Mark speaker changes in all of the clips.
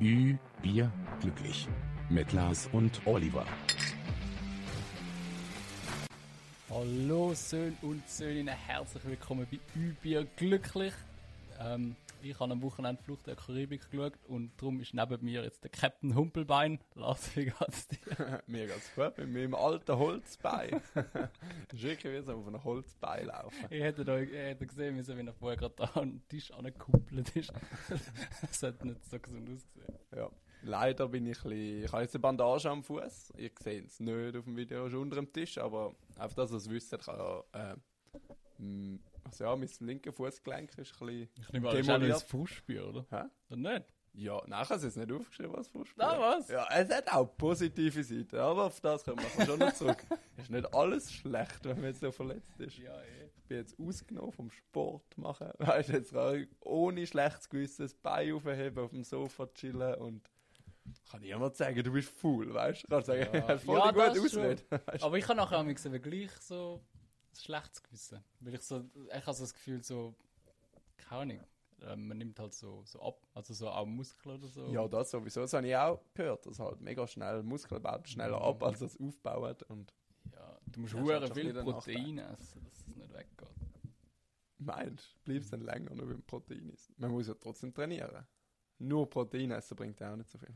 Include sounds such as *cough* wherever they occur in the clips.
Speaker 1: Ü, Bier, glücklich. Mit Lars und Oliver.
Speaker 2: Hallo Söhne und Söhninnen, herzlich willkommen bei Übier Glücklich. Ähm, ich habe am Wochenende Flucht der Karibik geschaut und darum ist neben mir jetzt der Captain Humpelbein. Lars, wie *laughs* geht's dir?
Speaker 3: Mir geht's gut, mit meinem alten Holzbein. Das *laughs* ist wirklich wie so auf einem Holzbein laufen.
Speaker 2: Ich hätte, da, ich hätte gesehen müssen, wie er vorher gerade da an den Tisch angekuppelt *laughs* ist. das hat nicht so gesund ausgesehen.
Speaker 3: Ja. Leider bin ich ein bisschen, ich habe jetzt eine Bandage am Fuß. Ihr seht es nicht auf dem Video, ist unter dem Tisch, aber einfach, dass ihr es wisst, ich habe ja, äh, m, also ja, mein linker Fußgelenk ist ein bisschen
Speaker 2: Ich nehme an, das ist auch noch ein
Speaker 3: demoliert.
Speaker 2: Fußspiel, oder?
Speaker 3: Hä?
Speaker 2: Oder nicht?
Speaker 3: Ja, nein, ich habe es jetzt nicht aufgeschrieben als Fußspiel.
Speaker 2: Na, Ah, was?
Speaker 3: Ja, es hat auch positive Seiten, aber auf das kommen wir schon noch zurück. ist nicht alles schlecht, wenn man jetzt so verletzt ist.
Speaker 2: Ja, eh.
Speaker 3: Ich bin jetzt ausgenommen vom Sport machen. *laughs* Weißt du, jetzt kann ich ohne schlechtes Gewissen das Bein aufheben, auf dem Sofa chillen und kann niemand sagen, du bist faul, weißt du? Kann sagen,
Speaker 2: Ja.
Speaker 3: ja. *laughs* voll
Speaker 2: Ja,
Speaker 3: ja, gut
Speaker 2: das schon.
Speaker 3: ausreden. Weißt du?
Speaker 2: Aber ich habe nachher auch mal gesehen, gleich so ein schlechtes Gewissen. Weil ich so, ich habe so das Gefühl, so, keine Ahnung, äh, man nimmt halt so, so ab, also so auch Muskeln oder so.
Speaker 3: *laughs* Ja, das sowieso, das habe ich auch gehört, dass halt mega schnell Muskeln baut schneller ab, als es aufbaut und
Speaker 2: Ja, du musst
Speaker 3: Ja, das hat
Speaker 2: hure
Speaker 3: schon
Speaker 2: viel
Speaker 3: ein bisschen
Speaker 2: Protein essen, dass es nicht weggeht.
Speaker 3: meinst, bleibst dann länger nur beim Protein essen. Man muss ja trotzdem trainieren. Nur Protein essen bringt auch nicht so viel.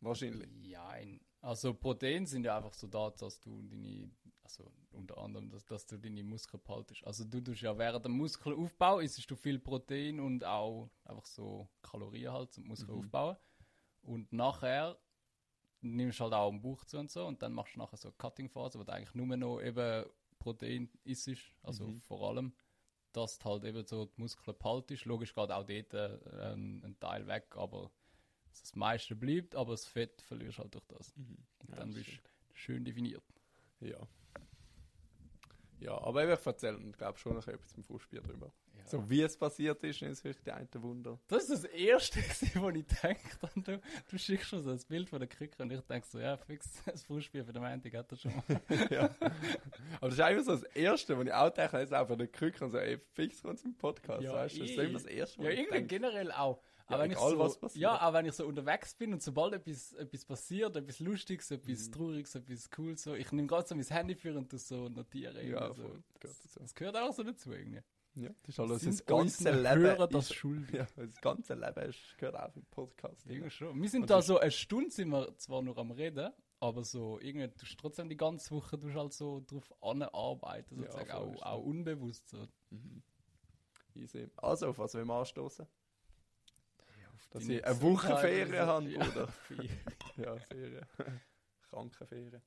Speaker 3: Wahrscheinlich.
Speaker 2: Nein. Also Proteine sind ja einfach so da, dass du deine, also unter anderem, dass, dass du deine Muskeln behaltest. Also du tust ja während dem Muskelaufbau, isst du viel Protein und auch einfach so Kalorien halt zum Muskel
Speaker 3: Mhm.
Speaker 2: aufbauen. Und nachher nimmst du halt auch am Bauch zu und so und dann machst du nachher so eine Cutting-Phase, wo du eigentlich nur noch eben Protein isst, also
Speaker 3: Mhm.
Speaker 2: vor allem, dass du halt eben so die Muskeln behaltest. Logisch geht auch dort äh, ein, ein Teil weg, aber das meiste bleibt, aber das Fett verlierst halt durch das. Und
Speaker 3: Mhm. Ja,
Speaker 2: dann
Speaker 3: das
Speaker 2: bist du schön definiert.
Speaker 3: Ja. Ja, aber eben, ich erzähle und glaube schon noch etwas zum Fußspiel drüber. So wie es passiert ist, ist wirklich die eine Wunder. *laughs*
Speaker 2: Das ist das Erste, *laughs* gewesen, wo ich denke, du, du schickst schon so ein Bild von der Krücke und ich denke so, ja, fix, *laughs* das Fußspiel für den Montag hat er schon mal.
Speaker 3: ja. Aber das ist einfach so das Erste, wo ich auch denke, jetzt einfach den Krücken und so, ey, fix kommt im Podcast,
Speaker 2: Ja,
Speaker 3: weißt du? Das ist
Speaker 2: eh.
Speaker 3: immer das Erste, wo
Speaker 2: Ja,
Speaker 3: ich
Speaker 2: irgendwie
Speaker 3: denke.
Speaker 2: generell auch.
Speaker 3: Ja,
Speaker 2: Aber wenn
Speaker 3: egal,
Speaker 2: ich so,
Speaker 3: was passiert.
Speaker 2: Ja, aber wenn ich so unterwegs bin und sobald etwas, etwas passiert, etwas Lustiges, etwas
Speaker 3: Mhm.
Speaker 2: Trauriges, etwas Cooles, so, ich nehme gerade so mein Handy für und das so notiere.
Speaker 3: Ja,
Speaker 2: irgendwie so. halt
Speaker 3: voll. Gehört dazu.
Speaker 2: Das gehört auch so dazu irgendwie.
Speaker 3: Ja, das ist alles
Speaker 2: Sind
Speaker 3: das ganze
Speaker 2: unseren
Speaker 3: Leben.
Speaker 2: Hörern
Speaker 3: ist-
Speaker 2: das schuldig.
Speaker 3: Ja, das *laughs* ganze Leben ist, gehört auch im Podcast.
Speaker 2: Irgendwie schon. Wir sind
Speaker 3: Und
Speaker 2: da
Speaker 3: das-
Speaker 2: so eine Stunde sind wir zwar nur am Reden, aber so irgendwie tust du trotzdem die ganze Woche tust halt so drauf anarbeiten,
Speaker 3: Ja,
Speaker 2: sozusagen,
Speaker 3: voll,
Speaker 2: auch,
Speaker 3: ist
Speaker 2: auch unbewusst. So.
Speaker 3: Easy. Mhm. Also, auf was wollen wir anstoßen? Dass
Speaker 2: Deine
Speaker 3: ich eine Woche
Speaker 2: Gesundheit also
Speaker 3: Ferien
Speaker 2: oder so.
Speaker 3: habe,
Speaker 2: Ja, *laughs* Ferien.
Speaker 3: Bruder. *laughs* Ja, Ferien. Krankenferien.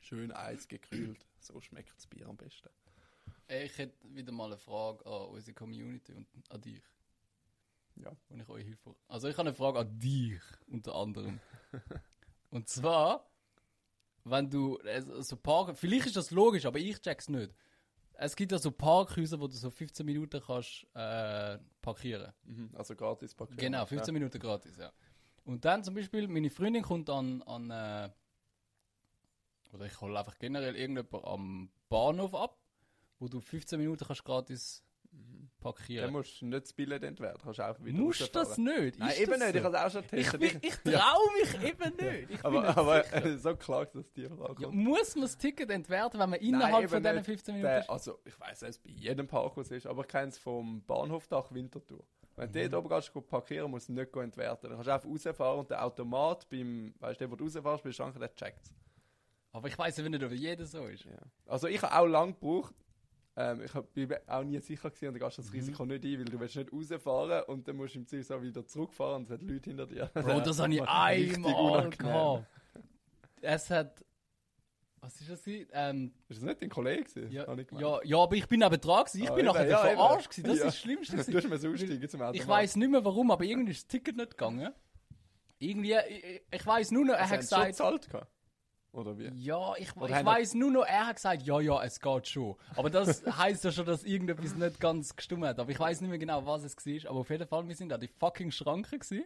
Speaker 3: Schön Eis gekühlt. So schmeckt das Bier am besten.
Speaker 2: Ey, Ich hätte wieder mal eine Frage an unsere Community und an dich.
Speaker 3: Ja.
Speaker 2: Und ich euch Hilfe. Also ich habe eine Frage an dich unter anderem. und zwar, wenn du äh, so so Park, vielleicht ist das logisch, aber ich check's nicht. Es gibt ja so Parkhäuser, wo du so 15 Minuten kannst äh, parkieren.
Speaker 3: Also gratis Paket.
Speaker 2: Mhm. Genau, 15 Minuten gratis, ja. Und dann zum Beispiel, meine Freundin kommt an, an äh, oder ich hole einfach generell irgendjemand am Bahnhof ab, wo du 15 Minuten kannst gratis
Speaker 3: Ja. Mhm. Dann
Speaker 2: parkieren.
Speaker 3: musst du nicht zu Billett entwerten. Kannst auch wieder
Speaker 2: Musst das
Speaker 3: rausfahren.
Speaker 2: nicht?
Speaker 3: Nein,
Speaker 2: Ist
Speaker 3: eben
Speaker 2: das
Speaker 3: nicht.
Speaker 2: so?
Speaker 3: Ich habe es auch schon
Speaker 2: Ich,
Speaker 3: getestet.
Speaker 2: bin- ich traue mich eben
Speaker 3: *laughs*
Speaker 2: nicht. Ich bin
Speaker 3: aber
Speaker 2: nicht
Speaker 3: aber
Speaker 2: sicher.
Speaker 3: äh, *laughs* so klar, dass die Frage
Speaker 2: ja,
Speaker 3: kommt.
Speaker 2: muss man das Ticket entwerten, wenn man innerhalb
Speaker 3: eben
Speaker 2: von diesen
Speaker 3: nicht.
Speaker 2: 15 Minuten
Speaker 3: Der,
Speaker 2: ist?
Speaker 3: also, ich weiß nicht, ob es bei jedem Parkhaus ist, aber ich kenne es vom Bahnhofdach Winterthur. Wenn
Speaker 2: Mhm.
Speaker 3: du dort oben gehst, gehst parkieren musst, du nicht gehen entwerten. Dann kannst du einfach rausfahren und der Automat beim, weißt du, der, wo du rausfährst, bist du eigentlich, der checkt
Speaker 2: Aber ich weiß eben nicht, ob jeder so ist.
Speaker 3: Ja. Also ich habe auch lange gebraucht. Ähm, ich hab- bin mir auch nie sicher gewesen und dann gehst du das
Speaker 2: Mhm.
Speaker 3: Risiko nicht ein, weil du willst nicht rausfahren und dann musst du im Ziel so wieder zurückfahren und es hat Leute hinter dir.
Speaker 2: Bro, das
Speaker 3: *laughs*
Speaker 2: habe ich
Speaker 3: Richtig
Speaker 2: einmal
Speaker 3: unangenehm.
Speaker 2: gehabt. Es hat. Was ist das? gewesen? Ähm,
Speaker 3: Ist das nicht dein Kollege? gewesen?
Speaker 2: ja,
Speaker 3: Habe ich gemeint.
Speaker 2: ja, ja, aber ich bin neben dran gewesen. Ich
Speaker 3: Ah,
Speaker 2: bin
Speaker 3: eben,
Speaker 2: nachher
Speaker 3: ja,
Speaker 2: der
Speaker 3: eben.
Speaker 2: verarscht gewesen. Das
Speaker 3: Ja.
Speaker 2: ist das Schlimmste.
Speaker 3: *laughs* Du hast mir so aussteigen zum Automat.
Speaker 2: Ich weiß nicht mehr warum, aber irgendwie ist das Ticket nicht gegangen. Irgendwie, ich, ich weiß nur noch, er
Speaker 3: Also
Speaker 2: hat
Speaker 3: haben sie
Speaker 2: gesagt.
Speaker 3: schon gezahlt gehabt? Oder wie?
Speaker 2: Ja, ich, ich
Speaker 3: Oder haben
Speaker 2: weiß nur noch, er hat gesagt, ja, ja, es geht schon. Aber das *laughs* heißt ja schon, dass irgendetwas nicht ganz gestimmt hat. Aber ich weiß nicht mehr genau, was es war. Aber auf jeden Fall, wir sind an die fucking *laughs* Schranke gewesen.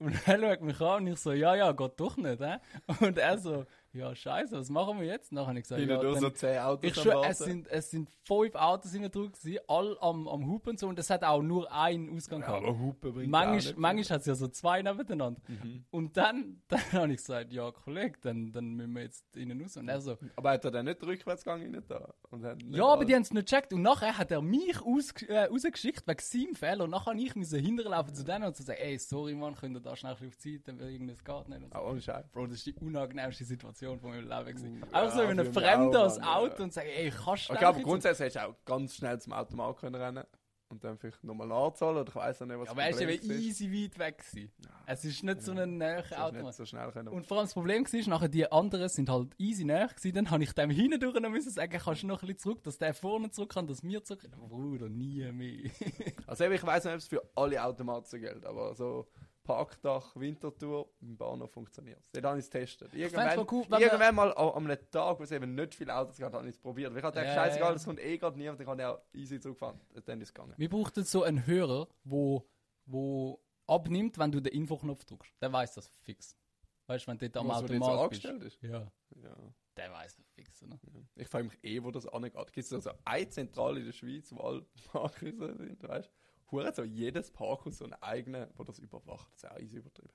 Speaker 2: Und er schaut mich an und ich so, ja, ja, geht doch nicht, hä? Und er so, ja, scheiße, was machen wir jetzt? Und Dann habe ich gesagt,
Speaker 3: Hinten
Speaker 2: ja,
Speaker 3: durch so
Speaker 2: dann,
Speaker 3: 10 Autos
Speaker 2: ich schwör, es sind, es sind fünf Autos in der Druck, alle am, am Hupen und so, und es hat auch nur einen Ausgang
Speaker 3: Ja,
Speaker 2: gehabt.
Speaker 3: aber Hupen bringt auch
Speaker 2: Manchmal,
Speaker 3: nicht Mhm.
Speaker 2: manchmal hat es ja so zwei nebeneinander. Und dann, *laughs* dann habe ich gesagt, ja, Kollege, dann, dann müssen wir jetzt innen raus. Und er so,
Speaker 3: viel. Aber hat er dann nicht den Rückwärtsgang rein da? Und hat nicht
Speaker 2: Also, ja, aber
Speaker 3: alles-
Speaker 2: die haben es nicht gecheckt. Und nachher hat er mich aus, äh, rausgeschickt wegen seinem Fehler. Und nachher musste ich müssen hinterlaufen zu denen und zu sagen, ey, sorry, Mann, könnt ihr da schnell ein bisschen auf die Seite, weil irgendwas geht nicht. Und so.
Speaker 3: Ah, ohne Scheiß.
Speaker 2: Bro, das ist die unangenehmste Situation von meinem Leben. gewesen.
Speaker 3: Uh,
Speaker 2: Einfach so
Speaker 3: ja,
Speaker 2: wenn ein
Speaker 3: für mich
Speaker 2: Fremder
Speaker 3: auch,
Speaker 2: ans
Speaker 3: Mann, ja.
Speaker 2: Auto und sagen, ey, kannst du
Speaker 3: Okay,
Speaker 2: schnell
Speaker 3: aber
Speaker 2: ein bisschen-
Speaker 3: grundsätzlich hättest du auch ganz schnell zum Automat können rennen und dann vielleicht nochmal anzahlen oder ich weiß auch nicht, was
Speaker 2: Aber er ist eben
Speaker 3: Problem war.
Speaker 2: easy weit weg. Gewesen. Es ist nicht so ein näher
Speaker 3: Das ist
Speaker 2: Automat.
Speaker 3: nicht so schnell können.
Speaker 2: Und vor allem das Problem war, nachher die anderen sind halt easy näher gewesen, dann habe ich dem hinten durch noch müssen sagen, kannst du noch ein bisschen zurück, dass der vorne zurück kann, dass wir zurück Bruder, nie mehr. *laughs*
Speaker 3: Also eben, ich weiß nicht, ob es für alle Automaten so gilt, aber so Parkdach, Wintertour, im Bahnhof funktioniert es. Dort habe ich es getestet. Irgendwann,
Speaker 2: voll cool, wenn man-
Speaker 3: irgendwann mal an, an einem Tag, wo es eben nicht viele Autos gab, habe ich es probiert. Weil ich dachte,
Speaker 2: Ja,
Speaker 3: scheißegal,
Speaker 2: ja.
Speaker 3: es kommt eh gerade niemand, dann kann ich auch easy zurückfahren. Dann ist es gegangen.
Speaker 2: wir brauchten so einen Hörer, wo, wo abnimmt, wenn du den Infoknopf drückst. Der weiß das fix. Weißt du, wenn du dort am
Speaker 3: Was, wo dort so
Speaker 2: Automat bist.
Speaker 3: angestellt ist?
Speaker 2: Ja,
Speaker 3: Ja.
Speaker 2: der weiß das fix. Ne?
Speaker 3: Ich frage mich eh, wo das angeht. Gibt es also eine Zentrale in der Schweiz, wo alle *laughs* Parkhäuser sind, weißt du? Hure so jedes Parkhaus so einen eigenen, der das überwacht. Das ist auch easy übertrieben.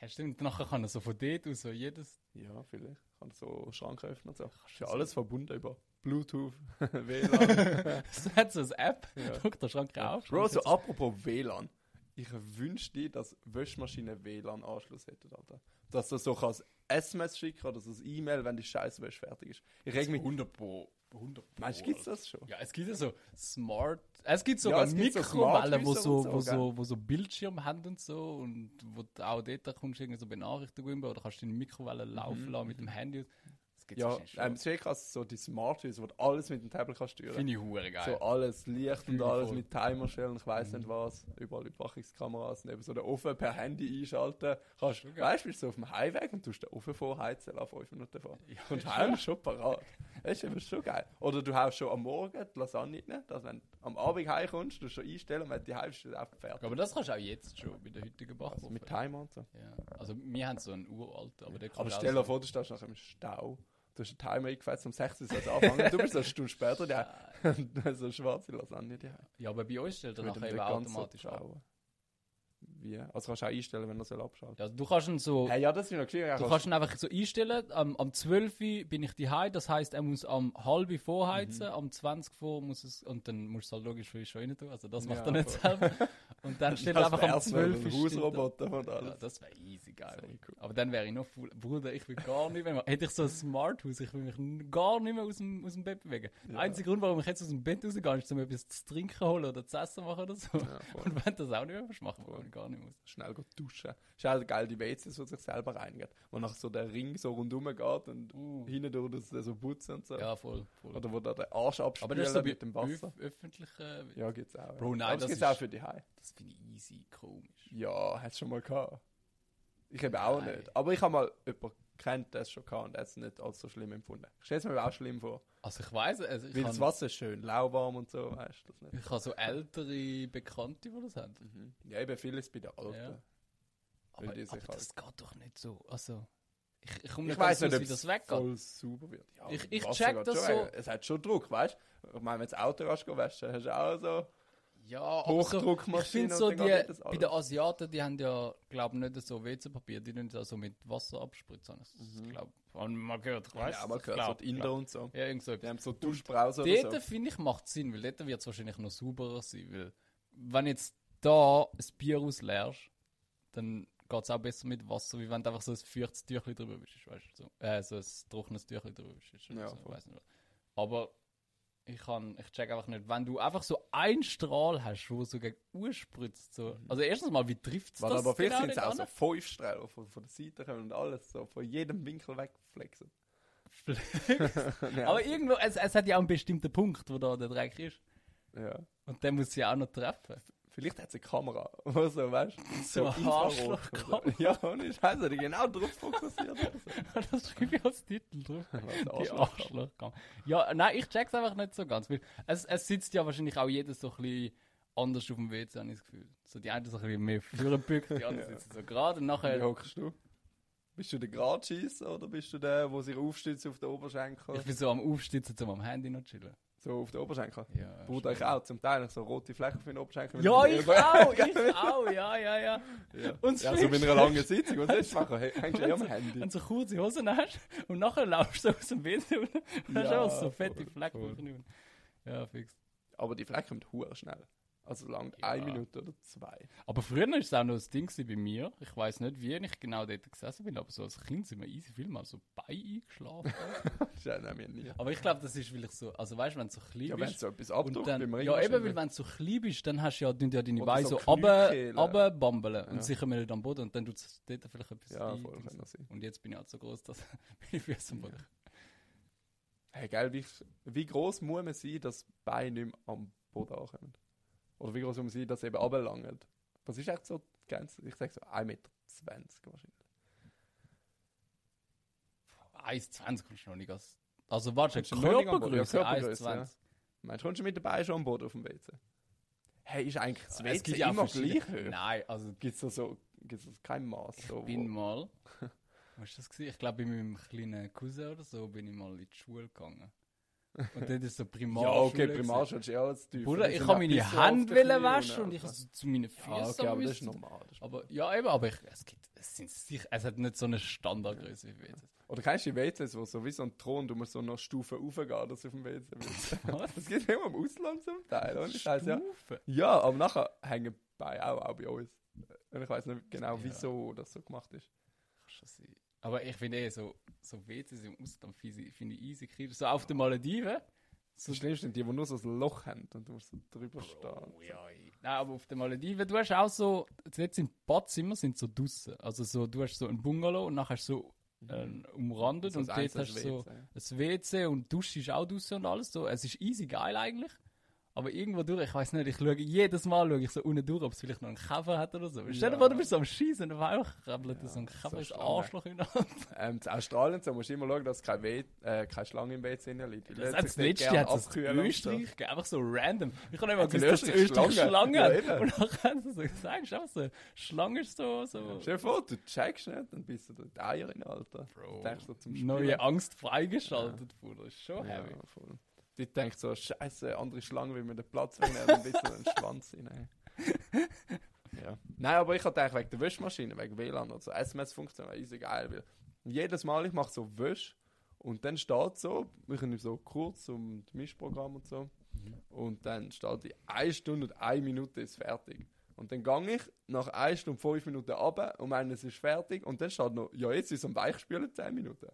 Speaker 2: Ja, stimmt, nachher kann er so von dort aus so jedes. *laughs*
Speaker 3: Ja, vielleicht. Kann so Schrank öffnen und so. Ist ja
Speaker 2: das
Speaker 3: alles verbunden über
Speaker 2: *laughs*
Speaker 3: Bluetooth, *laughs* WLAN.
Speaker 2: Es hat so eine App,
Speaker 3: Ja.
Speaker 2: drückt der Schrank auf.
Speaker 3: Bro, so apropos WLAN. Ich wünschte, dass Wäschmaschinen WLAN-Anschluss hätten, Alter. Dass du so kannst SMS schicken oder so ein E-Mail, wenn die scheiße Wäsche fertig ist. Ich reg mich.
Speaker 2: 100 Also Pro. 100 Pro.
Speaker 3: Meinst du, gibt's das schon?
Speaker 2: Ja, es gibt ja so Smart. äh, Es gibt
Speaker 3: Ja,
Speaker 2: sogar
Speaker 3: es gibt so
Speaker 2: Mikrowellen, wo
Speaker 3: Smart-Häuser
Speaker 2: so,
Speaker 3: und
Speaker 2: wo,
Speaker 3: so, gell?
Speaker 2: so, wo so Bildschirm haben und so. Und wo du auch dort kommst du irgendwie so Benachrichtigungen über oder kannst du in Mikrowelle laufen lassen mit dem Handy. Das gibt es
Speaker 3: Mhm. Ja,
Speaker 2: wahrscheinlich
Speaker 3: ähm,
Speaker 2: schon.
Speaker 3: es ist krass, so die Smart Häuser, wo du alles mit dem Tablet kannst steuern
Speaker 2: Finde ich hure geil.
Speaker 3: So alles Licht und
Speaker 2: Fühl
Speaker 3: alles
Speaker 2: voll. Mhm.
Speaker 3: mit Timer stellen, ich weiß nicht was, überall Überwachungskameras und eben so den Ofen per Handy einschalten. Kannst, weißt du, bist so auf dem Highweg und tust den Ofen vorheizen, lauf fünf Minuten vor. und heim ist schon parat. Das ist eben schon geil. Oder du haust schon am Morgen die Lasagne rein, dass wenn du am Abend heimkommst, du schon einstellen, wenn die heimst, ist einfach fertig.
Speaker 2: aber das kannst du auch jetzt schon mit der heutigen Bachwurst.
Speaker 3: Also mit Timer und so.
Speaker 2: ja. also wir haben so einen uralten, aber der
Speaker 3: Aber stell dir vor, du stehst nach im Stau. Du hast einen Timer eingefetzt, um 16 Uhr soll es anfangen. Du bist eine Stunde später, der *laughs* so eine schwarze Lasagne. Die
Speaker 2: Ja, aber bei uns stellt er
Speaker 3: Mit dem
Speaker 2: nachher eben
Speaker 3: Deck ganz
Speaker 2: automatisch ab.
Speaker 3: abschrauben. Wie? Also kannst du auch einstellen, wenn er soll abschalten.
Speaker 2: Ja, also du kannst ihn so.
Speaker 3: Hey, ja, das ist noch schwierig.
Speaker 2: Du kannst ihn einfach so einstellen. Am, am 12 Uhr bin ich daheim, das heisst, er muss am halb vorheizen,
Speaker 3: Mhm.
Speaker 2: am 20 vor muss es. Und dann musst du es halt logisch frisch schon rein tun. Also das macht
Speaker 3: Ja,
Speaker 2: er nicht
Speaker 3: voll.
Speaker 2: selber. Und
Speaker 3: *laughs*
Speaker 2: dann stellt er einfach am 12 Uhr. steht er-
Speaker 3: Hausroboter und
Speaker 2: Ja,
Speaker 3: alles.
Speaker 2: das wäre easy geil.
Speaker 3: Das wär cool.
Speaker 2: Aber dann wäre ich noch full. Bruder, ich will gar nicht mehr. Hätte ich so ein Smart House, ich will mich n- gar nicht mehr aus dem, aus dem Bett bewegen. Der einzige Grund, warum ich jetzt aus dem Bett rausgehe, ist, um etwas zu trinken holen oder zu essen machen oder so.
Speaker 3: voll.
Speaker 2: *laughs* und wenn du das auch nicht mehr willst, machen wir gar nicht mehr. aus.
Speaker 3: Schnell gut duschen. Ist halt geil, die WCs, die sich selber reinigen. Wo nach so der Ring so rundum geht und
Speaker 2: Uh.
Speaker 3: hinten durch das äh, so putzen und so.
Speaker 2: Ja, voll. voll.
Speaker 3: Oder wo da der Arsch abspült
Speaker 2: Aber das ist so bei
Speaker 3: mit dem Wasser.
Speaker 2: öf- öffentlichen.
Speaker 3: Ja, gibt's auch.
Speaker 2: Bro, nein,
Speaker 3: Aber das
Speaker 2: das
Speaker 3: gibt's
Speaker 2: ist-
Speaker 3: auch für die Hause.
Speaker 2: Das finde ich easy komisch.
Speaker 3: Ja, hast du schon mal gehabt. Ich eben auch
Speaker 2: Nein.
Speaker 3: nicht. Aber ich habe mal jemanden kennt, der es schon gehabt und der hat es nicht als so schlimm empfunden. Ich stelle es mir aber auch schlimm vor.
Speaker 2: Also ich weiß, also ich
Speaker 3: Weil das
Speaker 2: habe
Speaker 3: Wasser ist schön lauwarm und so, weißt du das nicht?
Speaker 2: ich habe so ältere Bekannte, die das haben.
Speaker 3: Ja, eben vieles bei den Alten.
Speaker 2: Mhm. Ja.
Speaker 3: Weil
Speaker 2: Aber,
Speaker 3: die sich
Speaker 2: aber
Speaker 3: halt-
Speaker 2: das geht doch nicht so. Also ich, ich komme nicht
Speaker 3: Ich weiß
Speaker 2: ganz
Speaker 3: nicht,
Speaker 2: raus,
Speaker 3: ob
Speaker 2: wie
Speaker 3: es
Speaker 2: das weggeht.
Speaker 3: voll sauber wird. Ja,
Speaker 2: Ich- ich
Speaker 3: Wasser
Speaker 2: check
Speaker 3: geht
Speaker 2: das
Speaker 3: schon
Speaker 2: so.
Speaker 3: weg. Es hat schon Druck, weißt du? Ich meine, wenn du das Auto rasch wäschst, hast du auch so.
Speaker 2: Ja, aber so, ich
Speaker 3: Hochdruckmaschine
Speaker 2: finde
Speaker 3: und
Speaker 2: so
Speaker 3: dann
Speaker 2: die,
Speaker 3: geht das
Speaker 2: bei
Speaker 3: alles.
Speaker 2: den Asiaten, die haben ja, glaube nicht so WC-Papier, die tun das so mit Wasser abspritzen. Das mhm. glaube, mal gehört, ich weiß.
Speaker 3: ja, mal
Speaker 2: ich
Speaker 3: gehört, so
Speaker 2: glaub,
Speaker 3: die Inder und so.
Speaker 2: ja, irgend so
Speaker 3: Die
Speaker 2: etwas.
Speaker 3: haben so Duschbrause oder
Speaker 2: Dort
Speaker 3: so.
Speaker 2: finde ich macht Sinn, weil dort wird es wahrscheinlich noch sauberer sein, weil wenn jetzt da ein Bier ausleerst, dann geht es auch besser mit Wasser, wie wenn du einfach so ein feuchtes Tüchli drüber wischst, weißt du, so, äh, so ein trockenes Tüchli drüber wischst, oder
Speaker 3: Ja,
Speaker 2: so,
Speaker 3: voll.
Speaker 2: weiss nicht. was. Aber ich kann, ich check einfach nicht, wenn du einfach so einen Strahl hast, wo so gegen urspritzt, so, also erstens mal, wie trifft es das
Speaker 3: Weil Mhm. aber vielleicht
Speaker 2: genau
Speaker 3: sind es
Speaker 2: nicht
Speaker 3: auch
Speaker 2: an?
Speaker 3: so fünf Strähler von, von der Seite kommen und alles so von jedem Winkel wegflexen. *laughs* Ja.
Speaker 2: Aber irgendwo, es, es hat ja auch einen bestimmten Punkt, wo da der Dreck ist.
Speaker 3: Ja.
Speaker 2: Und den muss sie auch noch treffen. *laughs*
Speaker 3: Vielleicht hat sie eine Kamera, oder so, weißt du?
Speaker 2: So eine
Speaker 3: Infrarot
Speaker 2: Arschlochkamera.
Speaker 3: oder so. Ja, ohne Scheiße, die genau drauf fokussiert. oder
Speaker 2: *laughs*
Speaker 3: so.
Speaker 2: das schreibe ich als Titel drauf. *laughs* Die
Speaker 3: Arschlochkamera.
Speaker 2: Arschlochkamera. Ja, nein, ich check's einfach nicht so ganz. Weil es, es sitzt ja wahrscheinlich auch jeder so ein bisschen anders auf dem WC,
Speaker 3: *laughs*
Speaker 2: habe ich das Gefühl. So die einen so ein bisschen mehr vorgebückt, die anderen sitzen so gerade und
Speaker 3: Wie
Speaker 2: nachher
Speaker 3: hockst du? Bist du der Gradschießer oder bist du der, der sich aufstützt auf den Oberschenkel?
Speaker 2: Ich bin so am Aufstützen, um am Handy noch zu chillen.
Speaker 3: So auf den Oberschenkel?
Speaker 2: Ja,
Speaker 3: Baut euch auch zum Teil so rote Flächen auf den Oberschenkel.
Speaker 2: *laughs*
Speaker 3: wenn
Speaker 2: Ja,
Speaker 3: ihr *laughs*
Speaker 2: ich
Speaker 3: über-
Speaker 2: auch, ich auch, ja, ja, ja.
Speaker 3: Ja,
Speaker 2: Und das
Speaker 3: ja so bei
Speaker 2: Schlimmste-
Speaker 3: einer langen Sitzung. Was willst du machen? Hängst du
Speaker 2: *laughs*
Speaker 3: ja am Handy.
Speaker 2: Wenn du so kurze Hosen hast und nachher laufst du aus dem WC *laughs* und hast
Speaker 3: Ja,
Speaker 2: auch so fette
Speaker 3: voll,
Speaker 2: Flecken.
Speaker 3: voll.
Speaker 2: auf dem Rücken. Ja, fix.
Speaker 3: Aber die Fläche kommt hure schnell. Also lang
Speaker 2: Ja.
Speaker 3: eine Minute oder zwei.
Speaker 2: Aber früher war es auch noch das Ding gewesen bei mir. Ich weiß nicht, wie ich genau dort gesessen bin, aber so als Kind sind wir easy viel mal so bei eingeschlafen.
Speaker 3: Das ist ja nämlich nie.
Speaker 2: *laughs* aber ich glaube, das ist, weil ich so, also weißt du, wenn du so klein
Speaker 3: Ja, wenn
Speaker 2: bist.
Speaker 3: so etwas
Speaker 2: Und
Speaker 3: abdruckt
Speaker 2: dann, ja,
Speaker 3: beim
Speaker 2: eben, weil
Speaker 3: Ringmaschine.
Speaker 2: wenn du so klein bist, dann hast du ja, tun ja deine
Speaker 3: Oder
Speaker 2: Beine so
Speaker 3: so
Speaker 2: runter-
Speaker 3: Kniekehlen.
Speaker 2: runterbambeln und
Speaker 3: Ja.
Speaker 2: sicher mir nicht am Boden und dann tut es dort vielleicht etwas
Speaker 3: Ja,
Speaker 2: ein-
Speaker 3: voll, genau. kann das sein.
Speaker 2: Und jetzt bin ich halt so groß, dass *laughs* meine Füße am Boden
Speaker 3: Hey, geil, wie, wie groß muss man sein, dass die Beine nicht mehr am Boden ankommen? Oder wie groß muss man sein, dass sie eben runterlangen? Was ist echt so die Grenze? Ich sage so 1,20 Meter wahrscheinlich.
Speaker 2: 1,20 kannst du noch nicht. als- Also, warte,
Speaker 3: Kommst du noch nicht am Boden? Ja,
Speaker 2: Körpergröße,
Speaker 3: Körpergröße,
Speaker 2: 1,20.
Speaker 3: Meinst du, kommst du mit den Beinen schon am Boden auf dem WC? Hey, ist eigentlich das
Speaker 2: Es
Speaker 3: WC
Speaker 2: gibt ja auch
Speaker 3: immer
Speaker 2: verschiedene-
Speaker 3: gleich hoch?
Speaker 2: Nein, also,
Speaker 3: Gibt es da so gibt's da kein Maß?
Speaker 2: ich
Speaker 3: So,
Speaker 2: bin
Speaker 3: wo- *laughs*
Speaker 2: mal. Was war das? Gewesen? Ich glaube, bei meinem kleinen Cousin oder so bin ich mal in die Schule gegangen. Und dort ist so Primar.
Speaker 3: *laughs* ja, okay, Primarschule ist ja alles tief.
Speaker 2: Bruder, ich habe meine Hände wollen waschen und ich habe so zu meinen Füßen.
Speaker 3: Ja, Ah, okay, aber das ist
Speaker 2: müssen.
Speaker 3: normal. Das ist
Speaker 2: Aber ja, eben, aber ich, es, gibt, es, sind sicher, es hat nicht so eine Standardgröße wie jetzt.
Speaker 3: Oder kennst du die WCs, wo so wie so ein Thron, du musst so noch Stufen raufgehen, dass du auf dem WC bist?
Speaker 2: Was?
Speaker 3: *laughs* Das gibt es immer im Ausland zum Teil, oder? Ich weiss, ja.
Speaker 2: Stufen?
Speaker 3: ja, aber nachher hängen bei auch, auch bei uns. Und ich weiß nicht genau,
Speaker 2: Ja.
Speaker 3: wieso das so gemacht ist.
Speaker 2: Kann schon sein. Aber ich finde eh, so, so WCs im Ausland finde ich finde ich easy kriegen. So auf den Malediven.
Speaker 3: Das Schlimmste sind die, die nur so ein Loch haben und du musst so drüber stehen.
Speaker 2: Oh, ja, ey. Nein, aber auf den Malediven, du hast auch so, jetzt im Badzimmer sind so draussen. Also so, du hast so ein Bungalow und nachher hast du so ähm, umrandet
Speaker 3: Mhm. So
Speaker 2: und
Speaker 3: ein
Speaker 2: dort
Speaker 3: einzelnes
Speaker 2: hast du so
Speaker 3: WC.
Speaker 2: ein WC und die Dusche ist auch draussen und alles. So. Es ist easy geil eigentlich. Aber irgendwo durch, ich weiß nicht, ich schaue jedes Mal schaue ich so unten durch, ob es vielleicht noch einen Käfer hat oder so. Stell dir
Speaker 3: Ja.
Speaker 2: vor, du bist so am Schießen und auf einmal krabbelt
Speaker 3: Ja,
Speaker 2: so ein
Speaker 3: so
Speaker 2: Käfer ins
Speaker 3: Schlange.
Speaker 2: Arschloch hinein.
Speaker 3: Ähm, in Australien so musst du immer schauen, dass keine, We äh, keine Schlange im WC drin liegt. Die
Speaker 2: Das
Speaker 3: lassen
Speaker 2: hat
Speaker 3: sich
Speaker 2: das
Speaker 3: dort
Speaker 2: letzte
Speaker 3: gerne
Speaker 2: hat es in
Speaker 3: abkühlen und so.
Speaker 2: Österreich gegeben, einfach so random. Ich habe nicht mal
Speaker 3: Hat's in
Speaker 2: gewusst, dass es in
Speaker 3: Österreich
Speaker 2: Österreich Schlangen
Speaker 3: Schlangen?
Speaker 2: hat.
Speaker 3: Ja, eben.
Speaker 2: und nachher haben sie so gesagt, ist einfach so, Schlange ist so, so
Speaker 3: Stell dir vor, du checkst nicht, dann bist du da die Eier in Alter.
Speaker 2: Bro,
Speaker 3: Denkst du zum Spielen?
Speaker 2: neue Angst freigeschaltet wurde. Das ist schon
Speaker 3: Ja,
Speaker 2: heavy.
Speaker 3: voll. Die denkt so, scheiße, andere Schlangen will mir den Platz wegnehmen, dann bist du den Schwanz
Speaker 2: *laughs*
Speaker 3: rein. ja. Nein, aber ich hatte eigentlich wegen der Wäschmaschine, wegen WLAN und so. SMS-Funktion war easy geil, weil jedes Mal, ich mache so Wäsche und dann steht so, ich nehme so kurz um das Mischprogramm und so.
Speaker 2: Mhm.
Speaker 3: Und dann steht die 1 Stunde und 1 Minute ist fertig. Und dann gehe ich nach 1 Stunde 5 Minuten runter und meine, es ist fertig. Und dann steht noch, ja, jetzt ist am Weichspülen 10 Minuten.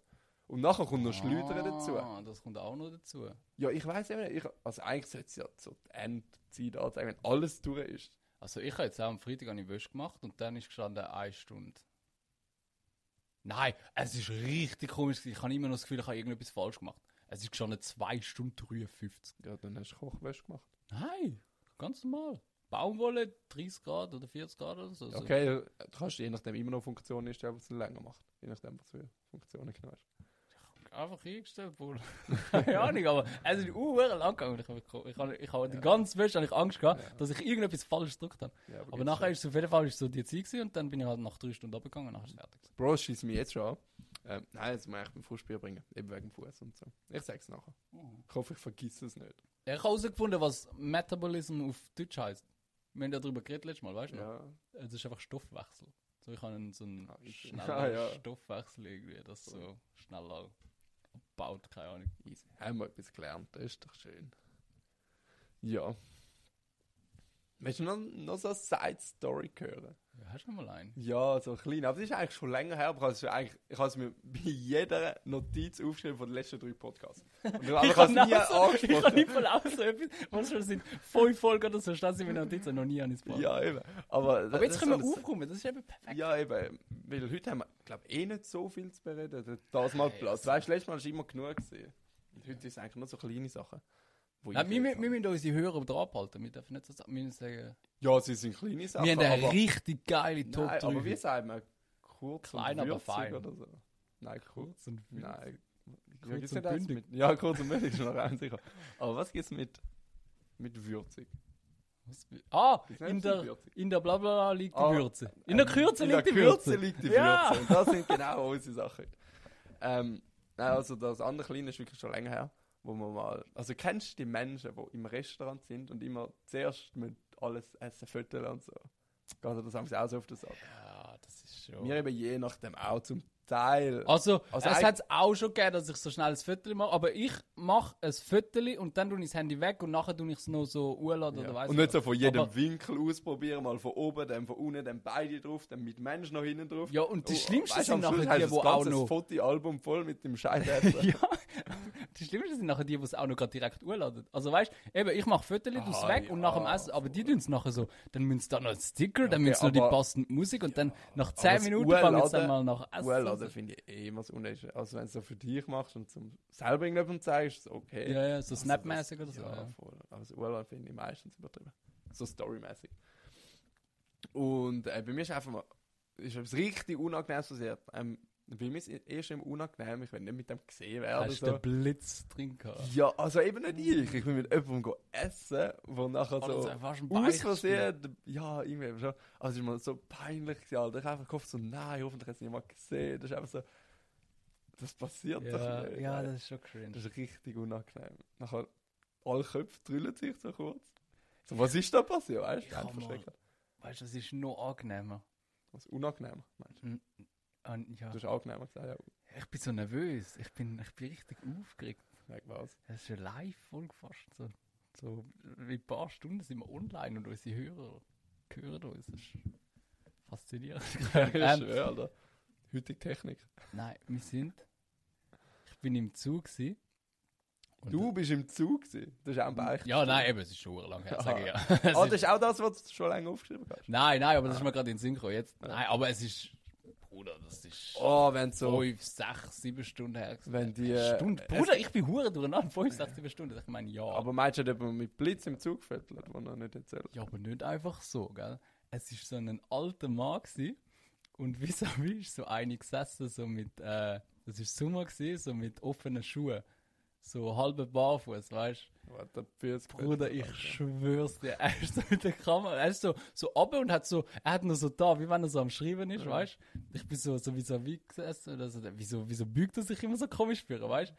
Speaker 3: Und nachher kommt noch Schleudern dazu.
Speaker 2: Ah, das kommt auch noch dazu.
Speaker 3: Ja, ich weiß eben nicht. Ich, also eigentlich sollte es ja so die Endzeit anzeigen, wenn alles durch ist.
Speaker 2: Also ich habe jetzt auch am Freitag eine Wäsche gemacht und dann ist gestanden eine Stunde. Nein, es ist richtig komisch. gewesen. Ich habe immer noch das Gefühl, ich habe irgendetwas falsch gemacht. Es ist gestanden 2 Stunden 53.
Speaker 3: Ja, dann hast du Kochwäsche gemacht.
Speaker 2: Nein, ganz normal. Baumwolle 30 Grad oder 40 Grad oder so. Also-
Speaker 3: Okay, ja, du kannst je nachdem immer noch Funktionen einstellen, was es länger macht. Je nachdem, was für Funktionen genau hast.
Speaker 2: Einfach eingestellt wurde. *laughs* Keine Ahnung, aber es ist uhr lang gegangen. Ich habe ich hab, ich hab die ganze Wäsche habe ich Angst gehabt, dass ich irgendetwas falsch gedrückt habe.
Speaker 3: Ja,
Speaker 2: Aber
Speaker 3: geht's
Speaker 2: nachher
Speaker 3: schon.
Speaker 2: ist es auf jeden Fall ist so die Zeit gewesen und dann bin ich halt nach drei Stunden abgegangen und nachher ist es fertig. gewesen.
Speaker 3: Bro, schießt mich jetzt schon an. Ähm, nein, jetzt muss ich beim Fußspiel bringen. Eben wegen dem Fuß und so. Ich sag's nachher.
Speaker 2: Oh.
Speaker 3: Ich hoffe, ich vergesse es nicht.
Speaker 2: Ich habe herausgefunden, was Metabolism auf Deutsch heißt. Wir haben ja darüber geredet letztes Mal, weißt du? noch?
Speaker 3: Ja.
Speaker 2: Es ist einfach Stoffwechsel. So, ich habe einen, so einen
Speaker 3: Ah, easy.
Speaker 2: schnellen
Speaker 3: Ah, ja.
Speaker 2: Stoffwechsel irgendwie, das so schneller abbaut, keine Ahnung.
Speaker 3: Easy. Haben wir etwas gelernt, das ist doch schön. Ja. Willst du noch, noch so eine Side-Story hören?
Speaker 2: Ja, hast du noch mal einen?
Speaker 3: Ja, so klein. Aber das ist eigentlich schon länger her, aber ich habe es schon eigentlich- ich habe es mir *laughs* bei jeder Notiz aufgeschrieben von den letzten drei Podcasts. Und
Speaker 2: *laughs*
Speaker 3: ich, aber ich habe es nie
Speaker 2: Ich kann
Speaker 3: angesprochen.
Speaker 2: nicht mal auch so etwas, was schon sind fünf Folgen oder so, stehen sie mir Notizen noch nie an ins Bad.
Speaker 3: Ja, eben. Aber,
Speaker 2: Aber jetzt können wir
Speaker 3: aufkommen.
Speaker 2: aufkommen, das ist eben perfekt.
Speaker 3: Ja, eben. Weil heute haben wir, glaube eh nicht so viel zu bereden. Das mal
Speaker 2: Nein,
Speaker 3: Platz.
Speaker 2: also-
Speaker 3: Weißt du, letztes Mal war es immer genug. Gewesen. Und heute ist es eigentlich nur so kleine Sachen. wo
Speaker 2: Nein,
Speaker 3: ich
Speaker 2: wir,
Speaker 3: jetzt
Speaker 2: wir, wir
Speaker 3: habe.
Speaker 2: müssen unsere Hörer drauf halten. Wir dürfen nicht so sagen. Wir müssen sagen,
Speaker 3: ja, sie sind kleine Sachen.
Speaker 2: wir haben eine
Speaker 3: aber,
Speaker 2: richtig geile Top
Speaker 3: nein,
Speaker 2: 3.
Speaker 3: aber wie sagt man? Kurz
Speaker 2: Klein,
Speaker 3: und
Speaker 2: aber
Speaker 3: würzig
Speaker 2: fein.
Speaker 3: oder so. Nein, kurz.
Speaker 2: und
Speaker 3: Nein.
Speaker 2: Kurz
Speaker 3: gibt's
Speaker 2: und
Speaker 3: nicht eins
Speaker 2: bündig.
Speaker 3: Mit, ja, kurz und bündig ist noch rein sicher. Aber was gibt es mit, mit würzig?
Speaker 2: Was, ah,
Speaker 3: Ist nicht
Speaker 2: in
Speaker 3: so
Speaker 2: der,
Speaker 3: Würze.
Speaker 2: in der Blablabla liegt die
Speaker 3: Ah,
Speaker 2: Würze. In der Kürze
Speaker 3: In
Speaker 2: liegt
Speaker 3: der
Speaker 2: die
Speaker 3: Kürze
Speaker 2: Würze.
Speaker 3: liegt die Würze.
Speaker 2: Ja.
Speaker 3: Und das sind genau unsere Sachen. Ähm, nein, also das andere Kleine ist wirklich schon länger her, wo man mal... Also kennst du die Menschen, die im Restaurant sind und immer zuerst mit alles essen, fütteln und so? Also das haben sie auch so auf der Sache.
Speaker 2: Ja, das ist
Speaker 3: Wir
Speaker 2: schon.
Speaker 3: eben je nachdem auch zum Teil.
Speaker 2: Also,
Speaker 3: Also
Speaker 2: es
Speaker 3: eig-
Speaker 2: hat es auch schon gegeben, dass ich so schnell ein Viertel mache, aber ich mache ein Viertel und dann tue ich das Handy weg und nachher tue ich es noch so hochladen oder
Speaker 3: Ja.
Speaker 2: weiss
Speaker 3: Und
Speaker 2: ich
Speaker 3: nicht so
Speaker 2: was.
Speaker 3: von jedem *laughs*
Speaker 2: Aber-
Speaker 3: Winkel ausprobieren, mal von oben, dann von unten, dann beide drauf, dann mit Mensch noch hinten drauf.
Speaker 2: Ja, und die
Speaker 3: Oh,
Speaker 2: Schlimmsten
Speaker 3: weißt du,
Speaker 2: sind
Speaker 3: am Schluss
Speaker 2: nachher die,
Speaker 3: hast du
Speaker 2: die
Speaker 3: das
Speaker 2: auch
Speaker 3: ganze
Speaker 2: noch.
Speaker 3: Fotoalbum voll mit dem
Speaker 2: *laughs*
Speaker 3: Scheißessen.
Speaker 2: Ja, die Schlimmsten sind nachher die, die es auch noch gerade direkt urladen. Also weißt du, eben, ich mache Viertel, du es
Speaker 3: Aha,
Speaker 2: weg und nach dem
Speaker 3: ja,
Speaker 2: Essen, aber die tun es nachher so. Dann müssen sie da noch einen Sticker, dann müssen sie noch
Speaker 3: Okay,
Speaker 2: die
Speaker 3: aber-
Speaker 2: passende Musik und dann nach
Speaker 3: Aber
Speaker 2: 10
Speaker 3: das
Speaker 2: Minuten fangen sie
Speaker 3: Urladen-
Speaker 2: dann mal nach Essen.
Speaker 3: Well,
Speaker 2: an.
Speaker 3: also finde ich eh immer so unnötig. Also wenn du es so für dich machst und zum selber irgendjemandem zeigst, ist es okay.
Speaker 2: Ja, ja, so
Speaker 3: Also
Speaker 2: snapmäßig oder
Speaker 3: das-
Speaker 2: so.
Speaker 3: Ja,
Speaker 2: Ja.
Speaker 3: voll. Aber das Urlaub finde ich meistens übertrieben. So storymäßig. Und äh, bei mir ist einfach mal, ist etwas richtig Unangenehmes passiert. Ähm, bei mir ist es eh schon unangenehm, ich will nicht mit dem gesehen werden.
Speaker 2: Hast du
Speaker 3: so.
Speaker 2: den Blitz drin gehabt?
Speaker 3: Ja, also eben nicht ich. Ich will mit jemandem go essen, wo nachher
Speaker 2: Oder
Speaker 3: so
Speaker 2: so fast ein
Speaker 3: aus
Speaker 2: Beispiel.
Speaker 3: Versehen, ja, irgendwie eben schon. Also es war mir so peinlich, gewesen, Alter. Ich habe einfach gehofft, so, nein, hoffentlich hat es niemand gesehen. Das ist einfach so, das passiert
Speaker 2: Ja,
Speaker 3: doch nicht.
Speaker 2: ja,
Speaker 3: Alter.
Speaker 2: das ist schon cringe.
Speaker 3: das ist richtig unangenehm. Nachher, alle Köpfe drüllen sich so kurz. So, was ist da passiert, weißt du?
Speaker 2: Ja,
Speaker 3: Einfach
Speaker 2: Mann.
Speaker 3: schrecklich.
Speaker 2: Weißt du, das ist noch angenehmer.
Speaker 3: Was unangenehm, meinst du?
Speaker 2: Und ja,
Speaker 3: Du hast angenehmer gesagt, ja,
Speaker 2: ich bin so nervös. Ich bin, ich bin richtig aufgeregt. *laughs*
Speaker 3: wegen was.
Speaker 2: Das ist eine Live-Folge fast. So, so wie ein paar Stunden sind wir online und unsere Hörer hören uns. Das ist faszinierend.
Speaker 3: *laughs* Ich
Speaker 2: ähm,
Speaker 3: schwöre, Alter. Heutige Technik.
Speaker 2: nein, wir sind. Ich bin im Zug. Gewesen, Und-
Speaker 3: Du bist im Zug gewesen. Das ist auch ein Beicht.
Speaker 2: Ja, *laughs* nein, eben, es ist schon lang her,
Speaker 3: Aha.
Speaker 2: sage ich ja. *laughs* Es
Speaker 3: Ah,
Speaker 2: ist-
Speaker 3: das ist auch das, was du schon lange aufgeschrieben hast.
Speaker 2: Nein, nein, aber das ist mir gerade in den Sinn gekommen. Jetzt, nein, aber es ist. Bruder, das ist.
Speaker 3: Oh, wenn so.
Speaker 2: 5, 6, 7 Stunden her. gewesen.
Speaker 3: Wenn die.
Speaker 2: Eine
Speaker 3: äh,
Speaker 2: Stunde.
Speaker 3: es-
Speaker 2: Bruder, ich bin hure durcheinander. 5, 6, 7 Stunden. Ich meine, ja.
Speaker 3: Aber meinst du, dass man mit Blitz im Zug fettelt, wo noch nicht erzählt?
Speaker 2: ja, aber nicht einfach so, gell? Es war so ein alter Mann gewesen, und vis à vis ist so eine gesessen, so mit. Äh, das war Sommer, gewesen, so mit offenen Schuhen. So halbe Barfuß, weißt du?
Speaker 3: What the Füße
Speaker 2: Bruder, ich schwör's dir, er ist so mit der Kamera, er ist so, so ab und hat so, er hat nur so da, wie wenn er so am Schreiben ist,
Speaker 3: Ja.
Speaker 2: weißt du? Ich bin so, so wie so wie gesessen, oder so, wieso, wieso bügt er sich immer so komisch spüren, weißt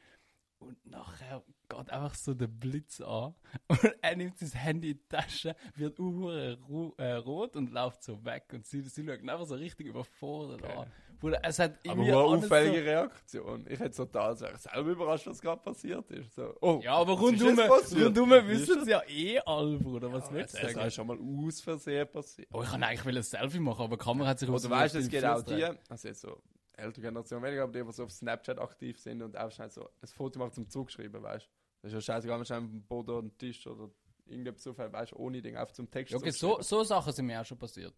Speaker 2: du? Und nachher geht einfach so der Blitz an und *laughs* er nimmt sein Handy in die Tasche, wird uhuere ru- äh, rot und läuft so weg und sie, sie schaut ihn einfach so richtig überfordert
Speaker 3: Geil.
Speaker 2: an. Bruder, es hat
Speaker 3: Aber eine
Speaker 2: alles
Speaker 3: auffällige Reaktion. Ich hätte so da, als wäre ich selber überrascht, was gerade passiert ist. So, oh,
Speaker 2: Ja, aber um
Speaker 3: was ist
Speaker 2: rundum,
Speaker 3: jetzt passiert?
Speaker 2: rundum wissen sie ja eh alle, Bruder, was
Speaker 3: Ja,
Speaker 2: willst du
Speaker 3: Es
Speaker 2: sagen?
Speaker 3: ist schon mal aus Versehen passiert.
Speaker 2: Oh, ich kann eigentlich will ein Selfie machen, aber die Kamera hat sich aus
Speaker 3: Oder
Speaker 2: dem
Speaker 3: weißt du,
Speaker 2: Licht
Speaker 3: es
Speaker 2: in
Speaker 3: geht
Speaker 2: Fuß
Speaker 3: auch die,
Speaker 2: gedreht.
Speaker 3: also jetzt so ältere Generation weniger, aber die, die so auf Snapchat aktiv sind und auch schnell so ein Foto machen zum Zugschreiben, weißt du? Das ist ja scheißegal, wenn du schnell auf dem Boden oder am Tisch oder irgendetwas aufhältst, weißt du, ohne Ding, einfach zum Text
Speaker 2: Ja, okay, so, so Sachen sind mir auch schon passiert.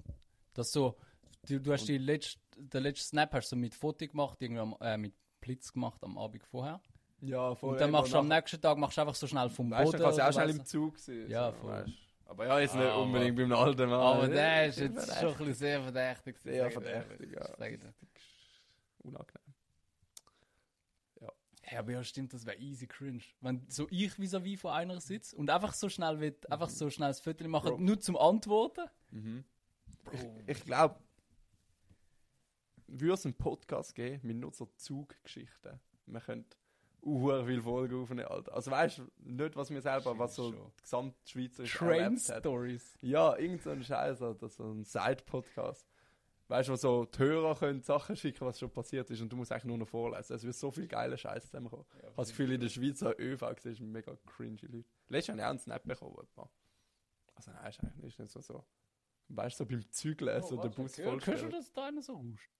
Speaker 2: Dass so, du, du hast die letzte, den letzten Snap hast du mit Foto gemacht, irgendwie am, äh, mit Blitz gemacht am Abend vorher.
Speaker 3: Ja, voll.
Speaker 2: Und dann
Speaker 3: eben,
Speaker 2: machst du am
Speaker 3: nachher-
Speaker 2: nächsten Tag machst du einfach so schnell vom
Speaker 3: Weißt du,
Speaker 2: Boden.
Speaker 3: dann kannst du auch
Speaker 2: oder
Speaker 3: schnell
Speaker 2: weiss-
Speaker 3: im Zug sein.
Speaker 2: Ja,
Speaker 3: so,
Speaker 2: voll.
Speaker 3: weißt. Aber ja, jetzt nicht
Speaker 2: Aber-
Speaker 3: unbedingt beim alten Mann.
Speaker 2: Aber
Speaker 3: Ja,
Speaker 2: der ist jetzt schon ein bisschen sehr verdächtig.
Speaker 3: Sehr
Speaker 2: sag ich dir.
Speaker 3: verdächtig, ja.
Speaker 2: Sag ich dir.
Speaker 3: unangenehm.
Speaker 2: Ja, aber ja, stimmt, das wäre easy cringe. Wenn so ich vis-à-vis von einer sitze und einfach so schnell will, einfach so schnell ein Foto machen,
Speaker 3: Mhm. Bro.
Speaker 2: nur zum Antworten.
Speaker 3: Ich, ich glaube, würde es einen Podcast geben mit nur so Zuggeschichten. Man könnte uhr viel Folgen aufnehmen, Alter. Also weißt du, nicht was mir selber, was so
Speaker 2: Schon.
Speaker 3: die Gesamtschweizer
Speaker 2: Train Stories.
Speaker 3: Ja, irgend so ein Scheiß, Alter. So ein Side-Podcast. Weißt du, wo so die Hörer können Sachen schicken, was schon passiert ist und du musst eigentlich nur noch vorlesen. Es wird so viel geiler Scheiß zusammenkommen. Ich habe das Gefühl, in der Schweizer ÖV siehst du mega cringy Leute. Letztes Jahr habe ich auch einen Snap bekommen. etwa. Also nein, ist eigentlich nicht, ist nicht so so. Weißt du, so beim Zügeln,
Speaker 2: Oh,
Speaker 3: so Also der Bus voll
Speaker 2: Kannst du das da einer so rauscht?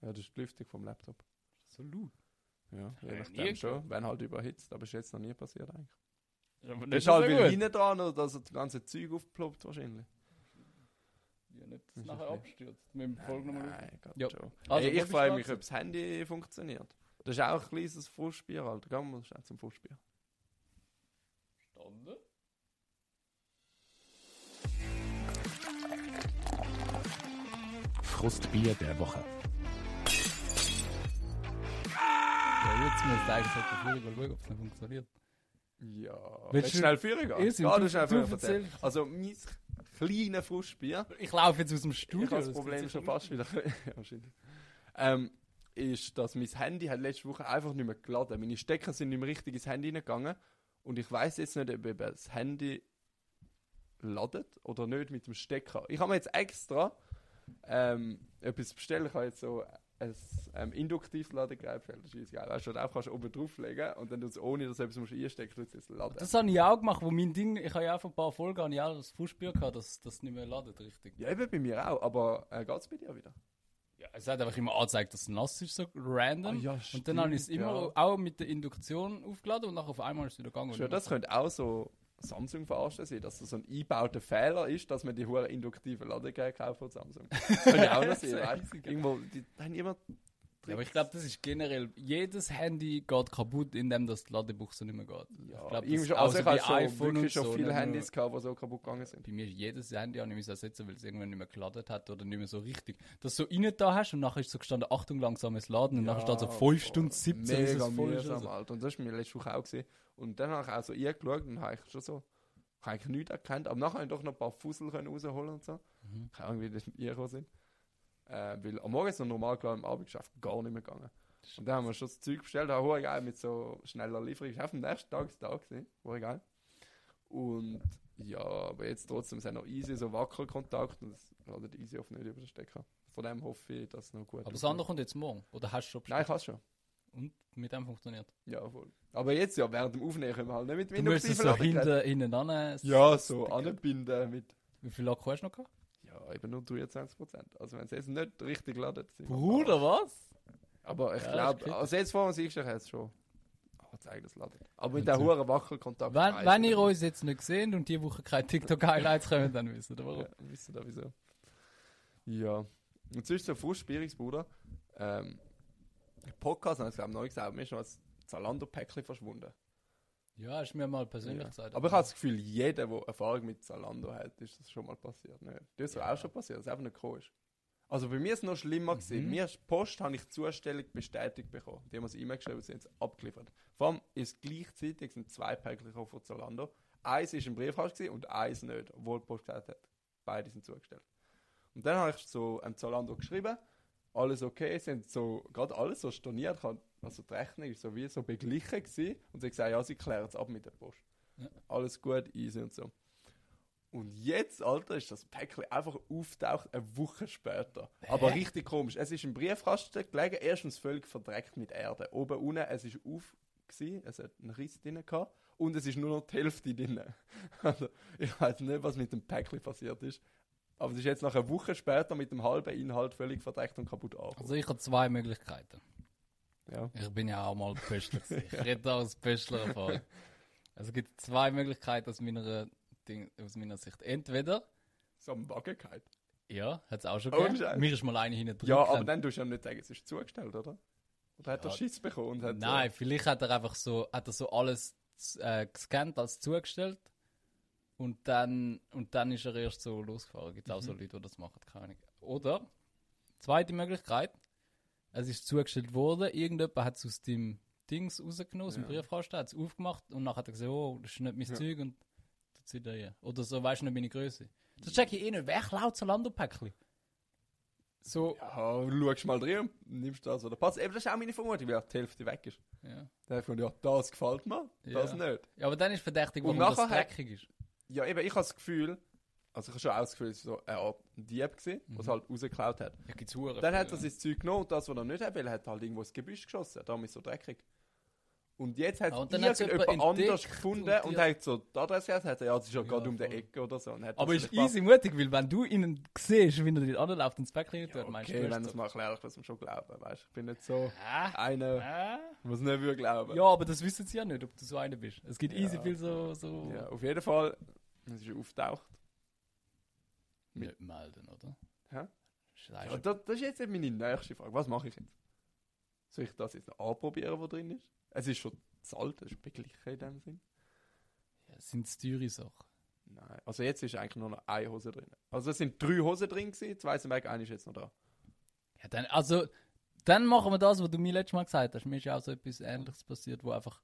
Speaker 3: Ja, das ist die Lüftung vom Laptop.
Speaker 2: So laut.
Speaker 3: Ja, je
Speaker 2: Ja,
Speaker 3: nachdem
Speaker 2: nie
Speaker 3: schon. Wenn halt überhitzt, aber ist jetzt noch nie passiert eigentlich.
Speaker 2: Ja, aber
Speaker 3: Das ist halt wieder hinten dran, oder dass das ganze Zeug aufploppt wahrscheinlich.
Speaker 2: Ja, nicht, dass
Speaker 3: Das
Speaker 2: es
Speaker 3: ist
Speaker 2: nachher
Speaker 3: okay.
Speaker 2: abstürzt. Mit dem Folge nochmal
Speaker 3: Nein, geht
Speaker 2: Ja.
Speaker 3: schon.
Speaker 2: Also,
Speaker 3: Ey,
Speaker 2: wo
Speaker 3: ich
Speaker 2: bist
Speaker 3: freue
Speaker 2: du
Speaker 3: mich,
Speaker 2: gewesen?
Speaker 3: ob das Handy funktioniert. Das ist auch ein kleines Frustbier, Alter. Gehen wir mal schnell zum Frustbier.
Speaker 2: aufgestanden.
Speaker 1: Frustbier der Woche.
Speaker 2: Ja, jetzt muss ich eigentlich auf der Führung schauen, ob es noch funktioniert.
Speaker 3: Ja.
Speaker 2: Willst
Speaker 3: Willst du
Speaker 2: du-
Speaker 3: schnell führen
Speaker 2: Easy,
Speaker 3: gehen? Ja,
Speaker 2: du-
Speaker 3: du schnell
Speaker 2: du
Speaker 3: führen. erzähl.
Speaker 2: erzähl.
Speaker 3: Also, mein kleinen Frustbier.
Speaker 2: Ich laufe jetzt aus dem Studio.
Speaker 3: Ich habe das
Speaker 2: das
Speaker 3: Problem
Speaker 2: tut
Speaker 3: schon
Speaker 2: sich
Speaker 3: fast wieder. *laughs* Ja, wahrscheinlich. ähm, ist, dass mein Handy hat letzte Woche einfach nicht mehr geladen. Meine Stecker sind nicht mehr richtig ins Handy hineingegangen. Und ich weiß jetzt nicht, ob eben das Handy ladet oder nicht mit dem Stecker. Ich habe mir jetzt extra ähm, etwas bestellen. Ich habe jetzt so ein ähm, induktiv Ladegerät. Das ist geil. Weißt du, da kannst du oben drauflegen und dann tut's ohne, dass du etwas musst einstecken musst, tut's es laden.
Speaker 2: Das habe ich auch gemacht, wo mein Ding, ich habe ja auch vor ein paar Folgen habe ich auch das Fußspiel gehabt, dass das nicht mehr ladet, richtig.
Speaker 3: ja, eben bei mir auch. Aber äh, geht es bei dir wieder?
Speaker 2: Ja, es hat einfach immer angezeigt, dass es nass ist, so random.
Speaker 3: Ah, ja,
Speaker 2: und dann habe ich es
Speaker 3: stimmt,
Speaker 2: immer
Speaker 3: ja.
Speaker 2: auch mit der Induktion aufgeladen und nachher auf einmal ist es wieder gegangen.
Speaker 3: Schon, das könnte auch so Samsung verarschen sein, dass das so ein eingebauter Fehler ist, dass man die hohen induktiven Ladegeräte kauft von Samsung. Das
Speaker 2: *laughs*
Speaker 3: könnte auch noch sein,
Speaker 2: So
Speaker 3: weißt du?
Speaker 2: easy, gell?
Speaker 3: Irgendwo, die, da haben jemand.
Speaker 2: ja, aber ich glaube, das ist generell, jedes Handy geht kaputt, indem das die Ladebuchse nicht mehr geht.
Speaker 3: ja,
Speaker 2: ich glaub, das-
Speaker 3: irgendwie schon,
Speaker 2: auch
Speaker 3: also
Speaker 2: so
Speaker 3: ich
Speaker 2: bei
Speaker 3: habe schon,
Speaker 2: iPhone und
Speaker 3: wirklich schon
Speaker 2: so,
Speaker 3: viele
Speaker 2: nicht nur-
Speaker 3: Handys gehabt, die so kaputt gegangen sind.
Speaker 2: Bei mir ist jedes Handy an ich muss ersetzen, weil es irgendwann nicht mehr geladen hat oder nicht mehr so richtig. Dass du so rein da hast und nachher ist so gestanden, Achtung, langsames Laden und nachher steht so 5 Stunden 17 bis es
Speaker 3: Mega
Speaker 2: voll ist.
Speaker 3: mühsam,
Speaker 2: Also.
Speaker 3: Alter. Und das war mir letzte Woche auch. Gewesen. Und dann habe ich auch so eingeschaut und habe ich schon so. Habe ich nichts erkannt. Aber nachher habe ich doch noch ein paar Fussel können rausholen und so.
Speaker 2: Mhm.
Speaker 3: Keine Ahnung, wie das mit ihr gekommen sind. Äh, weil am Morgen ist noch normal gegangen, am Abend geschafft, gar nicht mehr gegangen. Und dann haben wir schon das Zeug bestellt, auch hure geil mit so schneller Lieferung. Ist auf dem nächsten Tag das Tag gewesen, hure geil. Und ja, aber jetzt trotzdem sind noch easy so Wackelkontakt und es ladet easy auf nicht über den Stecker. Von dem hoffe ich, dass es noch gut
Speaker 2: Aber das
Speaker 3: aufgeht.
Speaker 2: andere kommt jetzt morgen. Oder hast du schon
Speaker 3: Nein, ich kann's schon.
Speaker 2: Und mit dem funktioniert.
Speaker 3: Ja, voll. Aber jetzt ja, während dem Aufnehmen können wir halt nicht mit
Speaker 2: Du musst es so
Speaker 3: Ladegerät.
Speaker 2: hinten, hinten an.
Speaker 3: Ja, so anbinden mit.
Speaker 2: Wie viel Akku hast du noch gehabt?
Speaker 3: Ja, eben nur 23%. Also wenn es jetzt nicht richtig ladet. sind wir
Speaker 2: Bruder, was?
Speaker 3: Aber ich
Speaker 2: Ja, das ist
Speaker 3: glaube,
Speaker 2: kritisch.
Speaker 3: also jetzt vor uns eingestellt hat es schon. Oh, zeig das Laden. Aber mit
Speaker 2: Wenn's-
Speaker 3: der hohen Wackelkontakt.
Speaker 2: Wenn, wenn ihr uns jetzt nicht seht und diese Woche keine TikTok-Highlights kommen, dann wisst ihr warum.
Speaker 3: Ja, wisst ihr da wieso. Ja. Und sonst so Frustspielungs, Bruder. Ähm, Podcast haben wir, glaube ich, neu gesagt. Mir ist noch das Zalando-Päckchen verschwunden.
Speaker 2: Ja, hast du mir mal persönlich
Speaker 3: Ja.
Speaker 2: gesagt. also
Speaker 3: Aber ich habe das Gefühl, jeder, der Erfahrung mit Zalando hat, ist das schon mal passiert. Ne? Das ist
Speaker 2: Ja.
Speaker 3: auch schon passiert, dass es einfach nicht gekommen ist. Also bei mir ist es noch schlimmer gewesen.
Speaker 2: Mhm.
Speaker 3: Mir ist Post habe ich Zustellung bestätigt bekommen. Die haben uns E-Mail geschrieben, sie haben es abgeliefert. Vor allem ist gleichzeitig sind zwei Päckchen gekommen von Zalando. Eins ist im Briefkasten gewesen und eins nicht, obwohl die Post gesagt hat, beide sind zugestellt. Und dann habe ich so einem Zalando geschrieben, alles okay, sie haben so, gerade alles so storniert, Ich habe- also die Rechnung ist so wie so beglichen gewesen und sie haben gesagt, ja, sie klären es ab mit der Post alles gut, easy und so. Und jetzt, Alter, ist das Päckchen einfach auftaucht, eine Woche später. Aber richtig komisch. Es ist im Briefkasten gelegen, erstens völlig verdreckt mit Erde. Oben unten, es ist auf, gewesen, es hat einen Riss drin gehabt und es ist nur noch die Hälfte drin. *laughs* Also, ich weiß nicht, was mit dem Päckchen passiert ist. Aber es ist jetzt nach einer Woche später mit dem halben Inhalt völlig verdreckt und kaputt angekommen.
Speaker 2: Also ich habe zwei Möglichkeiten.
Speaker 3: ja.
Speaker 2: Ich bin ja auch mal Pöstler.
Speaker 3: *laughs*
Speaker 2: gewesen. ich rede auch als Pöstler erfahren. Also es gibt zwei Möglichkeiten aus meiner, Ding, aus meiner Sicht. Entweder,
Speaker 3: So eine Wagenkeit.
Speaker 2: ja, hat es auch schon
Speaker 3: Ohne
Speaker 2: gegeben.
Speaker 3: Scheiß.
Speaker 2: Mir ist mal eine hinten drin.
Speaker 3: Ja, aber
Speaker 2: gerannt.
Speaker 3: dann tust du ja nicht sagen, es ist zugestellt, oder? Oder hat
Speaker 2: Ja.
Speaker 3: er Schiss bekommen? Und hat äh, so-
Speaker 2: Nein, vielleicht hat er einfach so, hat er so alles äh, gescannt als zugestellt und dann, und dann ist er erst so losgefahren. Gibt es auch so
Speaker 3: Mhm.
Speaker 2: Leute, die das machen, keine Ahnung. Oder, zweite Möglichkeit, es ist zugestellt worden, irgendjemand hat es aus dem Dings rausgenommen, aus dem
Speaker 3: Ja.
Speaker 2: Briefkasten, hat es aufgemacht und dann hat er gesagt, oh, das ist nicht mein
Speaker 3: Ja.
Speaker 2: Zeug und das wieder hier. Oder so, weißt du nicht meine Größe. Das check ich eh nicht. Wer klaut so Landopäckchen? So,
Speaker 3: Ja, du schaust mal drin, nimmst das oder passt. Eben, das ist auch meine Vermutung, weil die Hälfte weg ist.
Speaker 2: ja.
Speaker 3: Dann habe ich gedacht, ja, das gefällt mir, das
Speaker 2: Ja.
Speaker 3: nicht.
Speaker 2: ja. Aber dann ist verdächtig, warum
Speaker 3: Und
Speaker 2: das
Speaker 3: nachher hat-
Speaker 2: dreckig ist.
Speaker 3: Ja, eben, ich habe das Gefühl, also ich habe schon auch das Gefühl, es war so eine Art Dieb, gewesen, was halt rausgeklaut hat.
Speaker 2: Mhm. Ja, gibt's hure
Speaker 3: Dann hat
Speaker 2: viele.
Speaker 3: er sein Zeug genommen und das, was er nicht haben will, hat halt irgendwo ins Gebüsch geschossen. Darum ist es so dreckig. Und jetzt hat
Speaker 2: Ah, und dann hat's
Speaker 3: es irgendjemand
Speaker 2: jemand
Speaker 3: anders
Speaker 2: entdeckt
Speaker 3: gefunden
Speaker 2: und
Speaker 3: und,
Speaker 2: die-
Speaker 3: hat so die Adresse gesagt, hat er, ja, es ist ja,
Speaker 2: Ja,
Speaker 3: gerade um die
Speaker 2: voll.
Speaker 3: Ecke oder so. Und hat
Speaker 2: Aber
Speaker 3: das
Speaker 2: ist
Speaker 3: vielleicht
Speaker 2: easy mutig, weil wenn du ihn siehst, wie er dort anläuft und das Päckchen
Speaker 3: gemacht.
Speaker 2: tut, meinst
Speaker 3: Okay,
Speaker 2: du,
Speaker 3: wenn
Speaker 2: du
Speaker 3: es mal erklärt, dass man schon glauben, weißt du. Ich bin nicht so
Speaker 2: Ah,
Speaker 3: einer,
Speaker 2: ah.
Speaker 3: der es nicht würde glauben.
Speaker 2: Ja, aber das wissen sie ja nicht, ob du so einer bist. Es gibt
Speaker 3: Ja.
Speaker 2: easy viel so... so
Speaker 3: Ja, auf jeden Fall, es ist auftaucht.
Speaker 2: Nicht melden, oder?
Speaker 3: Hä?
Speaker 2: Scheiße.
Speaker 3: Ja, das, das ist jetzt eben meine nächste Frage. Was mache ich jetzt? Soll ich das jetzt noch anprobieren, was drin ist? Es ist schon zahlt, es ist beglichen in dem Sinn.
Speaker 2: sind es teure Sachen?
Speaker 3: Nein. Also jetzt ist eigentlich nur noch eine Hose drin. Also es sind drei Hosen drin gewesen, zwei sind weg, eine ist jetzt noch da.
Speaker 2: Ja, dann, also, dann machen wir das, was du mir letztes Mal gesagt hast. Mir ist ja auch so etwas Ähnliches passiert, wo einfach...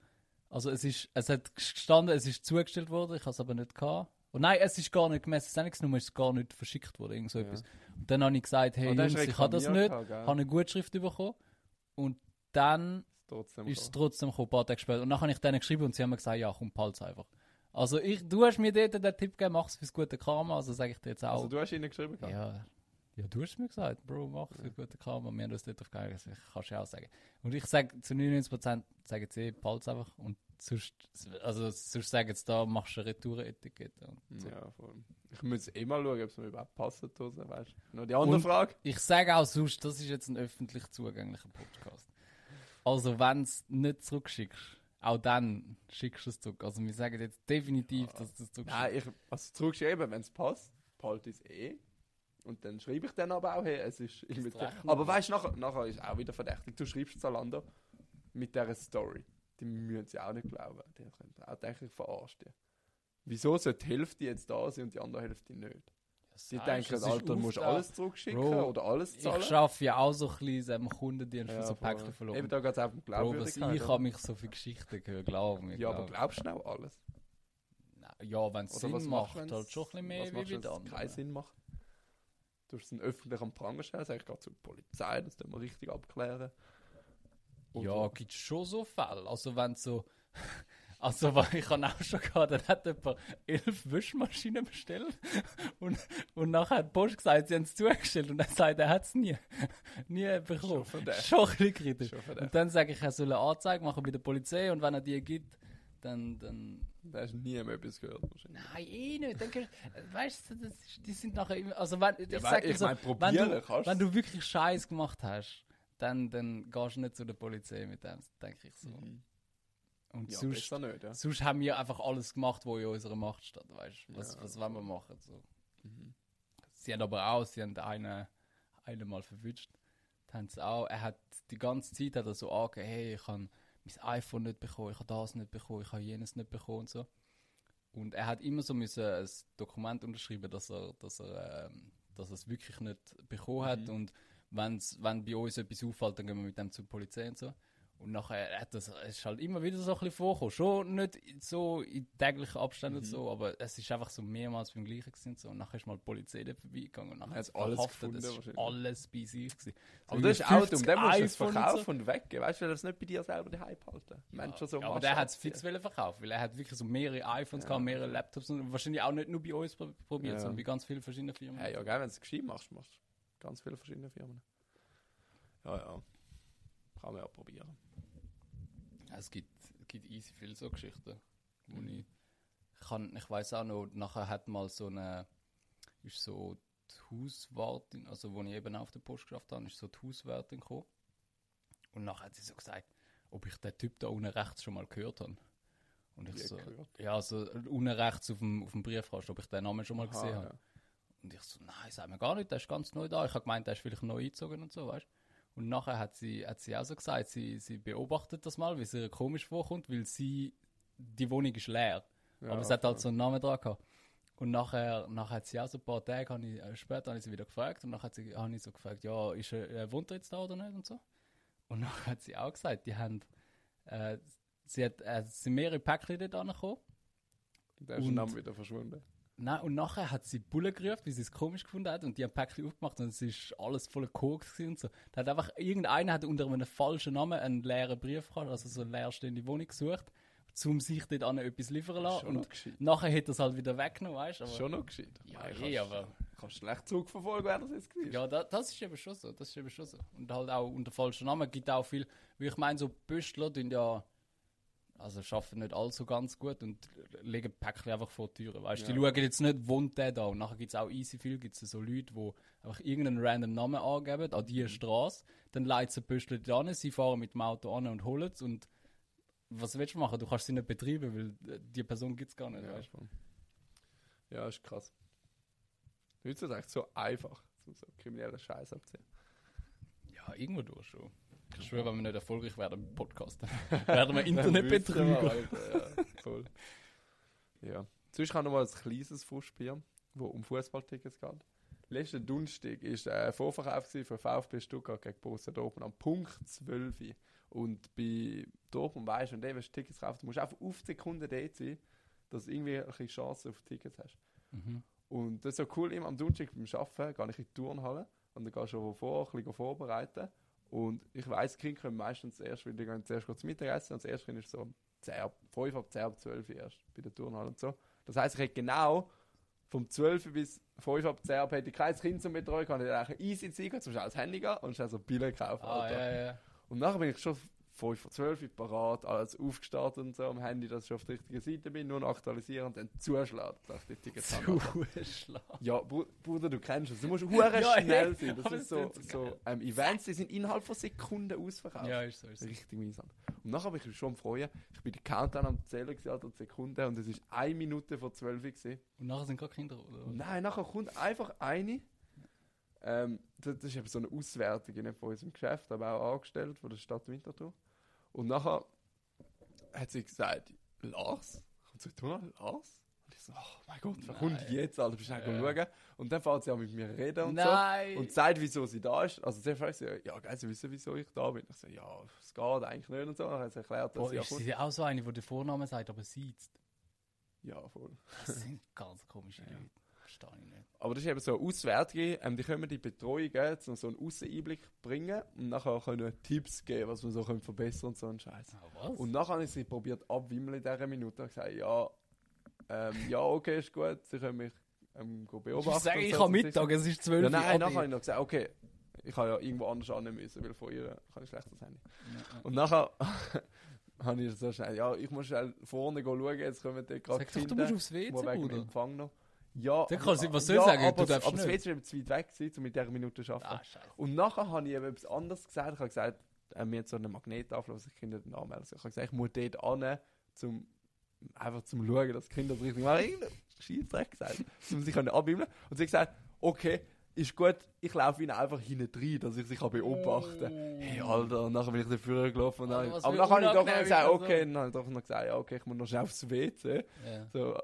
Speaker 2: Also es ist, es hat gestanden, es ist zugestellt worden, ich habe es aber nicht gehabt. Und nein, es ist gar nicht gemessen, das Sendungsnummer ist gar nicht verschickt worden, irgend so
Speaker 3: Ja.
Speaker 2: etwas. Und dann habe ich gesagt, hey
Speaker 3: Ah, da hast
Speaker 2: Jungs,
Speaker 3: du
Speaker 2: ich kann das nicht,
Speaker 3: reklamiert gehabt, gell?
Speaker 2: habe eine Gutschrift bekommen und dann
Speaker 3: Trotzdem.
Speaker 2: ist es
Speaker 3: gekommen.
Speaker 2: trotzdem gekommen, ein paar Tage später. Und dann habe ich denen geschrieben und sie haben mir gesagt, ja komm, behalt's einfach. Also ich, du hast mir dort den Tipp gegeben, mach's fürs gute Karma, also sage ich dir jetzt auch.
Speaker 3: Also du hast ihnen geschrieben, gell?
Speaker 2: Ja, ja, du hast mir gesagt, Bro, mach für gute Karma. Wir haben uns dort aufgegangen, das kannst du ja auch sagen. Und ich sage zu 99% sagen sie, behalt's einfach. Und sonst, also, sonst sagen sie da, machst du eine Retourenetikette. Und so.
Speaker 3: Ja, voll. Ich muss eh mal schauen, ob es mir überhaupt passt, die Hose, weißt du? Noch die andere
Speaker 2: Und-
Speaker 3: Frage.
Speaker 2: Ich sage auch sonst, das ist jetzt ein öffentlich zugänglicher Podcast. Also, wenn du es nicht zurückschickst, auch dann schickst du es zurück. Also, wir sagen jetzt definitiv, dass du es zurückschickst.
Speaker 3: Nein, ich also zurückschreiben, wenn es passt, behalte ich es eh. Und dann schreibe ich dann aber auch, hey, es ist. Ich mit
Speaker 2: Rechnung.
Speaker 3: aber weißt du, nachher, nachher ist auch wieder verdächtig. Du schreibst Zalando mit dieser Story. Die müssen sie auch nicht glauben. Die können auch denken, ich verarsche die. Wieso sollte die Hälfte jetzt da sein und die andere Hälfte nicht? Die denken, Alter, du musst alles zurückschicken
Speaker 2: Bro,
Speaker 3: oder alles zahlen.
Speaker 2: Ich arbeite ja auch so ein bisschen am Kundendienst für so
Speaker 3: voll.
Speaker 2: Päckchen verloren.
Speaker 3: Eben da geht es auch
Speaker 2: Bro,
Speaker 3: um
Speaker 2: was
Speaker 3: Glaubwürdigkeit.
Speaker 2: ich
Speaker 3: oder?
Speaker 2: habe mich so viele Geschichten gehört, glaub mir.
Speaker 3: ja, aber
Speaker 2: glaub.
Speaker 3: glaubst du auch alles?
Speaker 2: Nein, Ja, wenn es Sinn macht, halt schon ein bisschen mehr wie bei den
Speaker 3: wenn es keinen
Speaker 2: anderen.
Speaker 3: Sinn macht? Du hast es öffentlich am Pranger stellen, sag ich, geh zur Polizei, das tun wir richtig abklären.
Speaker 2: Ja, gibt schon so Fälle. Also wenn so... *laughs* Also weil ich habe auch schon gehabt, dann hat jemand elf Wäschmaschinen bestellt *laughs* und, und nachher hat die Post gesagt, sie haben es zugestellt und er sagt, er hat es nie, *laughs* nie bekommen.
Speaker 3: Schon verdächtig.
Speaker 2: Schon ein bisschen kritisch.
Speaker 3: Schon verdächtig.
Speaker 2: Und dann sage ich, er soll eine Anzeige machen bei der Polizei und wenn er die gibt, dann... dann
Speaker 3: Da hast du nie mehr etwas gehört. wahrscheinlich.
Speaker 2: Nein, eh nicht. Dann, gehst- weißt du, das ist, die sind nachher immer. Also, wenn, ich
Speaker 3: Ja,
Speaker 2: sag
Speaker 3: wei-
Speaker 2: dir
Speaker 3: ich
Speaker 2: so,
Speaker 3: mein,
Speaker 2: wenn,
Speaker 3: probieren
Speaker 2: du,
Speaker 3: kannst
Speaker 2: wenn du wirklich Scheiß gemacht hast, dann, dann gehst du nicht zu der Polizei mit dem, denke ich so. Und
Speaker 3: Mhm. Ja,
Speaker 2: sonst,
Speaker 3: besser nicht, ja.
Speaker 2: sonst haben wir einfach alles gemacht, was in unserer Macht steht. Weißt du, was,
Speaker 3: Ja, Mhm.
Speaker 2: was wollen wir machen? So. Sie haben aber auch, sie haben einen, einen mal verwünscht. Haben sie auch, er hat die ganze Zeit hat er so angegeben, hey, ich habe mein iPhone nicht bekommen, ich habe das nicht bekommen, ich habe jenes nicht bekommen und so. Und er hat immer so müssen ein Dokument unterschreiben, dass er, dass er, ähm, dass er es wirklich nicht bekommen
Speaker 3: Mhm.
Speaker 2: hat. Und wenn's, wenn bei uns etwas auffällt, dann gehen wir mit dem zur Polizei und so. Und nachher hat das, es ist halt immer wieder so ein bisschen vorgekommen. Schon nicht so in täglichen Abständen
Speaker 3: Mhm.
Speaker 2: und so, aber es ist einfach so mehrmals beim Gleichen gewesen. und So. Und nachher ist mal die Polizei dort vorbeigegangen und nachher
Speaker 3: Hat
Speaker 2: hat es
Speaker 3: alles
Speaker 2: verhaftet.
Speaker 3: gefunden
Speaker 2: Es ist
Speaker 3: wahrscheinlich.
Speaker 2: alles bei sich gewesen.
Speaker 3: Aber das ist auch dumm, dann um musst du es
Speaker 2: iPhone und so.
Speaker 3: verkaufen und weggeben. Weißt du, weil er es nicht bei dir selber daheim behalten. Mensch, schon so
Speaker 2: Ja, aber der hat es fix wollen verkaufen, weil er hat wirklich so mehrere iPhones,
Speaker 3: Ja.
Speaker 2: gehabt, mehrere Laptops und wahrscheinlich auch nicht nur bei uns pro- probiert,
Speaker 3: Ja.
Speaker 2: sondern bei ganz vielen verschiedenen Firmen.
Speaker 3: Ja, ja, geil, wenn du es geschrieben machst, machst du ganz viele verschiedene Firmen. Ja, ja. Kann man ja probieren.
Speaker 2: Es gibt, es gibt easy viele so Geschichten, wo ich kann, ich weiß auch noch, nachher hat mal so eine, ist so die Hauswartin, also wo ich eben auf der Post geschafft habe, ist so die Hauswartin gekommen und nachher hat sie so gesagt, ob ich den Typ da unten rechts schon mal gehört habe. Und ich
Speaker 3: Wie
Speaker 2: so,
Speaker 3: gehört?
Speaker 2: ja, so unten rechts auf dem, auf dem Briefkasten, ob ich den Namen schon mal gesehen habe.
Speaker 3: ja.
Speaker 2: Und ich so, nein, sag mir gar nicht, der ist ganz neu da. Ich habe gemeint, der ist vielleicht neu eingezogen und so, weißt Und nachher hat sie, hat sie auch so gesagt, sie, sie beobachtet das mal, wie es ihr komisch vorkommt, weil sie, die Wohnung ist leer.
Speaker 3: Ja,
Speaker 2: aber es hat halt so einen Namen dran gehabt. Und nachher, nachher hat sie auch so ein paar Tage, habe ich, äh, später habe ich sie wieder gefragt und nachher hat sie, habe ich so gefragt, ja, ist, er- äh, wohnt er jetzt da oder nicht und so. Und *laughs* nachher hat sie auch gesagt, die haben, äh, sie hat, äh, es sind mehrere Päckchen dort angekommen
Speaker 3: Der ist
Speaker 2: Und-
Speaker 3: der Name wieder verschwunden.
Speaker 2: Nein, und nachher hat sie die Bullen gerufen, weil sie es komisch gefunden hat und die haben Päckchen aufgemacht und es ist alles voller Koks gewesen und so. Da hat einfach irgendeiner hat unter einem falschen Namen einen leeren Brief gehabt, also so eine leerstehende Wohnung gesucht, um sich dort an etwas liefern zu lassen.
Speaker 3: Schon noch
Speaker 2: Und
Speaker 3: gescheit.
Speaker 2: nachher hätte er es halt wieder weggenommen, weißt du?
Speaker 3: Ist
Speaker 2: aber-
Speaker 3: Schon noch gescheit. Ich
Speaker 2: Ja,
Speaker 3: meine,
Speaker 2: eh,
Speaker 3: kannst-
Speaker 2: aber-
Speaker 3: Kannst schlecht zurückverfolgen, wer das jetzt gewesen ist.
Speaker 2: Ja, da, das ist eben schon so. Das ist eben schon so. Und halt auch unter falschen Namen gibt auch viel, weil ich meine, so Büstler tun ja, also schaffen nicht allzu ganz gut und legen Päckchen einfach vor die Türen. Weißt du, die
Speaker 3: Ja.
Speaker 2: schauen jetzt nicht, wohnt der da. Und nachher gibt es auch easy viel, gibt es so Leute, die einfach irgendeinen random Namen angeben an
Speaker 3: Mhm.
Speaker 2: diese Straße, dann leitet sie Büstler da an, sie fahren mit dem Auto an und holen es und was willst du machen? Du kannst sie nicht betreiben, weil äh, die Person gibt es gar nicht.
Speaker 3: ja,
Speaker 2: Weißt?
Speaker 3: voll. ja, ist krass. Heutzutage so einfach, um so kriminellen Scheiß abziehen.
Speaker 2: du? ja irgendwo durch schon. Ich schwöre, wenn wir nicht erfolgreich werden mit Podcast, *laughs* dann werden wir Internetbetrüger.
Speaker 3: Alter, ja, halt, äh, voll. Ja. Sonst kann noch mal ein kleines Fußspiel, wo um Fußballtickets geht. Letzten Donnerstag war ein Vorverkauf gewesen für VfB Stuttgart gegen Borussia Dortmund am Punkt 12. Uhr. Und bei Dortmund weißt du, wenn du Tickets kaufst, musst du einfach auf die Sekunde dort sein, dass du irgendwie ein bisschen Chance auf Tickets hast.
Speaker 2: Mhm.
Speaker 3: Und das ist so cool, immer am Donnerstag beim Arbeiten gehe ich in die Turnhalle und dann gehst du schon vor, ein bisschen vorbereiten. Und ich weiss, die Kinder kommen meistens zuerst, weil die gehen zuerst kurz Mittagessen und das erste Kind ist so um 10, ab 5 ab 10, ab 12 Uhr erst bei der Turnhalle und so. Das heisst, ich hätte genau vom 12 Uhr bis 5 ab 10 ab hätte ich kein Kind zum Betreuen, kann ich dann einfach easy ziehen, zum Beispiel ans Handy gehen und schnell so Bilder kaufen.
Speaker 2: Ah,
Speaker 3: Alter.
Speaker 2: ja, ja.
Speaker 3: Und nachher bin ich schon 5 vor 12 Uhr parat, alles aufgestartet und so am Handy, dass ich schon auf der richtigen Seite bin, nur noch aktualisieren und dann zuschlagen, dass ich die Tickets
Speaker 2: *laughs*
Speaker 3: habe.
Speaker 2: Zuschlag.
Speaker 3: Ja, Bru- Bruder, du kennst es.
Speaker 2: *laughs*
Speaker 3: Du musst hure
Speaker 2: Ja,
Speaker 3: schnell
Speaker 2: ja,
Speaker 3: sein. Das
Speaker 2: aber
Speaker 3: ist
Speaker 2: es
Speaker 3: so,
Speaker 2: tut
Speaker 3: so ähm, Events, die sind innerhalb von Sekunden ausverkauft.
Speaker 2: Ja, ist so. Ist so.
Speaker 3: Richtig mühsam. Und nachher habe ich mich schon freuen. Ich bin den Countdown am Zählen gewesen, Alter, die Sekunde und es ist eine Minute vor 12 Uhr. Gewesen.
Speaker 2: Und nachher sind gerade Kinder, oder?
Speaker 3: Nein, nachher kommt einfach eine. Ähm, das, das ist eben so eine Auswertung nicht von unserem Geschäft, aber auch angestellt von der Stadt Winterthur. Und nachher hat sie gesagt, Lars, kommt zu tun, Lars? Und ich so, oh mein Gott, wer kommt
Speaker 2: Nein.
Speaker 3: jetzt, Alter, bist du schnell schauen. Und dann fängt sie an mit mir zu reden und
Speaker 2: Nein!
Speaker 3: so. Und sagt, wieso sie da ist. Also sie fragt sie, ja, geil, sie wissen, wieso ich da bin. Ich so, ja, es geht eigentlich nicht und so. Und dann hat sie erklärt, dass
Speaker 2: Boah,
Speaker 3: sie ja
Speaker 2: ist
Speaker 3: kommt.
Speaker 2: sie auch so eine, die den Vornamen sagt, aber *laughs* sieht.
Speaker 3: Ja, voll.
Speaker 2: Das sind ganz komische Leute. Verstehe ich nicht.
Speaker 3: Aber das ist eben so eine Auswertung, ähm, die können die Betreuung geben, um so einen Außeneinblick bringen und nachher können wir Tipps geben, was wir so können verbessern und so einen Scheiß.
Speaker 2: Ah, was?
Speaker 3: Und nachher habe ich sie probiert abwimmeln in dieser Minute und gesagt, ja, ähm, ja, okay, ist gut, sie können mich ähm, go
Speaker 2: ich
Speaker 3: beobachten.
Speaker 2: muss sagen,
Speaker 3: und
Speaker 2: ich
Speaker 3: so.
Speaker 2: habe Mittag, es ist 12
Speaker 3: Ja,
Speaker 2: Uhr.
Speaker 3: nein,
Speaker 2: Abi.
Speaker 3: nachher habe ich noch gesagt, okay, ich habe ja irgendwo anders annehmen müssen, weil von ihr kann ich schlechter sein.
Speaker 2: Ja, ja.
Speaker 3: Und nachher *laughs* habe ich so schnell, ja, ich muss schnell vorne go schauen, jetzt kommen die gerade
Speaker 2: Sag doch, du musst aufs WC,
Speaker 3: Nur wegen dem
Speaker 2: Bruder.
Speaker 3: Empfang noch. Ja,
Speaker 2: Dann kannst du- was soll
Speaker 3: ja,
Speaker 2: ich sagen?
Speaker 3: Aber,
Speaker 2: Du darfst
Speaker 3: aber das
Speaker 2: nicht.
Speaker 3: WC war eben zu weit weg, gewesen, um mit dieser Minute zu arbeiten.
Speaker 2: Ah, scheiße.
Speaker 3: Und nachher habe ich eben etwas anderes gesagt. Ich habe gesagt, äh, mir hat so eine Magnettafel, was ich Kinder dann anmelden sollen. Ich habe gesagt, ich muss dort an, zum, einfach zum schauen, dass die Kinder das richtig machen. Irgendein Scheissdreck gesagt, um sie können abwimmeln. Und sie hat gesagt, okay, ist gut, ich laufe ihnen einfach hinten rein, dass ich sie kann beobachten kann. Hey, Alter, und nachher bin ich dafür gelaufen. Und
Speaker 2: Oh. Alter,
Speaker 3: dann,
Speaker 2: was
Speaker 3: aber
Speaker 2: für
Speaker 3: nachher habe ich doch noch
Speaker 2: unangenehm
Speaker 3: gesagt,
Speaker 2: ist das
Speaker 3: okay,
Speaker 2: so.
Speaker 3: dann habe ich doch noch gesagt, ja, okay, ich muss noch schnell aufs WC.
Speaker 2: *laughs* Ja.
Speaker 3: So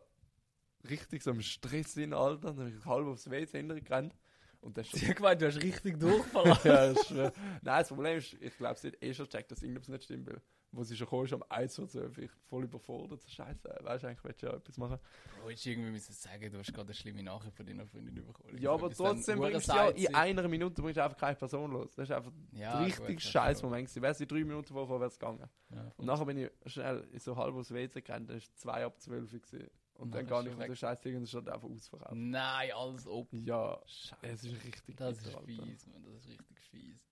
Speaker 3: richtig so im Stress in Alter, dann bin ich halb aufs WC hintergerannt. Und das
Speaker 2: *laughs*
Speaker 3: ist
Speaker 2: Sie hat gemeint, du hast richtig durchgefallen.
Speaker 3: *laughs* ja, das ist, äh, Nein, das Problem ist, ich glaube, sie hat eh schon gecheckt, dass irgendwas nicht stimmt. Weil, wo sie schon kam, ist um am 1 Uhr zu ich voll überfordert. So, Scheiße, weißt du, eigentlich willst du ja etwas machen.
Speaker 2: Du hättest irgendwie müssen sagen, du hast gerade eine schlimme Nachricht von deiner Freundin bekommen.
Speaker 3: Ja, aber
Speaker 2: Irgendwas
Speaker 3: trotzdem
Speaker 2: dann
Speaker 3: bringst du ja
Speaker 2: urgesagt
Speaker 3: in einer Minute bringst du einfach keine Person los. Das ist einfach
Speaker 2: sind. Ja,
Speaker 3: ein
Speaker 2: gut,
Speaker 3: richtig
Speaker 2: das
Speaker 3: scheiß
Speaker 2: schon.
Speaker 3: Moment gewesen. Wäre sie drei Minuten vorher wäre es gegangen.
Speaker 2: Ja,
Speaker 3: Und nachher bin ich schnell in so halb aufs WC gerannt, dann ist 2 ab 12 Uhr. gewesen. Und dann
Speaker 2: Nachher
Speaker 3: gar
Speaker 2: ist
Speaker 3: nicht
Speaker 2: schon
Speaker 3: mehr so scheiß Ding und es stand einfach ausverkauft.
Speaker 2: Nein, alles ob.
Speaker 3: Ja,
Speaker 2: Scheiße.
Speaker 3: es ist richtig
Speaker 2: Das
Speaker 3: bitter,
Speaker 2: ist
Speaker 3: Alter.
Speaker 2: fies, Mann, das ist richtig fies.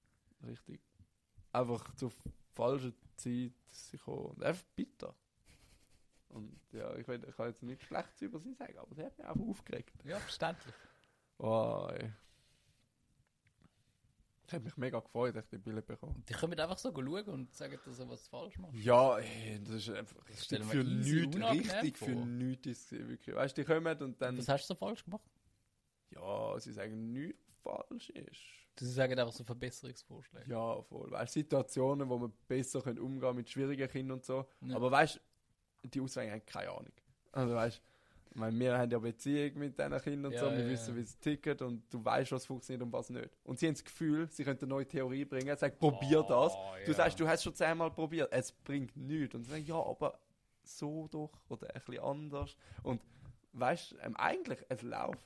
Speaker 3: Richtig. Einfach zur falschen Zeit sie kommen. Und Einfach bitter. Und ja, ich, will, ich kann jetzt nichts Schlechtes über sie sagen, aber sie hat mich einfach aufgeregt.
Speaker 2: Ja, verständlich.
Speaker 3: Oh, ey. Ich habe mich mega gefreut, dass ich die Bilder bekommen
Speaker 2: Die können einfach so schauen und sagen, dass er was falsch macht.
Speaker 3: Ja, ey, das ist einfach richtig
Speaker 2: stell mir
Speaker 3: für
Speaker 2: easy
Speaker 3: nichts,
Speaker 2: unangenehm
Speaker 3: richtig
Speaker 2: vor.
Speaker 3: für nichts ist es wirklich. Weißt du, die kommen und dann,
Speaker 2: Was hast du so falsch gemacht?
Speaker 3: ja, sie sagen, nichts falsch ist.
Speaker 2: Sie sagen einfach so Verbesserungsvorschläge.
Speaker 3: Ja, voll. Weißt du, Situationen, wo man besser können umgehen mit schwierigen Kindern und so.
Speaker 2: Ja.
Speaker 3: Aber weißt du, die Ausweichen haben keine Ahnung. Also weißt du, wir haben ja Beziehung mit diesen Kindern und
Speaker 2: Ja,
Speaker 3: so, wir
Speaker 2: ja, ja.
Speaker 3: wissen, wie es ticket und du weißt, was funktioniert und was nicht. Und sie haben das Gefühl, sie können eine neue Theorie bringen. Sie sagen, probier
Speaker 2: Oh,
Speaker 3: das. Du sagst, du hast schon zehnmal probiert, es bringt nichts. Und sie sagen, ja, aber so doch oder ein bisschen anders. Und weißt du, ähm, eigentlich, es läuft.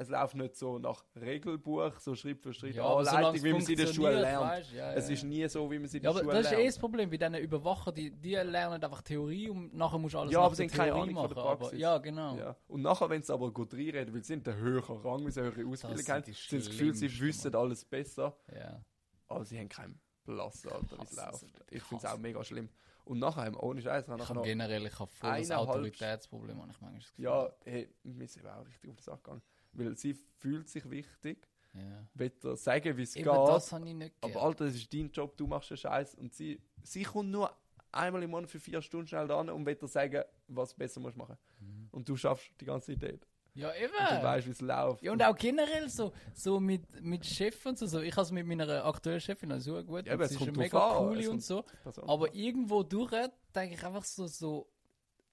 Speaker 3: Es läuft nicht so nach Regelbuch, so Schritt für Schritt, Anleitung, wie man sie in der Schule lernt.
Speaker 2: ja,
Speaker 3: Es
Speaker 2: ja.
Speaker 3: ist nie so, wie man sie in
Speaker 2: Ja, aber
Speaker 3: der Schule
Speaker 2: das ist eh
Speaker 3: lernt.
Speaker 2: das Problem bei diesen Überwachern, die, die lernen einfach Theorie und nachher musst du alles
Speaker 3: Ja,
Speaker 2: nach
Speaker 3: aber sie
Speaker 2: der
Speaker 3: haben keine
Speaker 2: Theorie
Speaker 3: Ahnung von der
Speaker 2: machen, aber-
Speaker 3: Praxis.
Speaker 2: Ja, genau.
Speaker 3: Ja. Und nachher, wenn sie aber gut reinreden, weil sie sind der höhere Rang, weil sie eine höhere Ausbildung
Speaker 2: sind
Speaker 3: haben,
Speaker 2: die
Speaker 3: sie haben das Gefühl, sie
Speaker 2: Schlimmsten,
Speaker 3: wissen alles besser,
Speaker 2: Ja.
Speaker 3: aber sie haben keinen Blass, Alter, wie es
Speaker 2: Ich hasse
Speaker 3: läuft.
Speaker 2: es.
Speaker 3: Ich
Speaker 2: Ich
Speaker 3: finde es auch
Speaker 2: hasse
Speaker 3: mega schlimm. Und nachher, haben wir ohne Scheiß, haben wir
Speaker 2: Ich
Speaker 3: nachher
Speaker 2: habe
Speaker 3: noch...
Speaker 2: generell ich habe voll das
Speaker 3: eineinhalb-
Speaker 2: Autoritätsproblem, habe ich manchmal das Gefühl.
Speaker 3: Ja, hey, wir sind eben auch richtig auf die Sache gegangen. Weil sie fühlt sich wichtig,
Speaker 2: ja.
Speaker 3: will dir sagen, wie es geht,
Speaker 2: Eben das habe ich nicht
Speaker 3: aber Alter, das ist dein Job, du machst den Scheiß und sie, sie kommt nur einmal im Monat für vier Stunden schnell da hin und will dir sagen, was du besser musst machen.
Speaker 2: Mhm.
Speaker 3: Und du schaffst die ganze Zeit dort.
Speaker 2: Ja,
Speaker 3: Du
Speaker 2: eben.
Speaker 3: weißt, wie es läuft.
Speaker 2: Äh. Ja, und auch generell so, so mit, mit Chefs und so, so. Ich habe es mit meiner aktuellen Chefin auch so gut. und
Speaker 3: Ja, aber es
Speaker 2: sie ist
Speaker 3: kommt
Speaker 2: eine
Speaker 3: drauf
Speaker 2: mega
Speaker 3: an,
Speaker 2: coole
Speaker 3: es
Speaker 2: und
Speaker 3: kommt-
Speaker 2: so.
Speaker 3: Person.
Speaker 2: Aber irgendwo durch denke ich einfach so, so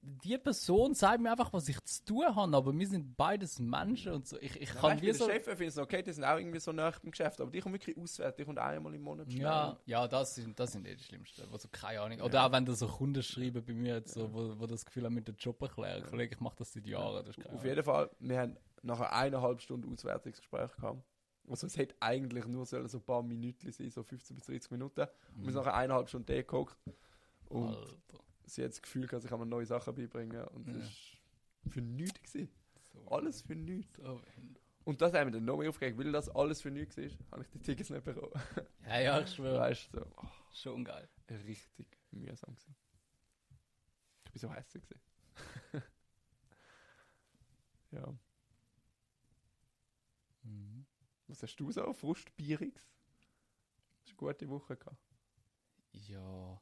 Speaker 2: die Person sagt mir einfach, was ich zu tun habe, aber wir sind beides Menschen und so. Ich, ich kann
Speaker 3: Kann
Speaker 2: wie
Speaker 3: der
Speaker 2: so.
Speaker 3: Chef finde es okay, die sind auch irgendwie so nah im Geschäft, aber die kommen wirklich auswärts, die kommen einmal im Monat schnell.
Speaker 2: Ja, ja, das sind, das sind eh die schlimmsten. Also keine Ahnung. Oder auch wenn da so Kunden schreiben bei mir, jetzt so, wo, wo das Gefühl haben, mit den Job erklären. Kollege, ich mache das seit Jahren. Das ist keine
Speaker 3: Auf
Speaker 2: Ahnung.
Speaker 3: jeden Fall, wir haben nachher eineinhalb Stunden auswärtiges Gespräch gehabt. Also es hätte eigentlich nur sollen so ein paar Minuten sein, so 15 bis 30 Minuten. Und wir sind nachher eineinhalb Stunden da geguckt. Und
Speaker 2: Mhm. Alter.
Speaker 3: sie hat das Gefühl gehabt, sie kann mir neue Sachen beibringen. Und das
Speaker 2: Ja.
Speaker 3: ist für nichts gewesen.
Speaker 2: So. Oh,
Speaker 3: Alles für nichts.
Speaker 2: So.
Speaker 3: Und das haben wir dann noch mehr aufgeregt, weil das alles für nichts ist, habe ich die Tickets nicht bekommen.
Speaker 2: Ja, ja, ich schwöre.
Speaker 3: Weißt du, so, oh,
Speaker 2: Schon geil.
Speaker 3: richtig mühsam gewesen. Ich bin so hässlich gewesen. *laughs* ja. Mhm. Was hast du so? Frustbierix? Hast du eine gute Woche gehabt?
Speaker 2: Ja.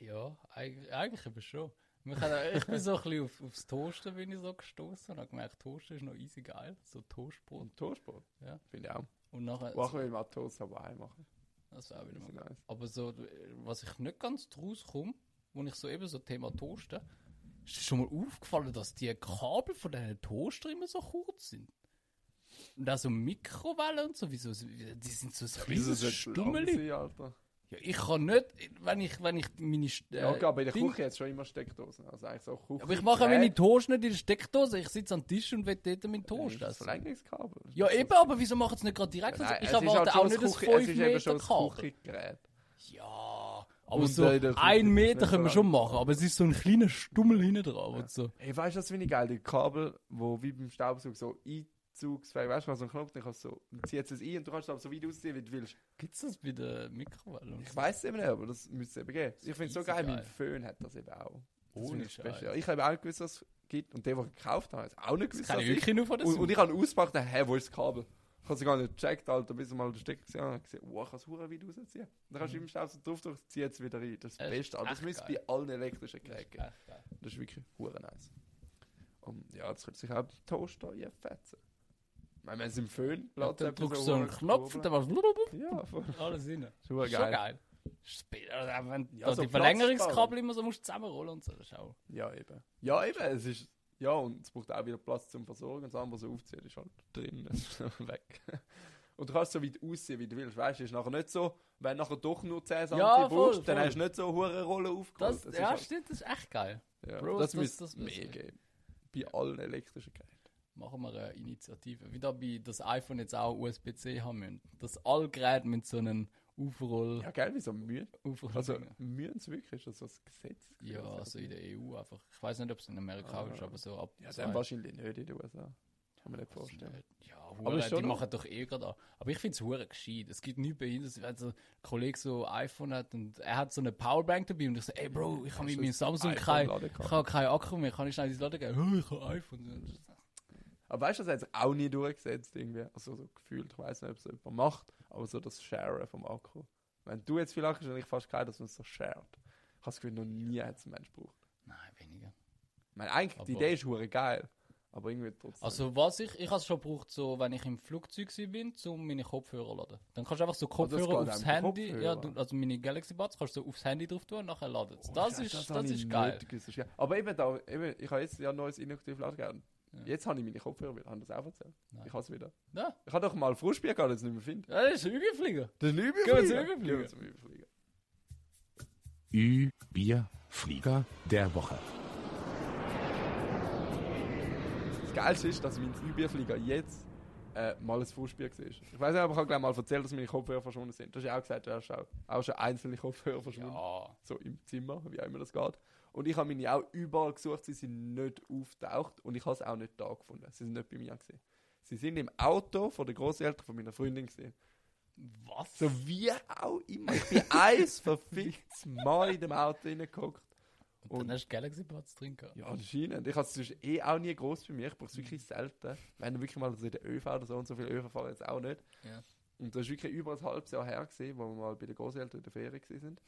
Speaker 2: Ja, eigentlich, eigentlich eben schon. Man kann, auch- ich bin so ein bisschen auf, aufs Toasten bin ich so gestoßen und habe gemerkt, Toasten ist noch easy geil. So Toastbrot.
Speaker 3: Und Torsport?
Speaker 2: Ja. Also
Speaker 3: Finde ich auch.
Speaker 2: Und nachher.
Speaker 3: Machen wir mal Toast, aber auch machen.
Speaker 2: Das wäre auch wieder
Speaker 3: Das
Speaker 2: mal
Speaker 3: ist nice.
Speaker 2: Aber so, äh, was ich nicht ganz draus komme, wo ich so eben so Thema Toasten, ist dir schon mal aufgefallen, dass die Kabel von diesen Toaster immer so kurz sind. Und auch so Mikrowellen und so, wie so, wie- die sind so ein
Speaker 3: sollte
Speaker 2: kleines
Speaker 3: es lang
Speaker 2: Stummeli.
Speaker 3: sein, Alter.
Speaker 2: Ja, ich kann nicht, wenn ich, wenn ich meine... St-
Speaker 3: Ja,
Speaker 2: äh,
Speaker 3: okay, aber in der
Speaker 2: Ding-
Speaker 3: Küche jetzt schon immer Steckdosen. Also eigentlich so Küche.
Speaker 2: Aber ich mache meine Toast nicht in der Steckdose, ich sitze am Tisch und will dort meinen Toast
Speaker 3: Das ist ein
Speaker 2: essen.
Speaker 3: Verlängerungskabel.
Speaker 2: Ja eben, aber wieso machen sie es nicht gerade direkt? Also,
Speaker 3: Nein,
Speaker 2: ich
Speaker 3: es ist halt
Speaker 2: erwarte
Speaker 3: schon
Speaker 2: auch nicht
Speaker 3: ein
Speaker 2: ein
Speaker 3: Küche- es
Speaker 2: 5
Speaker 3: ist eben
Speaker 2: Meter
Speaker 3: schon ein
Speaker 2: Kabel.
Speaker 3: Küchengerät.
Speaker 2: Ja, aber
Speaker 3: Und
Speaker 2: so
Speaker 3: dann in der Küche
Speaker 2: ein
Speaker 3: ist
Speaker 2: Meter
Speaker 3: nicht
Speaker 2: können wir
Speaker 3: so
Speaker 2: schon machen, aber es ist so ein kleiner Stummel hinten dran. wo du So.
Speaker 3: Ey, weißt du, das finde ich geil? Die Kabel, wo wie beim Staubsauger so einzugsfähig, weißt du, man hat so einen Knopf, dann kannst du so, dann zieht es ein und du kannst es aber so weit ausziehen, wie du willst.
Speaker 2: Gibt es das bei der Mikrowelle?
Speaker 3: Ich weiß es eben nicht, aber das müsste es eben geben. Ich finde es so
Speaker 2: Easy
Speaker 3: geil,
Speaker 2: geil.
Speaker 3: mein Föhn hat das eben auch. Das
Speaker 2: Ohne
Speaker 3: finde ich
Speaker 2: Scheiß.
Speaker 3: speziell. Ich habe auch nicht gewusst, was es gibt. Und der, der gekauft hat, hat es auch nicht
Speaker 2: das
Speaker 3: gewusst,
Speaker 2: kann
Speaker 3: was
Speaker 2: ich
Speaker 3: es ist.
Speaker 2: wirklich nur von der
Speaker 3: Und, und ich
Speaker 2: Suppe.
Speaker 3: habe ausgepackt, hä, wo ist das Kabel? Ich habe es gar nicht gecheckt, Alter, bis ich mal den Stecker gesehen habe. Ich habe gesehen, wow, ich kann es verdammt weit rausziehen. Und dann kannst du im Staubsauger drauf drücken, zieht es wieder rein. Das ist das
Speaker 2: Mhm. Das ist
Speaker 3: Beste. Alter. Das
Speaker 2: echt
Speaker 3: müsste
Speaker 2: geil.
Speaker 3: bei allen elektrischen Geräten geben.
Speaker 2: Echt geil.
Speaker 3: Das ist wirklich hure nice. Und ja, jetzt könnte sich auch die Toaster einfetzen. Ich meine, wenn es im Föhn
Speaker 2: Ja,
Speaker 3: lässt,
Speaker 2: Dann
Speaker 3: etwas
Speaker 2: drückst du so einen
Speaker 3: hoch-
Speaker 2: Knopf und dann machst du
Speaker 3: Ja, voll.
Speaker 2: alles rein.
Speaker 3: Super
Speaker 2: Schon
Speaker 3: geil.
Speaker 2: geil. Später, also wenn
Speaker 3: Ja,
Speaker 2: da
Speaker 3: so
Speaker 2: die
Speaker 3: Platz
Speaker 2: Verlängerungskabel
Speaker 3: sparen.
Speaker 2: immer so musst zusammenrollen und so, das ist auch.
Speaker 3: Ja, eben. Ja, eben. Es ist, ja, und es braucht auch wieder Platz zum Versorgen. Und das andere, was aufzieht, ist halt drin. *laughs* weg. Und du kannst so weit aussehen, wie du willst. Weißt du, es ist nachher nicht so, wenn nachher doch nur 10 cm
Speaker 2: Ja, voll,
Speaker 3: brauchst, dann
Speaker 2: voll.
Speaker 3: hast du nicht so hohe Rolle aufgeholt.
Speaker 2: Das,
Speaker 3: Das ist
Speaker 2: ja,
Speaker 3: halt,
Speaker 2: stimmt, das ist echt geil.
Speaker 3: ja,
Speaker 2: Bro,
Speaker 3: das,
Speaker 2: das-
Speaker 3: müsste
Speaker 2: das
Speaker 3: mehr
Speaker 2: wissen wir.
Speaker 3: geben. Bei allen elektrischen Geräten.
Speaker 2: Machen wir eine Initiative. Wie dabei das iPhone jetzt auch USB-C haben müssen. Dass alle Geräte mit so einem Aufroll.
Speaker 3: Ja, geil, wieso mühen?
Speaker 2: Aufroll
Speaker 3: Also, mühen sie wirklich? Ist das so ein Gesetz?
Speaker 2: Ja,
Speaker 3: Das
Speaker 2: also in der EU einfach. Ich weiß nicht, ob es in Amerika
Speaker 3: Ah.
Speaker 2: ist, aber so ab.
Speaker 3: Ja,
Speaker 2: zwei-
Speaker 3: dann wahrscheinlich nicht in den USA. Kann man nicht vorstellen.
Speaker 2: Ja, Hure,
Speaker 3: ist schon
Speaker 2: die
Speaker 3: noch-
Speaker 2: machen doch eh gerade an. Aber ich finde es hure gescheit. Es gibt nichts behindert. Wenn so ein Kollege so ein iPhone hat und er hat so eine Powerbank dabei und ich so, ey Bro, ich habe mit
Speaker 3: Hast du
Speaker 2: meinem
Speaker 3: das
Speaker 2: Samsung
Speaker 3: iPhone
Speaker 2: kein,
Speaker 3: laden
Speaker 2: ich
Speaker 3: können?
Speaker 2: habe keinen Akku mehr, kann ich schnell ins Laden gehen? Oh, ich habe ein iPhone.
Speaker 3: Aber weißt du, das hat sich auch nie durchgesetzt irgendwie. Also so gefühlt, ich weiß nicht, ob es jemand macht, aber so das Sharen vom Akku. Wenn du jetzt viel Akku hast, dann ich fast keinen, dass man es so shared. Ich habe das Gefühl, noch nie hat es ein Mensch gebraucht.
Speaker 2: Nein, weniger.
Speaker 3: Ich meine, eigentlich, die
Speaker 2: Aber-
Speaker 3: Idee ist hure geil, aber irgendwie trotzdem.
Speaker 2: Also was ich, ich habe es schon gebraucht, so wenn ich im Flugzeug gewesen bin, um meine Kopfhörer zu laden. Dann kannst du einfach so
Speaker 3: Ah, das geht
Speaker 2: Kopfhörer
Speaker 3: auch
Speaker 2: aufs
Speaker 3: mit den
Speaker 2: Handy, ja,
Speaker 3: Kopfhörern.
Speaker 2: du, also meine Galaxy Buds kannst du so aufs Handy drauf tun und nachher laden.
Speaker 3: Oh,
Speaker 2: das,
Speaker 3: Scheiße,
Speaker 2: ist, das,
Speaker 3: habe ich
Speaker 2: ist
Speaker 3: nicht
Speaker 2: geil.
Speaker 3: gewusst, das ist geil. Aber eben, da, eben ich habe jetzt ja ein neues induktiv Ladegerät. Jetzt habe ich meine Kopfhörer wieder. Haben das auch erzählt?
Speaker 2: Nein.
Speaker 3: Ich habe es wieder.
Speaker 2: Ja,
Speaker 3: Ich habe doch mal Frustbier gehabt, das ich nicht mehr finde.
Speaker 2: Ja, das ist ein Übelflieger.
Speaker 3: Das ist ein Übelflieger.
Speaker 2: Gehen wir zum
Speaker 3: Gehen wir
Speaker 2: Übelflieger.
Speaker 3: zum Übelflieger.
Speaker 1: Ü, Bier, Flieger der Woche.
Speaker 3: Das Geilste ist, dass mein Übierflieger jetzt äh, mal ein Fußspiel war. Ich weiß nicht, aber ich habe gleich mal erzählt, dass meine Kopfhörer verschwunden sind. Du hast ja auch gesagt, du hast auch, auch schon einzelne Kopfhörer verschwunden.
Speaker 2: Ja.
Speaker 3: So im Zimmer, wie auch immer das geht. Und ich habe meine auch überall gesucht, sie sind nicht auftaucht und ich habe es auch nicht da gefunden. Sie sind nicht bei mir gesehen. Sie sind im Auto von den Großeltern von meiner Freundin gesehen.
Speaker 2: Was?
Speaker 3: So wie auch immer. Ich
Speaker 2: *laughs*
Speaker 3: bin eins verficktes Mal in dem Auto reingeguckt.
Speaker 2: Und dann hast du Galaxy Buds drin gehabt.
Speaker 3: Ja, anscheinend. Ich habe es sonst eh auch nie groß bei mir. Ich brauche es
Speaker 2: Mhm.
Speaker 3: wirklich selten. Wenn wirklich mal so in der ÖV oder so und so viel ÖV fahren jetzt auch nicht.
Speaker 2: Ja.
Speaker 3: Und das ist wirklich über ein halbes Jahr her, gewesen, wo wir mal bei den Großeltern in der Ferien gewesen sind.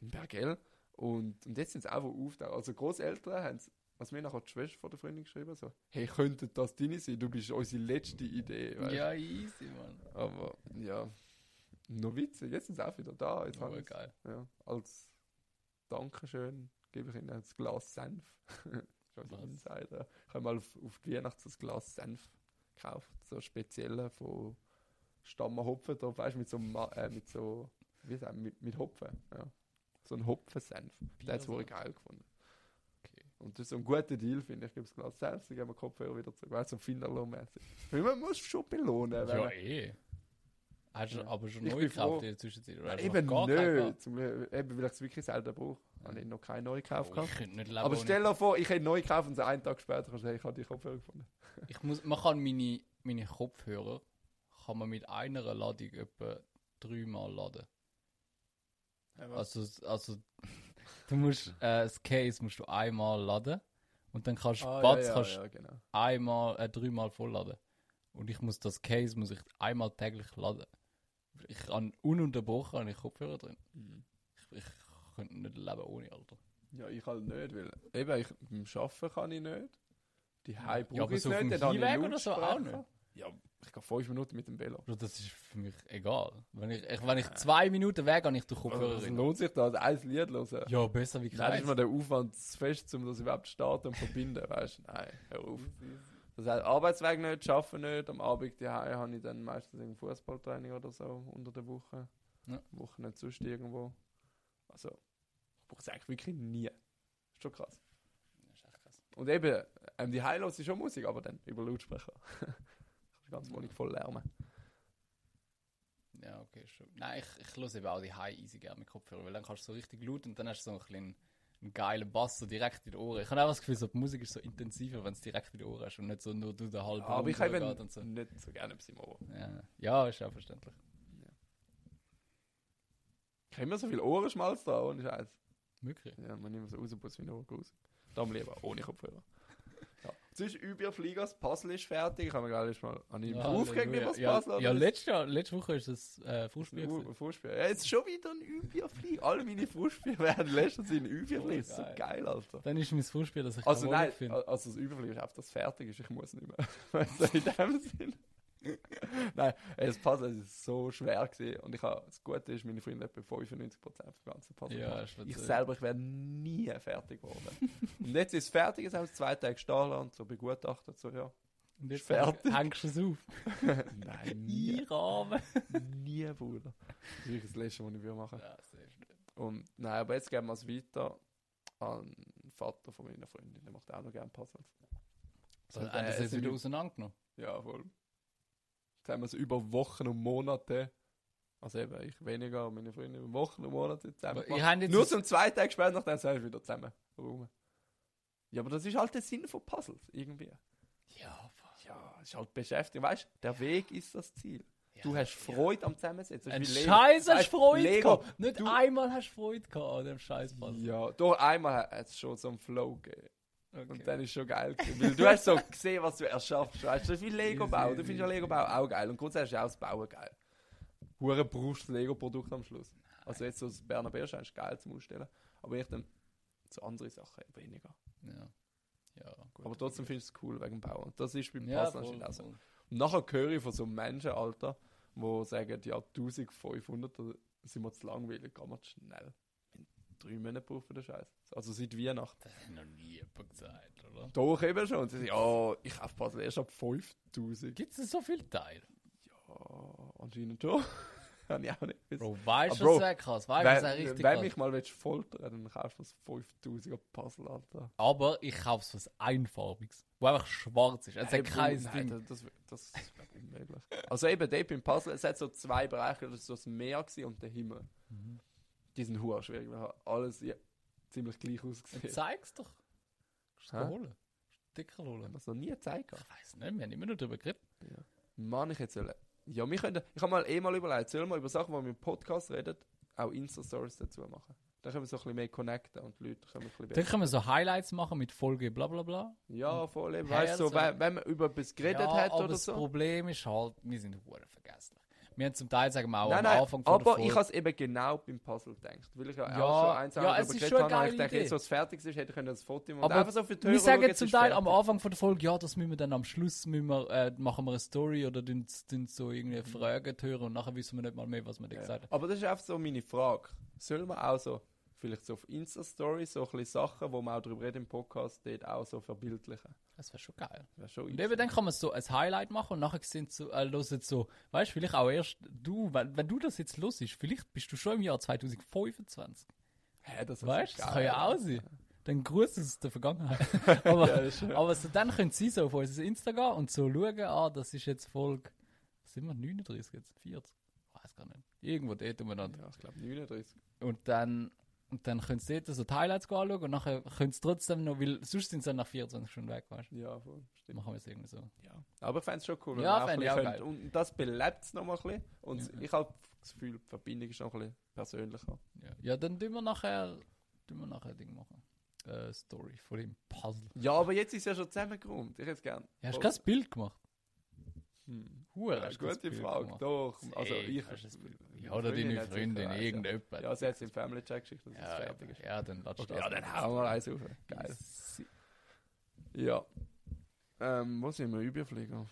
Speaker 3: In Bergell. Und, und jetzt sind sie auch wo auftauchen. Also Großeltern haben es, was mir nachher die Schwester von der Freundin geschrieben so, hey, könnte das deine sein? Du bist unsere letzte Idee. weißt du?
Speaker 2: Ja, easy, Mann.
Speaker 3: Aber ja,
Speaker 2: Oh,
Speaker 3: noch witzig. Jetzt sind sie auch wieder da. Jetzt
Speaker 2: Voll
Speaker 3: haben sie-
Speaker 2: geil.
Speaker 3: ja, als Dankeschön gebe ich ihnen ein Glas Senf. *laughs* Schon
Speaker 2: Was?
Speaker 3: ein Insider. Ich habe mal auf, auf die Weihnacht so ein Glas Senf gekauft. So spezielle von Stammer Hopfen drauf, weißt du, mit so, einem Ma- äh, mit so, wie sagt man, mit, mit Hopfen. Ja. So ein Hopfensenf. Der hat es wohl
Speaker 2: Biersenf.
Speaker 3: geil gefunden. Und das ist so ein guter Deal, finde ich. Ich gebe das Glas Senf, dann geben wir Kopfhörer wieder zurück. Weißt du, so Finderlohn-mäßig. Weil Man muss schon belohnen. wenn
Speaker 2: Ja,
Speaker 3: man-
Speaker 2: eh. Hast du
Speaker 3: Ja.
Speaker 2: aber schon
Speaker 3: Ich
Speaker 2: neu
Speaker 3: bin
Speaker 2: gekauft
Speaker 3: froh.
Speaker 2: in der Zwischenzeit? Oder
Speaker 3: Nein,
Speaker 2: hast du noch
Speaker 3: eben
Speaker 2: also gar keinen
Speaker 3: nicht.
Speaker 2: gehabt?
Speaker 3: Zum Glück, eben, weil ich es wirklich selten brauche. Habe ich noch keine neue
Speaker 2: Oh,
Speaker 3: gekauft.
Speaker 2: ich
Speaker 3: gehabt.
Speaker 2: könnte nicht leben
Speaker 3: aber
Speaker 2: ohne-
Speaker 3: stell dir vor, ich hätte neu gekauft und so einen Tag später kannst du sagen, ich habe die Kopfhörer gefunden.
Speaker 2: Ich muss, man kann meine, meine Kopfhörer kann man mit einer Ladung etwa dreimal laden. Also, also du musst äh, das Case musst du einmal laden und dann kannst du
Speaker 3: Ah,
Speaker 2: Batz
Speaker 3: ja,
Speaker 2: kannst
Speaker 3: ja, ja, genau.
Speaker 2: einmal äh, dreimal vollladen. Und ich muss das Case muss ich einmal täglich laden. Ich kann ununterbrochen habe ich Kopfhörer drin.
Speaker 3: Mhm.
Speaker 2: Ich, ich könnte nicht leben ohne Alter.
Speaker 3: Ja, ich halt nicht, weil eben, ich, beim Arbeiten kann ich nicht. Die Hype
Speaker 2: Ja, aber
Speaker 3: brauche ich
Speaker 2: so auf dem
Speaker 3: nicht. Dann habe ich
Speaker 2: Heimweg oder so auch
Speaker 3: Lautsprecher.
Speaker 2: nicht?
Speaker 3: Ja, ich gehe fünf Minuten mit dem Velo.
Speaker 2: Bro, das ist für mich egal. Wenn ich, ich, wenn ich zwei Minuten weg habe, ich den Kopfhörer
Speaker 3: Äh. Also,
Speaker 2: drin.
Speaker 3: lohnt sich das, ein Lied hören?
Speaker 2: Ja, besser wie
Speaker 3: Nein, das
Speaker 2: keins.
Speaker 3: ist mir der Aufwand zu fest, um das überhaupt zu starten und zu verbinden, weißt du? Nein, hör auf. Das heißt, Arbeitsweg nicht, Schaffen nicht, am Abend daheim habe ich dann meistens ein Fußballtraining oder so unter der Woche.
Speaker 2: Ja.
Speaker 3: Woche nicht sonst irgendwo. Also, ich brauche es eigentlich wirklich nie. Ist schon krass.
Speaker 2: Das ist echt krass.
Speaker 3: Und eben, ähm, die Highlights ist schon Musik, aber dann über Lautsprecher. *laughs* ich die ganze Wohnung voll Lärm.
Speaker 2: Ja, okay, schon. Nein, ich, ich höre eben auch die High easy gerne mit Kopfhörer, weil dann kannst du so richtig laut und dann hast du so einen kleinen einen geilen Bass so direkt in die Ohren. Ich habe auch das Gefühl, so, die Musik ist so intensiver, wenn es direkt in die Ohren hast und nicht so nur durch den halben
Speaker 3: Aber ich
Speaker 2: Raum
Speaker 3: habe
Speaker 2: durchgeht und
Speaker 3: eben
Speaker 2: so.
Speaker 3: nicht so gerne bis im Ohr.
Speaker 2: Ja. Äh, ja, ist auch verständlich.
Speaker 3: Ich habe immer so viel Ohrenschmalz da, ohne Scheiß.
Speaker 2: Möglich.
Speaker 3: Ja, man nimmt so rausputzen wie ein raus. Dann lieber ohne Kopfhörer. Ja. Sonst übe ich Flieger, das Puzzle ist fertig. Ich habe mir gerade letztes Mal Ah, an ihm
Speaker 2: Ja,
Speaker 3: aufgeregt, wie man das
Speaker 2: ja,
Speaker 3: Puzzle
Speaker 2: Ja, letzte, Jahr, letzte Woche ist das äh, Fußspiel. gewesen.
Speaker 3: Fußspiel. Ja, jetzt schon wieder ein Übierflieger. Alle meine Fußspiele *laughs* werden letztens in Übierflieger. Das ist so
Speaker 2: Voll
Speaker 3: geil, Alter.
Speaker 2: Dann ist mein Fußspiel, dass ich
Speaker 3: Also
Speaker 2: keine
Speaker 3: nein,
Speaker 2: Wohnung finde.
Speaker 3: also das Überfliegen ist einfach, dass es fertig ist, ich muss nicht mehr. *laughs* Weißt du, in dem Sinn. *laughs* nein, ey, das Puzzle das ist so schwer gewesen und ich habe, das Gute ist, meine Freunde etwa 95% vom ganzen Puzzle
Speaker 2: Ja,
Speaker 3: gemacht.
Speaker 2: ist
Speaker 3: also Ich
Speaker 2: witzig.
Speaker 3: selber, ich wäre nie fertig *laughs* geworden. und jetzt ist es fertig, jetzt habe ich es zwei Tage stehen lassen, so begutachtet, so *laughs* ja.
Speaker 2: Und jetzt
Speaker 3: ist fertig.
Speaker 2: hängst du es auf.
Speaker 3: nein, nie,
Speaker 2: Einrahmen.
Speaker 3: nie, Bruder. Das ist wirklich das Letzte, was ich will machen.
Speaker 2: Ja, sehr schön.
Speaker 3: Und nein, aber jetzt geben wir es weiter an den Vater von meiner Freundin, der macht auch noch gerne Puzzles.
Speaker 2: So,
Speaker 3: Und,
Speaker 2: haben das
Speaker 3: äh,
Speaker 2: jetzt
Speaker 3: sind
Speaker 2: wieder
Speaker 3: wir-
Speaker 2: auseinandergenommen.
Speaker 3: Ja, voll. Jetzt haben wir es über Wochen und Monate, also eben ich weniger, aber meine Freunde über Wochen und Monate zusammen
Speaker 2: Aber ihr
Speaker 3: gemacht.
Speaker 2: habt jetzt
Speaker 3: Nur
Speaker 2: das-
Speaker 3: zum zwei Tage später, nachdem sind wir wieder zusammen. Warum? Ja, aber das ist halt der Sinn von Puzzles, irgendwie.
Speaker 2: Ja,
Speaker 3: Ja, es ist halt Beschäftigung, weißt du, der Weg ist das Ziel. Du hast Freude am Zusammensetzen. Das
Speaker 2: Ein
Speaker 3: ist wie Lego.
Speaker 2: Scheiß hast
Speaker 3: Weißt,
Speaker 2: Freude
Speaker 3: Lego,
Speaker 2: gehabt. Nicht
Speaker 3: du-
Speaker 2: einmal hast du Freude gehabt an dem Scheißpass.
Speaker 3: Ja, doch einmal hat es schon so einen Flow gegeben.
Speaker 2: Okay.
Speaker 3: Und dann ist schon geil. gewesen, Weil du hast so *laughs* gesehen, was du erschaffst. Weißt du, das ist wie Lego
Speaker 2: Easy,
Speaker 3: bauen.
Speaker 2: easy,
Speaker 3: Du findest ja Lego bauen auch geil. Und grundsätzlich ist auch das Bauen geil. Hure brauchst das Lego Produkt am Schluss. Also jetzt so das Berner Bärstein ist geil zum Ausstellen. Aber ich dann so andere Sachen weniger.
Speaker 2: ja. Ja, gut.
Speaker 3: Aber trotzdem findest du es cool wegen dem Bauen. Und das ist beim
Speaker 2: ja,
Speaker 3: Puzzle
Speaker 2: voll,
Speaker 3: anscheinend auch so.
Speaker 2: voll.
Speaker 3: Und nachher höre ich von so Menschen, Alter, wo sagen, ja 1500 da sind wir zu langweilig, gehen wir zu schnell. In drei Monaten brauchen wir den Scheiß. Also seit Weihnachten.
Speaker 2: Das hat noch nie jemand gesagt, oder?
Speaker 3: Doch, eben schon. Und sie sagen, ja, ich kaufe Puzzle erst ab 5000.
Speaker 2: Gibt es so viele Teile?
Speaker 3: Ja, Ah, anscheinend schon. *laughs* Habe ich auch nicht gewusst.
Speaker 2: Bro, weißt
Speaker 3: Ah,
Speaker 2: du,
Speaker 3: Bro,
Speaker 2: was wäre krass? Weißt du, was wäre
Speaker 3: Wenn,
Speaker 2: richtig
Speaker 3: wenn
Speaker 2: krass?
Speaker 3: mich mal willst foltern dann kaufst du das 5000er Puzzle, Alter.
Speaker 2: Aber ich kaufe es was Einfarbiges, wo einfach schwarz ist. Es
Speaker 3: Nein,
Speaker 2: hat kein
Speaker 3: nein,
Speaker 2: Ding.
Speaker 3: Das, das, das ist glaub ich, unmöglich. Also eben dort beim Puzzle, es hat so zwei Bereiche, das ist so das Meer gewesen und der Himmel.
Speaker 2: Mhm.
Speaker 3: Die sind hure schwierig, weil alles ja, ziemlich gleich
Speaker 2: Dann
Speaker 3: ausgesehen.
Speaker 2: zeig's doch. Kannst du
Speaker 3: Hä?
Speaker 2: es holen? Sticker
Speaker 3: Haben
Speaker 2: holen.
Speaker 3: wir es noch nie gezeigt?
Speaker 2: Ich weiß nicht, wir haben immer noch darüber geredet.
Speaker 3: Mann, ich hätte sollen. Ja, wir können, ich habe mal eh mal überlegt, sollen wir über Sachen, die wir im Podcast reden, auch Insta-Stories dazu machen? Dann können wir so ein bisschen mehr connecten und die Leute können ein
Speaker 2: Dann
Speaker 3: bisschen besser.
Speaker 2: können wir so Highlights machen mit Folge bla bla bla.
Speaker 3: Ja, voll eben.
Speaker 2: Herz
Speaker 3: Weißt du, so,
Speaker 2: oder-
Speaker 3: wenn, wenn man über etwas geredet
Speaker 2: also- ja,
Speaker 3: hat
Speaker 2: aber
Speaker 3: oder
Speaker 2: das
Speaker 3: so.
Speaker 2: Problem ist halt, wir sind hure vergesslich. Wir haben zum Teil, sagen wir auch
Speaker 3: Nein,
Speaker 2: am
Speaker 3: nein,
Speaker 2: Anfang von der
Speaker 3: aber
Speaker 2: Folge,
Speaker 3: ich habe es eben genau beim Puzzle gedacht. Weil ich ja,
Speaker 2: Ja,
Speaker 3: auch schon eins
Speaker 2: ja, es
Speaker 3: darüber
Speaker 2: ist
Speaker 3: geredet
Speaker 2: schon eine
Speaker 3: habe, habe ich
Speaker 2: geile
Speaker 3: gedacht, jetzt,
Speaker 2: Idee.
Speaker 3: was fertig ist, hätte ich können das Foto machen.
Speaker 2: Aber
Speaker 3: einfach so für die
Speaker 2: wir
Speaker 3: Hörer
Speaker 2: sagen
Speaker 3: schauen, es
Speaker 2: zum
Speaker 3: ist
Speaker 2: Teil am
Speaker 3: fertig.
Speaker 2: Anfang von der Folge, ja, das müssen wir dann am Schluss, müssen wir, äh, machen wir eine Story oder tun tun so
Speaker 3: Mhm.
Speaker 2: irgendwie Fragen hören und nachher wissen wir nicht mal mehr, was wir da gesagt
Speaker 3: Aber das ist einfach so meine Frage. Sollen wir auch so vielleicht so auf Insta-Story so ein bisschen Sachen, wo wir auch drüber reden im Podcast, dort auch so verbildlichen.
Speaker 2: Das wäre schon geil.
Speaker 3: Wäre schon
Speaker 2: Und eben dann kann man so ein Highlight machen und nachher sind so, äh, hören so, weißt du, vielleicht auch erst du, wenn, wenn du das jetzt hörst, vielleicht bist du schon im Jahr 2025.
Speaker 3: Hä, das ist
Speaker 2: Weißt du, das kann ja auch sein. Dann Gruß aus der Vergangenheit.
Speaker 3: Ja, *laughs*
Speaker 2: aber,
Speaker 3: ist schön.
Speaker 2: aber so, dann können sie so auf unser Insta gehen und so schauen, ah, das ist jetzt Folge, sind wir 39 jetzt, 40? Weiß gar nicht. Irgendwo dort umeinander.
Speaker 3: Ja, ich glaube 39.
Speaker 2: Und dann, und dann können sie dort so die Highlights anschauen und nachher können sie trotzdem noch, weil sonst sind sie dann nach 24 Stunden weg, weißt
Speaker 3: Ja, voll.
Speaker 2: du.
Speaker 3: Stimmt.
Speaker 2: Machen wir es irgendwie so.
Speaker 3: Ja. Aber ich fände es schon cool. wenn
Speaker 2: Ja,
Speaker 3: wir
Speaker 2: fänd
Speaker 3: ein
Speaker 2: ich auch
Speaker 3: bisschen
Speaker 2: geil.
Speaker 3: können- Und das belebt es nochmal ein bisschen. Und
Speaker 2: Ja.
Speaker 3: ich habe das Gefühl, die Verbindung ist noch ein bisschen persönlicher.
Speaker 2: Ja, ja dann tun wir nachher, tun wir nachher ein Ding machen. Äh, Story von dem Puzzle.
Speaker 3: Ja, aber jetzt ist es ja schon zusammengeräumt. Ich hätte es gerne.
Speaker 2: Ja, hast du kein Bild gemacht?
Speaker 3: Oh. Hm.
Speaker 2: Hure,
Speaker 3: Ja,
Speaker 2: hast du kein
Speaker 3: gute
Speaker 2: Bild
Speaker 3: Frage.
Speaker 2: gemacht.
Speaker 3: Doch. Also
Speaker 2: Ey,
Speaker 3: ich.
Speaker 2: hast du das Bild-
Speaker 3: meine
Speaker 2: Ja, oder deine
Speaker 3: hat sicher
Speaker 2: Freundin,
Speaker 3: eins,
Speaker 2: irgendjemand.
Speaker 3: Ja, ja sie hat es im Family Chat geschickt, dass es
Speaker 2: ja,
Speaker 3: fertig ist.
Speaker 2: ja, ja, dann lass
Speaker 3: Okay,
Speaker 2: das.
Speaker 3: ja, dann hauen wir eins auf. Geil.
Speaker 2: Easy.
Speaker 3: Ja. Ähm, wo sind wir überfliegen?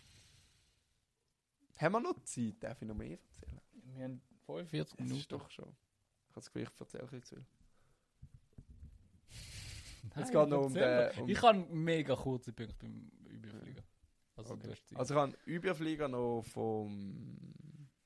Speaker 3: Haben wir noch Zeit? Darf ich noch mehr erzählen?
Speaker 2: Wir haben 45
Speaker 3: Es ist
Speaker 2: Minuten.
Speaker 3: doch schon. Ich habe das Gefühl, ich erzähle ein bisschen zu viel.
Speaker 2: Nein,
Speaker 3: Es geht noch um
Speaker 2: erzähl
Speaker 3: den.
Speaker 2: mal.
Speaker 3: Um,
Speaker 2: Ich habe mega kurze Punkte beim Überfliegen. Also, du
Speaker 3: okay.
Speaker 2: hast Zeit.
Speaker 3: also ich habe Überflieger noch vom.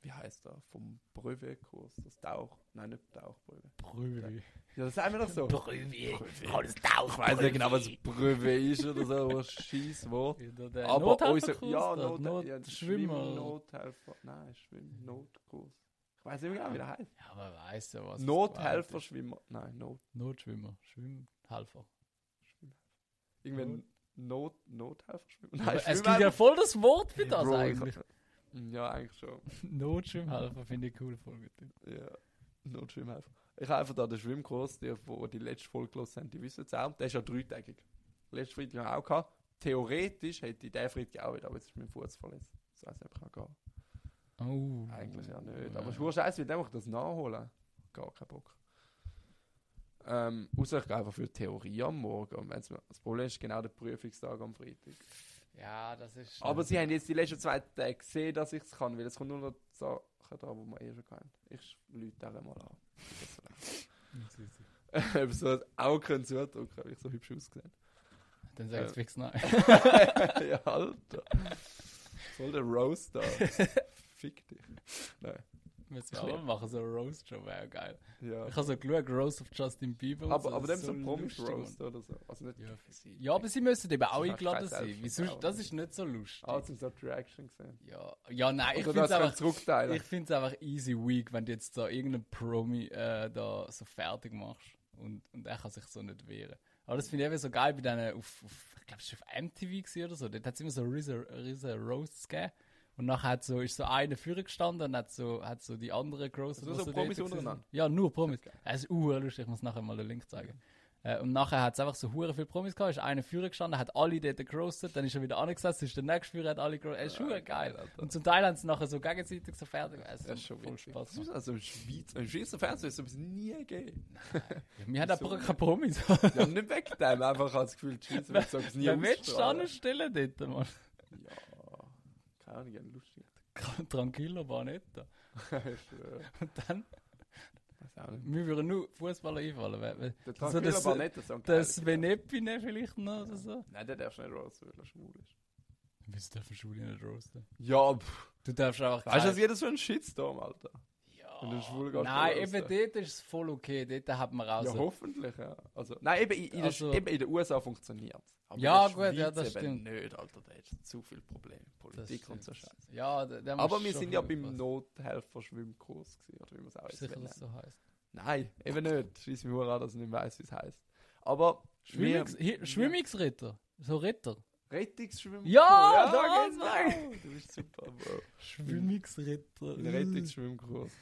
Speaker 3: Wie heißt der? Vom Prüfekurs. Das Tauch. Nein, nicht Tauchprüfe.
Speaker 2: Brüwi.
Speaker 3: Ja, das sagen wir doch so.
Speaker 2: Brüwi. Alles
Speaker 3: Ich weiß nicht genau, was Prüfe ist oder so, aber scheiß Wort.
Speaker 2: der
Speaker 3: Aber unser.
Speaker 2: Nothelferkurs
Speaker 3: Ja,
Speaker 2: da,
Speaker 3: Not,
Speaker 2: Not-
Speaker 3: ja,
Speaker 2: Schwimmer.
Speaker 3: Nothelfer. Nein, Schwimmnotkurs. Ich weiß nicht mehr genau, wie der heißt.
Speaker 2: Ja, man weiß ja, Ah, was. es
Speaker 3: Nothelfer,
Speaker 2: gemeint
Speaker 3: Schwimmer. Nein, Not.
Speaker 2: ist. Notschwimmer. Schwimmhelfer.
Speaker 3: Irgendwie Not, Nothelfer, Schwimmer.
Speaker 2: Aber
Speaker 3: Nein,
Speaker 2: es gibt ja voll das Wort für das eigentlich.
Speaker 3: Ja, eigentlich schon.
Speaker 2: Notschwimmhelfer finde ich cool Folgetitel.
Speaker 3: Ja, Notschwimmhelfer. Ich habe einfach da den Schwimmkurs, die, wo die letzte Folge los haben, die wissen es auch. Der ist ja dreitägig. Letzten Freitag haben wir auch gehabt. Theoretisch hätte ich den Freitag auch wieder, aber jetzt ist mein Fuß verletzt. Das heißt, ich kann gehen.
Speaker 2: Oh.
Speaker 3: Eigentlich ja nicht. Aber ich scheiße, wie dem ich das nachholen. Gar keinen Bock. Ähm, außer ich gehe einfach für die Theorie am Morgen. Und wenn's mir, das Problem ist genau der Prüfungstag am Freitag.
Speaker 2: Ja, das ist.
Speaker 3: Aber sie haben jetzt die letzten zwei Tage gesehen, dass ich es kann, weil es kommt nur noch die Sachen dran, die man eh schon kennt. Ich lüte auch mal an. *laughs* Ob so ein Auge können zudrücken, habe oh ich so hübsch
Speaker 2: *laughs*
Speaker 3: ausgesehen.
Speaker 2: Dann sag ich
Speaker 3: Äh.
Speaker 2: fix nein.
Speaker 3: *laughs* ja, Alter. Voll der Roast da. Fick dich. Nein.
Speaker 2: Müssen wir auch mal machen, so ein Roast schon wäre geil.
Speaker 3: Ja.
Speaker 2: Ich habe so geschaut, Roast of Justin Bieber. und
Speaker 3: Aber, aber
Speaker 2: das
Speaker 3: dem
Speaker 2: ist
Speaker 3: so Promis
Speaker 2: lustig
Speaker 3: Roast oder so. Also nicht.
Speaker 2: Ja.
Speaker 3: sie-
Speaker 2: und- Ja, aber sie müssen eben auch
Speaker 3: Das ist
Speaker 2: eingeladen
Speaker 3: scheiß
Speaker 2: sein.
Speaker 3: Elfen,
Speaker 2: Wie sonst,
Speaker 3: auch.
Speaker 2: das ist nicht so lustig.
Speaker 3: Ah, zum so die Reaction gesehen.
Speaker 2: Ja, ja nein, ich
Speaker 3: Oder
Speaker 2: finde es
Speaker 3: das können
Speaker 2: einfach.
Speaker 3: zurückteilen.
Speaker 2: Ich finde es einfach easy weak, wenn du jetzt da irgendeinen Promi äh, da so fertig machst und, und er kann sich so nicht wehren. Aber das finde ich eben so geil bei denen auf, auf ich glaube, es war auf MTV gewesen oder so, dort hat es immer so riesen, riesen Roasts gegeben und nachher hat so, ist so einer vorne gestanden und hat so, hat so die anderen Grossen...
Speaker 3: Also so
Speaker 2: die dort
Speaker 3: Promis
Speaker 2: gewesen sind.
Speaker 3: untereinander?
Speaker 2: Ja, nur Promis.
Speaker 3: Okay.
Speaker 2: Es ist urlustig, ich muss nachher mal den Link zeigen. Äh, und nachher hat es einfach so hure viele Promis gehabt, ist einer vorne gestanden, hat alle dort gerostet, dann ist er wieder angesetzt, ist der nächste Führer, hat alle gerostet. Es ist hure geil.
Speaker 3: Alter.
Speaker 2: Und zum Teil haben sie nachher so gegenseitig so fertig. Also
Speaker 3: Das ist schon
Speaker 2: voll
Speaker 3: witzig.
Speaker 2: Spaß.
Speaker 3: Das ist also im Schweizer, im Schweizer Fernsehen ist es nie gegeben.
Speaker 2: Wir haben
Speaker 3: Wieso
Speaker 2: aber keine
Speaker 3: *laughs*
Speaker 2: Promis.
Speaker 3: Ja, nicht weg dem, einfach ich habe das Gefühl, die Schweizer wird es nie
Speaker 2: Wer willst du da
Speaker 3: ausstrahlen.
Speaker 2: noch stellen dort, Mann?
Speaker 3: Ja, keine Ahnung, ja, lustig. *laughs*
Speaker 2: Tranquillo war nicht da.
Speaker 3: Ist, äh,
Speaker 2: Und dann,
Speaker 3: Weiß auch nicht.
Speaker 2: mir würden nur Fußballer einfallen. Wer- wer-
Speaker 3: Der
Speaker 2: Also
Speaker 3: Tranquilla
Speaker 2: das-
Speaker 3: war nicht so ein
Speaker 2: Das
Speaker 3: geiler Typ.
Speaker 2: Venepine vielleicht noch oder so.
Speaker 3: Nein, der darfst nicht raus, weil er schwul ist.
Speaker 2: Wieso dürfen Schwule nicht roasten?
Speaker 3: Ja, pff.
Speaker 2: Du darfst einfach
Speaker 3: Weißt du,
Speaker 2: keine-
Speaker 3: dass jeder so einen Shitstorm, Alter?
Speaker 2: Ja.
Speaker 3: Wenn du schwul gehst,
Speaker 2: Nein,
Speaker 3: roasten.
Speaker 2: eben dort ist es voll okay. Dort hat man auch
Speaker 3: ja,
Speaker 2: so.
Speaker 3: hoffentlich, ja. Also, nein, eben in, in, der-
Speaker 2: Also-
Speaker 3: eben in den USA funktioniert
Speaker 2: Ja, gut, ja, das stimmt.
Speaker 3: nicht, Alter, da ist zu viel Probleme.
Speaker 2: Das
Speaker 3: Politik und so
Speaker 2: stimmt.
Speaker 3: Scheiße.
Speaker 2: Ja, da, da
Speaker 3: Aber
Speaker 2: musst du
Speaker 3: wir
Speaker 2: schon
Speaker 3: sind ja
Speaker 2: ein
Speaker 3: beim
Speaker 2: bisschen aufpassen.
Speaker 3: Nothelfer-Schwimmkurs gewesen, oder wie man es auch
Speaker 2: Bist du Sicher,
Speaker 3: nennt.
Speaker 2: dass es so heißt.
Speaker 3: Nein, eben nicht. Scheiß mich an, dass ich nicht weiss, wie es heisst. Aber
Speaker 2: Schwimmix,
Speaker 3: wir-
Speaker 2: hier, Schwimmungsritter. So Ritter.
Speaker 3: Rettungsschwimmkurs.
Speaker 2: Ja, das
Speaker 3: genau. Du bist super, Bro.
Speaker 2: Schwimmungsritter.
Speaker 3: In Rettungsschwimmkurs.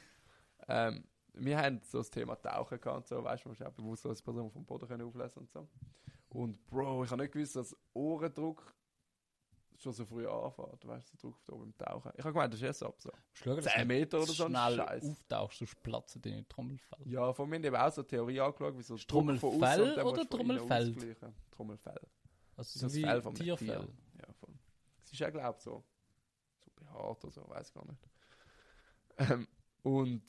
Speaker 3: ähm, wir haben so das Thema Tauchen gehabt und so, weißt du, man muss ja auch bewusst als Person vom Boden können auflesen und so. Und Bro, ich habe nicht gewusst, dass Ohrendruck schon so früh anfängt, weißt du, der Druck auf da oben im Tauchen. Ich habe gemeint, das ist erst ab so
Speaker 2: Schlagen,
Speaker 3: 10 Meter oder so. ein
Speaker 2: schnell
Speaker 3: Scheiß.
Speaker 2: auftauchst, sonst platzen deine Trommelfell.
Speaker 3: Ja, von mir haben eben auch so eine Theorie angeschaut, wie so der Druck
Speaker 2: Trommelfell
Speaker 3: von außen und dann
Speaker 2: oder
Speaker 3: musst du von innen
Speaker 2: Trommelfeld?
Speaker 3: ausgleichen. Trommelfell.
Speaker 2: Also
Speaker 3: So
Speaker 2: so
Speaker 3: das
Speaker 2: wie
Speaker 3: Fell vom Ah,
Speaker 2: Tierfell.
Speaker 3: Tier. Ja, voll. Es ist ja, glaube ich, so, so behaart oder so, weiß gar nicht. Ähm, und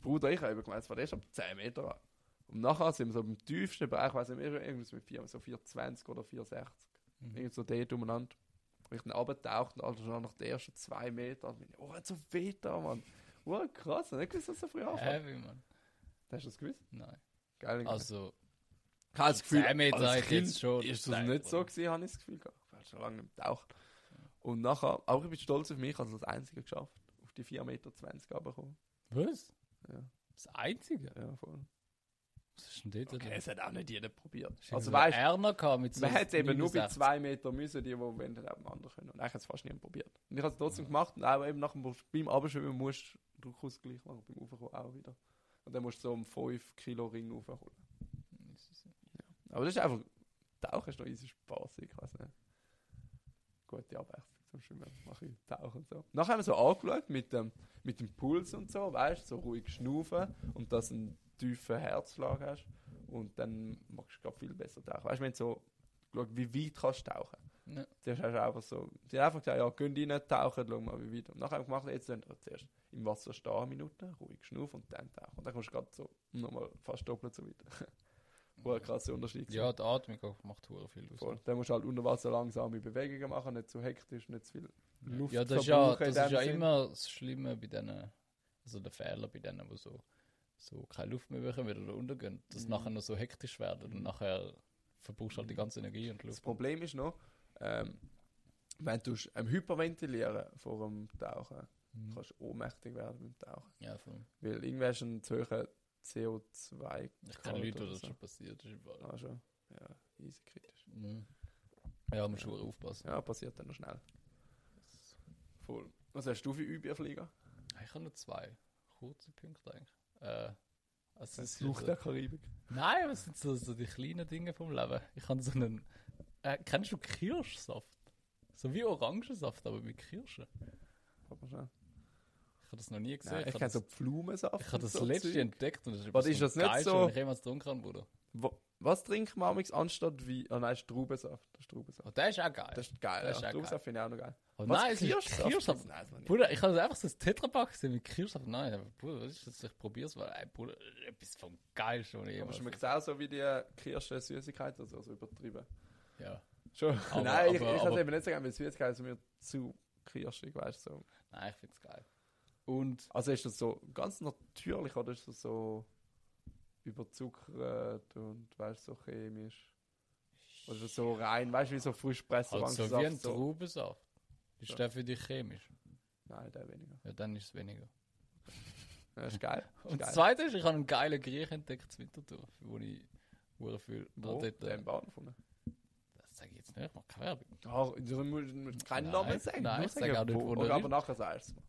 Speaker 3: Bruder, ich habe eben gemeint, es war erst ab 10 Meter an. Und nachher sind wir so im tiefsten Bereich, weiß nicht mehr, irgendwas mit 4, so 420 oder 460.
Speaker 2: Mhm.
Speaker 3: Irgend so dort umeinander. Und ich dann runtergetaucht und also schon nach den ersten zwei Metern, bin ich, oh, hat so weh da, Mann. Oh, krass, ich hab nicht gewusst, dass so früh anfängt.
Speaker 2: Heavy, Mann.
Speaker 3: Hast du das gewusst?
Speaker 2: Nein.
Speaker 3: Geil.
Speaker 2: Also,
Speaker 3: ich habe das Gefühl,
Speaker 2: zehn Meter
Speaker 3: als
Speaker 2: hab ich
Speaker 3: Kind
Speaker 2: jetzt schon
Speaker 3: Ist das
Speaker 2: gedacht,
Speaker 3: nicht so
Speaker 2: Bruder.
Speaker 3: gewesen, habe ich das Gefühl gehabt. Ich war schon lange nicht getaucht. Und nachher, auch ich bin stolz auf mich, also das Einzige geschafft. Auf die 4,20 Meter runtergekommen.
Speaker 2: was?
Speaker 3: Ja.
Speaker 2: Das Einzige?
Speaker 3: Ja, voll.
Speaker 2: Was ist denn dort?
Speaker 3: Okay, es hat auch nicht jeder probiert.
Speaker 2: Ist
Speaker 3: Also
Speaker 2: irgendwo
Speaker 3: weißt
Speaker 2: Erna gehabt mit so
Speaker 3: Man hätte eben nur bei
Speaker 2: 69.
Speaker 3: 2 Meter müssen, die, die wenn dann nebeneinander können. Und ich habe es fast niemand probiert. Und ich habe es trotzdem gemacht. Und auch eben nach dem, beim Abschwimmen musst du den Ausgleich machen, beim Aufkommen auch wieder. Und dann musst du so einen 5 Kilo Ring aufholen. Aber das ist einfach, Tauchen ist noch easy Spaß, ich weiß nicht. Gute Abwechslung zum Schwimmen, mache ich Tauchen und so. Nachher haben wir so angeschaut mit dem, mit dem Puls und so, weißt du, so ruhig schnaufen und dass du einen tiefen Herzschlag hast. Und dann magst du grad viel besser tauchen. Weißt du, wenn so geschaut, wie weit kannst du tauchen.
Speaker 2: Ja.
Speaker 3: Das ist einfach so. Sie haben einfach gesagt, ja, gehen rein, tauchen, schau mal, wie weit. Und nachher haben wir gemacht, jetzt sind wir zuerst im Wasser stehen, eine Minute, ruhig schnaufen und dann tauchen. Und dann kommst du gerade so nochmal fast doppelt so weit. *laughs* Wo ein krasser Unterschied. gewesen.
Speaker 2: Ja, die Atmung auch macht hure viel aus.
Speaker 3: Voll. Dann musst du halt unter Wasser langsame Bewegungen machen, nicht zu hektisch, nicht zu viel Luft
Speaker 2: Ja, das ist ja,
Speaker 3: verbrauchen in
Speaker 2: das ist
Speaker 3: dem
Speaker 2: ja
Speaker 3: Sinn.
Speaker 2: immer das Schlimme bei denen, also der Fehler bei denen, wo so, so keine Luft mehr bekommen oder untergehen, dass
Speaker 3: Mhm.
Speaker 2: nachher noch so hektisch werden und
Speaker 3: Mhm.
Speaker 2: nachher verbrauchst du halt die ganze Energie und
Speaker 3: Das
Speaker 2: Luft.
Speaker 3: Problem ist noch, ähm, wenn du am Hyperventilieren vor dem Tauchen,
Speaker 2: Mhm.
Speaker 3: kannst du ohnmächtig werden beim Tauchen.
Speaker 2: Ja, voll.
Speaker 3: Weil irgendwer ist ein zu hoher CO2
Speaker 2: Ich
Speaker 3: Kalt
Speaker 2: kenne Leute, wo
Speaker 3: oder
Speaker 2: das
Speaker 3: so.
Speaker 2: schon passiert ist. überall.
Speaker 3: Ah, schon. Ja, easy kritisch.
Speaker 2: Mhm. Ja, musst du hure aufpassen.
Speaker 3: Ja, passiert dann noch schnell. Voll. Was hast du für Überflieger?
Speaker 2: Ich habe nur zwei kurze Punkte eigentlich. Äh, also es ist
Speaker 3: Fluch
Speaker 2: so-
Speaker 3: der Karibik.
Speaker 2: Nein, was sind so, so die kleinen Dinge vom Leben? Ich habe so einen. Äh, kennst du Kirschsaft? So wie Orangensaft, aber mit Kirschen.
Speaker 3: Warte mal schnell.
Speaker 2: Ich habe das noch nie gesehen.
Speaker 3: Nein, ich
Speaker 2: habe
Speaker 3: kenne
Speaker 2: das-
Speaker 3: so Pflumensaft.
Speaker 2: Ich habe
Speaker 3: und
Speaker 2: das
Speaker 3: so
Speaker 2: letzte
Speaker 3: Zeug.
Speaker 2: entdeckt und das ist,
Speaker 3: Warte,
Speaker 2: etwas
Speaker 3: ist
Speaker 2: vom
Speaker 3: das nicht
Speaker 2: Geilsten,
Speaker 3: so-
Speaker 2: was ich jemals getrunken habe, Bruder.
Speaker 3: Wo- Was trinkt man manchmal anstatt wie... Oh nein, Straubensaft. Das ist Straubensaft.
Speaker 2: Oh, der ist auch geil.
Speaker 3: Das ist geil.
Speaker 2: Das ist
Speaker 3: ja.
Speaker 2: auch
Speaker 3: Straubensaft finde ich auch noch geil.
Speaker 2: oh,
Speaker 3: Was?
Speaker 2: nein, es ist Kirschsaft.
Speaker 3: Nein, das war nicht.
Speaker 2: Bruder, ich habe einfach so ein Tetrapack gesehen mit Kirschsaft. Nein, aber Bruder, was ist das? Ich probiere es, weil ey, Bruder, etwas vom Geilsten, was ich
Speaker 3: Aber
Speaker 2: jemals...
Speaker 3: schmeckt auch so wie die äh, Kirsche Süßigkeit oder so, so übertrieben.
Speaker 2: Ja.
Speaker 3: Schon.
Speaker 2: Aber-
Speaker 3: nein,
Speaker 2: aber-
Speaker 3: ich, ich kann es
Speaker 2: aber-
Speaker 3: eben nicht so gerne, weil Süßigkeit ist mir zu kirschig, weißt du. So.
Speaker 2: Nein, ich finde es geil. Und
Speaker 3: Also ist das so ganz natürlich oder ist das so überzuckert und weißt du, so chemisch? Oder so rein, weißt du, wie so frisch pressen
Speaker 2: halt so wie ein
Speaker 3: Orangensaft, so.
Speaker 2: Traubensaft. Ist
Speaker 3: Ja.
Speaker 2: der für dich chemisch?
Speaker 3: Nein, der weniger.
Speaker 2: Ja, dann ist es weniger.
Speaker 3: Ja,
Speaker 2: *laughs*
Speaker 3: ist geil. Ist
Speaker 2: Und das
Speaker 3: geil.
Speaker 2: Zweite ist, ich habe einen geilen Griech entdeckt in Winterthur, wo ich hure viel...
Speaker 3: Wo?
Speaker 2: Ah, dort,
Speaker 3: Der
Speaker 2: äh,
Speaker 3: im Bahnhof. unten.
Speaker 2: Das sage ich jetzt nicht, ich mache keine Werbung.
Speaker 3: Ach, du musst- du musst keinen
Speaker 2: Nein,
Speaker 3: Namen sagen.
Speaker 2: nein,
Speaker 3: nur
Speaker 2: ich sage auch nicht, wo
Speaker 3: Oder
Speaker 2: der
Speaker 3: aber
Speaker 2: ist.
Speaker 3: nachher sagst du es.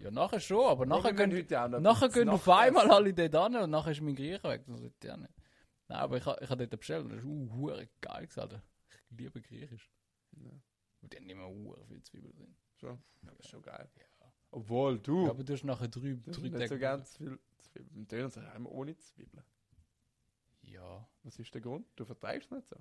Speaker 2: Ja, nachher schon, aber nachher
Speaker 3: Wir müssen
Speaker 2: gehen...
Speaker 3: heute auch noch
Speaker 2: Nachher
Speaker 3: etwas
Speaker 2: gehen auf
Speaker 3: nachtessen.
Speaker 2: einmal halt- alle dort an und nachher ist mein Griech weg. Das sollte ich auch nicht. Nein, aber ich, ha- ich habe dort bestellt und das ist uh, hure geil gesagt. Ich liebe Griechisch.
Speaker 3: Ja,
Speaker 2: Und die haben immer hure viel Zwiebeln drin.
Speaker 3: schon. Ja, ist schon geil.
Speaker 2: Ja.
Speaker 3: Obwohl, du.
Speaker 2: ja, aber du hast nachher drei,
Speaker 3: das ist
Speaker 2: drei
Speaker 3: nicht
Speaker 2: Tage.
Speaker 3: so ganz viel Zwiebeln. Im Döner sagen wir ohne Zwiebeln.
Speaker 2: Ja.
Speaker 3: Was ist der Grund? Du verträgst es nicht so.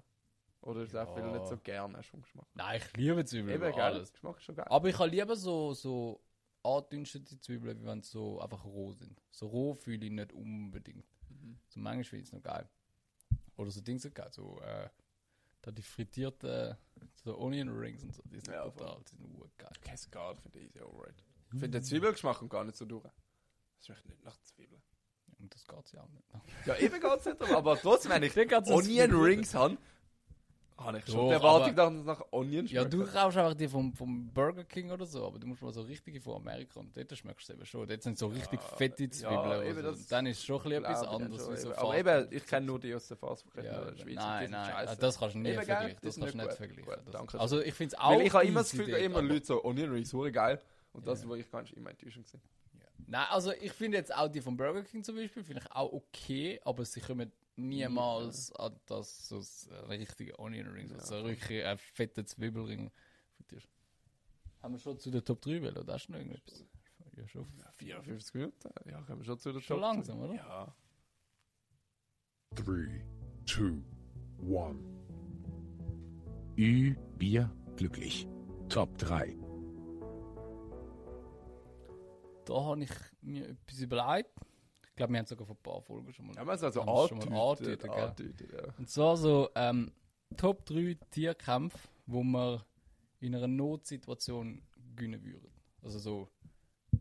Speaker 3: Oder ist es
Speaker 2: Ja.
Speaker 3: einfach, weil du nicht so gerne hast vom Geschmack?
Speaker 2: Nein, ich liebe Zwiebeln.
Speaker 3: Eben,
Speaker 2: über
Speaker 3: geil.
Speaker 2: alles.
Speaker 3: Geschmack ist schon geil.
Speaker 2: Aber ich habe lieber so, so andünstete Zwiebeln, wie wenn sie so einfach roh sind. So roh fühle ich nicht unbedingt.
Speaker 3: Mhm.
Speaker 2: So manchmal finde ich es noch geil. Oder so Dings sind geil. So, äh, da die frittierten so Onion Rings und so. Die sind
Speaker 3: Ja,
Speaker 2: total, die sind hure geil.
Speaker 3: Okay, ist geil, finde ich easy overrated. Ich finde den Zwiebelgeschmack kommt gar nicht so durch. Es schmeckt nicht nach Zwiebeln.
Speaker 2: Und das geht ja auch nicht.
Speaker 3: Ja, eben geht es nicht darum, aber trotzdem, wenn *laughs* ich
Speaker 2: Dann geht's ums
Speaker 3: Onion
Speaker 2: Zwiebeln.
Speaker 3: Rings habe, habe ich schon
Speaker 2: Doch,
Speaker 3: die Erwartung,
Speaker 2: aber-
Speaker 3: dass es nach Onion
Speaker 2: Ja,
Speaker 3: schmeckt.
Speaker 2: du kaufst einfach die vom, vom Burger King oder so, aber du musst mal so richtige von Amerika und dort schmeckst du es eben schon. Dort sind so richtig
Speaker 3: Ja,
Speaker 2: fette Zwiebeln.
Speaker 3: ja,
Speaker 2: oder
Speaker 3: eben
Speaker 2: so.
Speaker 3: das
Speaker 2: dann ist schon ein bisschen
Speaker 3: Glaube
Speaker 2: etwas
Speaker 3: ich dann
Speaker 2: anderes.
Speaker 3: schon,
Speaker 2: Wie so
Speaker 3: eben. aber
Speaker 2: Fast-
Speaker 3: eben, ich kenne nur die aus der Fastfood-Kette
Speaker 2: Ja,
Speaker 3: in der
Speaker 2: eben.
Speaker 3: Schweiz. und die
Speaker 2: nein,
Speaker 3: sind
Speaker 2: nein,
Speaker 3: scheisse.
Speaker 2: also das kannst du nie
Speaker 3: Eben, gell?
Speaker 2: vergleichen.
Speaker 3: Das
Speaker 2: Das
Speaker 3: ist
Speaker 2: kannst du
Speaker 3: nicht
Speaker 2: nicht
Speaker 3: gut.
Speaker 2: vergleichen.
Speaker 3: Gut,
Speaker 2: Das-
Speaker 3: danke
Speaker 2: also ich finde es auch
Speaker 3: Weil ich habe immer das
Speaker 2: easy
Speaker 3: Gefühl,
Speaker 2: dort,
Speaker 3: immer
Speaker 2: aber-
Speaker 3: Leute so Onion Rings, hure geil. Und das,
Speaker 2: Ja.
Speaker 3: wo ich ganz immer enttäuschend gesehen.
Speaker 2: Ja. Nein, also ich finde jetzt auch die von Burger King zum Beispiel, finde ich auch okay, aber sie kommen niemals an das so s- äh, richtige Onion Rings,
Speaker 3: Ja.
Speaker 2: also richtig äh, fette Zwiebelring. frittiert. Haben wir schon zu der Top 3 wählen, oder hast du noch irgendetwas? Ja, schon.
Speaker 3: 54 Minuten? Ja, kommen wir schon zu der
Speaker 2: Schon
Speaker 3: Top-
Speaker 2: langsam, oder?
Speaker 3: Ja.
Speaker 1: 3, 2, 1. Ü, Bier, glücklich. Top 3.
Speaker 2: Da habe ich mir etwas überlegt. Ich glaube, wir haben sogar vor ein paar Folgen schon mal.
Speaker 3: Ja, man es also
Speaker 2: Haben wir schon mal
Speaker 3: angedeutet.
Speaker 2: angedeutet,
Speaker 3: Angedeutet,
Speaker 2: gell?
Speaker 3: ja.
Speaker 2: Und zwar so ähm, Top 3 Tierkämpfe, wo man in einer Notsituation gewinnen würde. Also so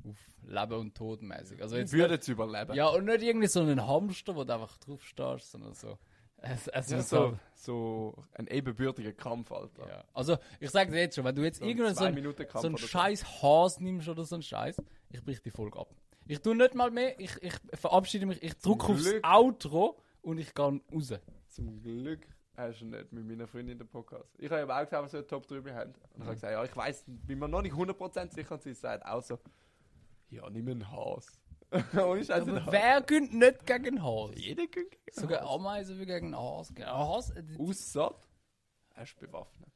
Speaker 2: auf Leben und Tod mäßig. Also jetzt
Speaker 3: Würde es überleben.
Speaker 2: ja, und nicht irgendwie so einen Hamster, wo du einfach drauf stehst, sondern so. Es, es
Speaker 3: Ja,
Speaker 2: ist
Speaker 3: so, so ein ebenbürtiger Kampf, Alter.
Speaker 2: so ja. Also ich sage dir jetzt schon, wenn du jetzt
Speaker 3: ein
Speaker 2: irgendwann so einen,
Speaker 3: Zwei-Minuten-Kampf
Speaker 2: so einen
Speaker 3: oder so.
Speaker 2: scheiß Hase nimmst oder so einen Scheiß, ich brich die Folge ab. Ich tue nicht mal mehr, ich, ich verabschiede mich, ich drücke aufs
Speaker 3: Glück.
Speaker 2: Outro und ich gehe
Speaker 3: *laughs*
Speaker 2: raus.
Speaker 3: Zum Glück hast du nicht mit meiner Freundin den Podcast. Ich habe ja auch gesagt, was wir Top 3 haben.
Speaker 2: Mhm.
Speaker 3: Und ich habe gesagt, ja, ich weiß, bin mir noch nicht 100% sicher. Und sie sagt auch so, ja, nimm einen Haas. *laughs* Ohne Scheiße,
Speaker 2: Aber
Speaker 3: einen Haas.
Speaker 2: wer gönnt nicht gegen einen Hase?
Speaker 3: Jeder kann
Speaker 2: Sogar Ameisen will gegen einen Hase gehen. Ein Hase, äh, die-
Speaker 3: Ausser, er ist bewaffnet.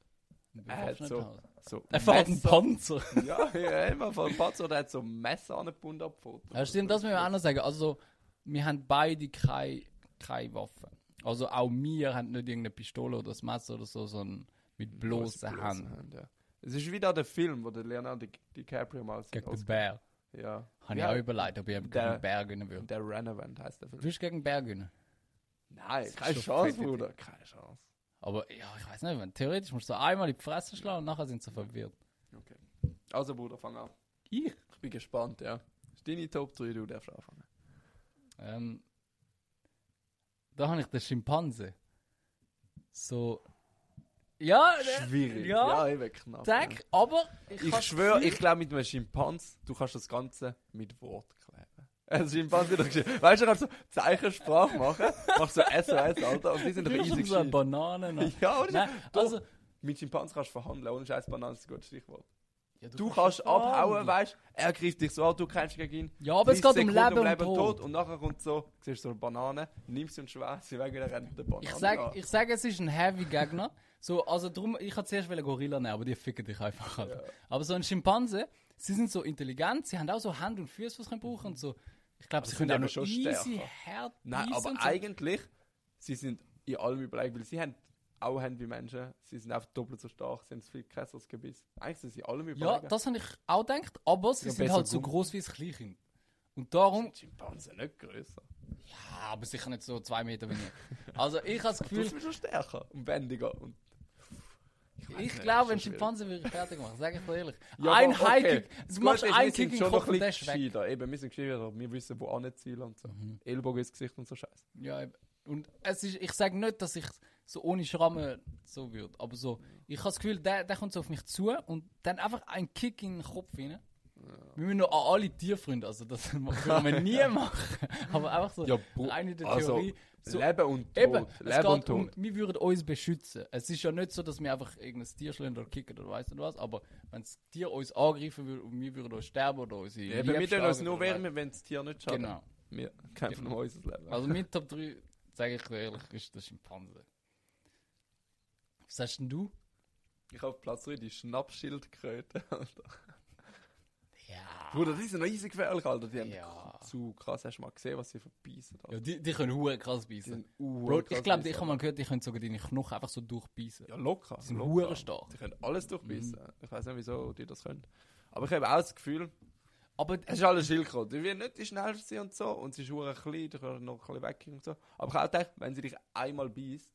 Speaker 2: die-
Speaker 3: Er hat
Speaker 2: nicht
Speaker 3: so,
Speaker 2: Hase.
Speaker 3: so
Speaker 2: halt. Er fährt einen
Speaker 3: Messer-
Speaker 2: Panzer.
Speaker 3: *laughs* Ja, ja, immer von Panzer, der hat so ein Messer an den Bund abgefunden.
Speaker 2: *laughs* Ja, stimmt, das müssen wir auch noch sagen. Also, wir haben beide keine, keine Waffen. Also, auch wir haben nicht irgendeine Pistole oder ein Messer oder so, sondern mit bloßen Händen.
Speaker 3: ja. Es ist wieder der Film, wo der Leonardo Di- DiCaprio mal seinen
Speaker 2: Gegen den
Speaker 3: Oscar-
Speaker 2: Bär.
Speaker 3: Ja.
Speaker 2: Habe ich
Speaker 3: ja.
Speaker 2: auch überlegt, ob ich eben gegen
Speaker 3: Der-
Speaker 2: den Bär gewinnen würde.
Speaker 3: Der Renovant heißt der Film.
Speaker 2: Du wirst gegen den Bär gewinnen.
Speaker 3: Nein,
Speaker 2: ist
Speaker 3: keine
Speaker 2: schon
Speaker 3: Chance,
Speaker 2: fett,
Speaker 3: Bruder. Keine Chance.
Speaker 2: Aber ja, ich weiß nicht, wenn, theoretisch musst du einmal in die Fresse schlagen und nachher sind sie verwirrt.
Speaker 3: Okay. Also, Bruder, fang an.
Speaker 2: Ich?
Speaker 3: Ich bin gespannt, ja. Ist deine Top 3, du darfst anfangen.
Speaker 2: Ähm, da habe ich den Schimpanse. So. Ja, der-
Speaker 3: Schwierig.
Speaker 2: Ja,
Speaker 3: Ja, eben knapp.
Speaker 2: Tag,
Speaker 3: ja.
Speaker 2: aber
Speaker 3: Ich,
Speaker 2: kann's
Speaker 3: schwöre,
Speaker 2: fühlen.
Speaker 3: ich glaube, mit einem Schimpans, du kannst das Ganze mit Wort kleben. *laughs* Ein Schimpanse doch geschrieben. Weißt du, du kannst so Zeichensprache machen, machst so SOS, Alter, und die sind doch
Speaker 2: Kriegst
Speaker 3: easy
Speaker 2: du so eine
Speaker 3: geschrieben.
Speaker 2: Banane noch.
Speaker 3: Ja,
Speaker 2: *laughs*
Speaker 3: oder?
Speaker 2: Nein,
Speaker 3: Doch.
Speaker 2: also,
Speaker 3: Mit Schimpansen kannst du verhandeln, ohne Scheiß Bananen ist ein gutes Stichwort.
Speaker 2: Ja,
Speaker 3: Du kannst abhauen, weißt er greift dich so an, du kämpfst gegen ihn.
Speaker 2: Ja, aber es
Speaker 3: 30
Speaker 2: geht um
Speaker 3: Sekunden
Speaker 2: Leben und Tod.
Speaker 3: Und nachher kommt so, siehst du so eine Banane, nimmst sie und schwächst sie weg, wieder rennt der Banane.
Speaker 2: Ich sage,
Speaker 3: an.
Speaker 2: ich sag, es ist ein heavy Gegner. So, also drum, ich hatte zuerst wollen Gorilla nehmen, aber die ficken dich einfach. Alter. Aber so ein Schimpanse, sie sind so intelligent, sie haben auch so Hand und Füße, was sie können brauchen und so. Ich glaube, sie
Speaker 3: sie
Speaker 2: können
Speaker 3: sind
Speaker 2: auch
Speaker 3: eben
Speaker 2: noch
Speaker 3: schon
Speaker 2: easy
Speaker 3: stärker.
Speaker 2: hart
Speaker 3: Nein,
Speaker 2: beißen
Speaker 3: aber
Speaker 2: und so.
Speaker 3: eigentlich, sie sind in allem überlegen, weil sie haben auch haben wie Menschen, sie sind einfach doppelt so stark, sie haben viel krasseres Gebiss. Eigentlich sind sie in allem
Speaker 2: Ja,
Speaker 3: überlegen.
Speaker 2: das habe ich auch gedacht, aber sie
Speaker 3: Ja,
Speaker 2: sind
Speaker 3: besser
Speaker 2: halt so
Speaker 3: Gummi.
Speaker 2: groß wie ein Kleinkind. Und darum,
Speaker 3: Schimpansen nicht größer.
Speaker 2: ah, aber sicher nicht so zwei Meter wie ich. Also ich
Speaker 3: *laughs*
Speaker 2: habe das
Speaker 3: Du
Speaker 2: Gefühl,
Speaker 3: bist schon stärker und wendiger. Und
Speaker 2: Ich
Speaker 3: nicht,
Speaker 2: glaube,
Speaker 3: ist
Speaker 2: ein
Speaker 3: schon
Speaker 2: Schimpanse würde ich fertig machen, sage ich dir ehrlich.
Speaker 3: Ja,
Speaker 2: ein
Speaker 3: aber
Speaker 2: Highkick,
Speaker 3: Das
Speaker 2: du
Speaker 3: Gute
Speaker 2: machst
Speaker 3: ist,
Speaker 2: einen
Speaker 3: wir sind
Speaker 2: Kick in
Speaker 3: schon
Speaker 2: den
Speaker 3: noch
Speaker 2: Kopf
Speaker 3: ein
Speaker 2: und der
Speaker 3: bisschen
Speaker 2: ist weg.
Speaker 3: gescheiter. Eben, wir sind gescheiter, wir wissen, wo anzielen und so. Ellbogen ins Gesicht und so Scheiße.
Speaker 2: Ja, eben. und es ist, ich sage nicht, dass ich so ohne Schrammen so würde, aber so, ich habe das Gefühl, der, der kommt so auf mich zu und dann einfach einen Kick in den Kopf rein. Wir müssen noch an alle Tierfreunde, also das *laughs* können wir
Speaker 3: *laughs*
Speaker 2: nie machen, aber einfach so
Speaker 3: Ja, Bro,
Speaker 2: rein in der
Speaker 3: also,
Speaker 2: Theorie. so,
Speaker 3: Leben und Tod.
Speaker 2: Eben, es
Speaker 3: Leben und
Speaker 2: geht um,
Speaker 3: Tod.
Speaker 2: wir würden uns beschützen. Es ist ja nicht so, dass wir einfach irgendein Tier schlägen oder kicken oder weiss nicht was, aber wenn das Tier uns angreifen würde und wir würden uns sterben oder unsere
Speaker 3: Eben, wir
Speaker 2: Liebsten
Speaker 3: dürfen uns
Speaker 2: oder
Speaker 3: nur
Speaker 2: weiss-
Speaker 3: wärmen, wenn das Tier nicht schadet.
Speaker 2: Genau.
Speaker 3: Wir kämpfen um unser Leben.
Speaker 2: Also mit Top 3, sage ich dir ehrlich, ist der Schimpanse. Was sagst denn du?
Speaker 3: ich habe Platz 3 die Schnappschildkröte. Alter.
Speaker 2: Ja.
Speaker 3: *laughs* Bruder, die sind noch easy gefährlich, Alter. Die haben
Speaker 2: Ja.
Speaker 3: zu krass. Hast du mal gesehen, was sie verbeißen? Alter?
Speaker 2: ja die, die können hure krass beißen. Bro,
Speaker 3: Bro,
Speaker 2: ich glaube, ich habe mal gehört, die können sogar deine Knochen einfach so durchbeißen.
Speaker 3: Ja, locker.
Speaker 2: Die sind
Speaker 3: locker.
Speaker 2: hure stark.
Speaker 3: Die können alles durchbissen. Ich weiß nicht, wieso die das können. Aber ich habe auch das Gefühl,
Speaker 2: Aber
Speaker 3: es ist alles Schildkröte. Die wird nicht die schnellste sein und so. Und sie ist hure klein, du kannst noch ein bisschen weg und so. Aber ich habe auch gedacht, wenn sie dich einmal beißt,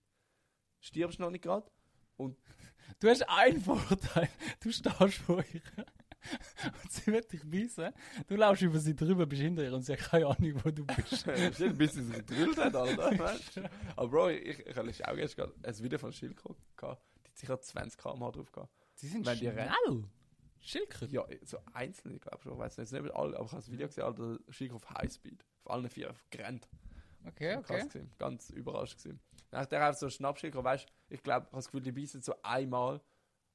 Speaker 3: stirbst du noch nicht *laughs* gerade.
Speaker 2: Du hast einen Vorteil. Du stehst vor ihr. Und sie wird dich beißen. Du laufst über sie drüber, bist hinter ihr und sie hat keine Ahnung, wo du bist.
Speaker 3: Stimmt, bis sie sich gedrillt hat, Alter. weißt du? *laughs* Aber Bro, ich, ich habe letztens auch erst gerade ein Video von Schildkröte gehabt. Die hat sicher 20 km/h drauf gehabt.
Speaker 2: Sie sind
Speaker 3: Wenn die
Speaker 2: schnell. Schildkröte.
Speaker 3: Ja, so einzelne, glaube ich schon. Ich weiß nicht, nicht alle, aber ich habe das Video gesehen, Alter, Schildkröte auf Highspeed. Auf allen vier gerannt.
Speaker 2: Okay,
Speaker 3: Krass
Speaker 2: okay.
Speaker 3: gewesen, ganz überrascht gewesen. Nach der auf so einen Schnappschicker, weißt du, ich glaube, ich habe das Gefühl, die beißen so einmal,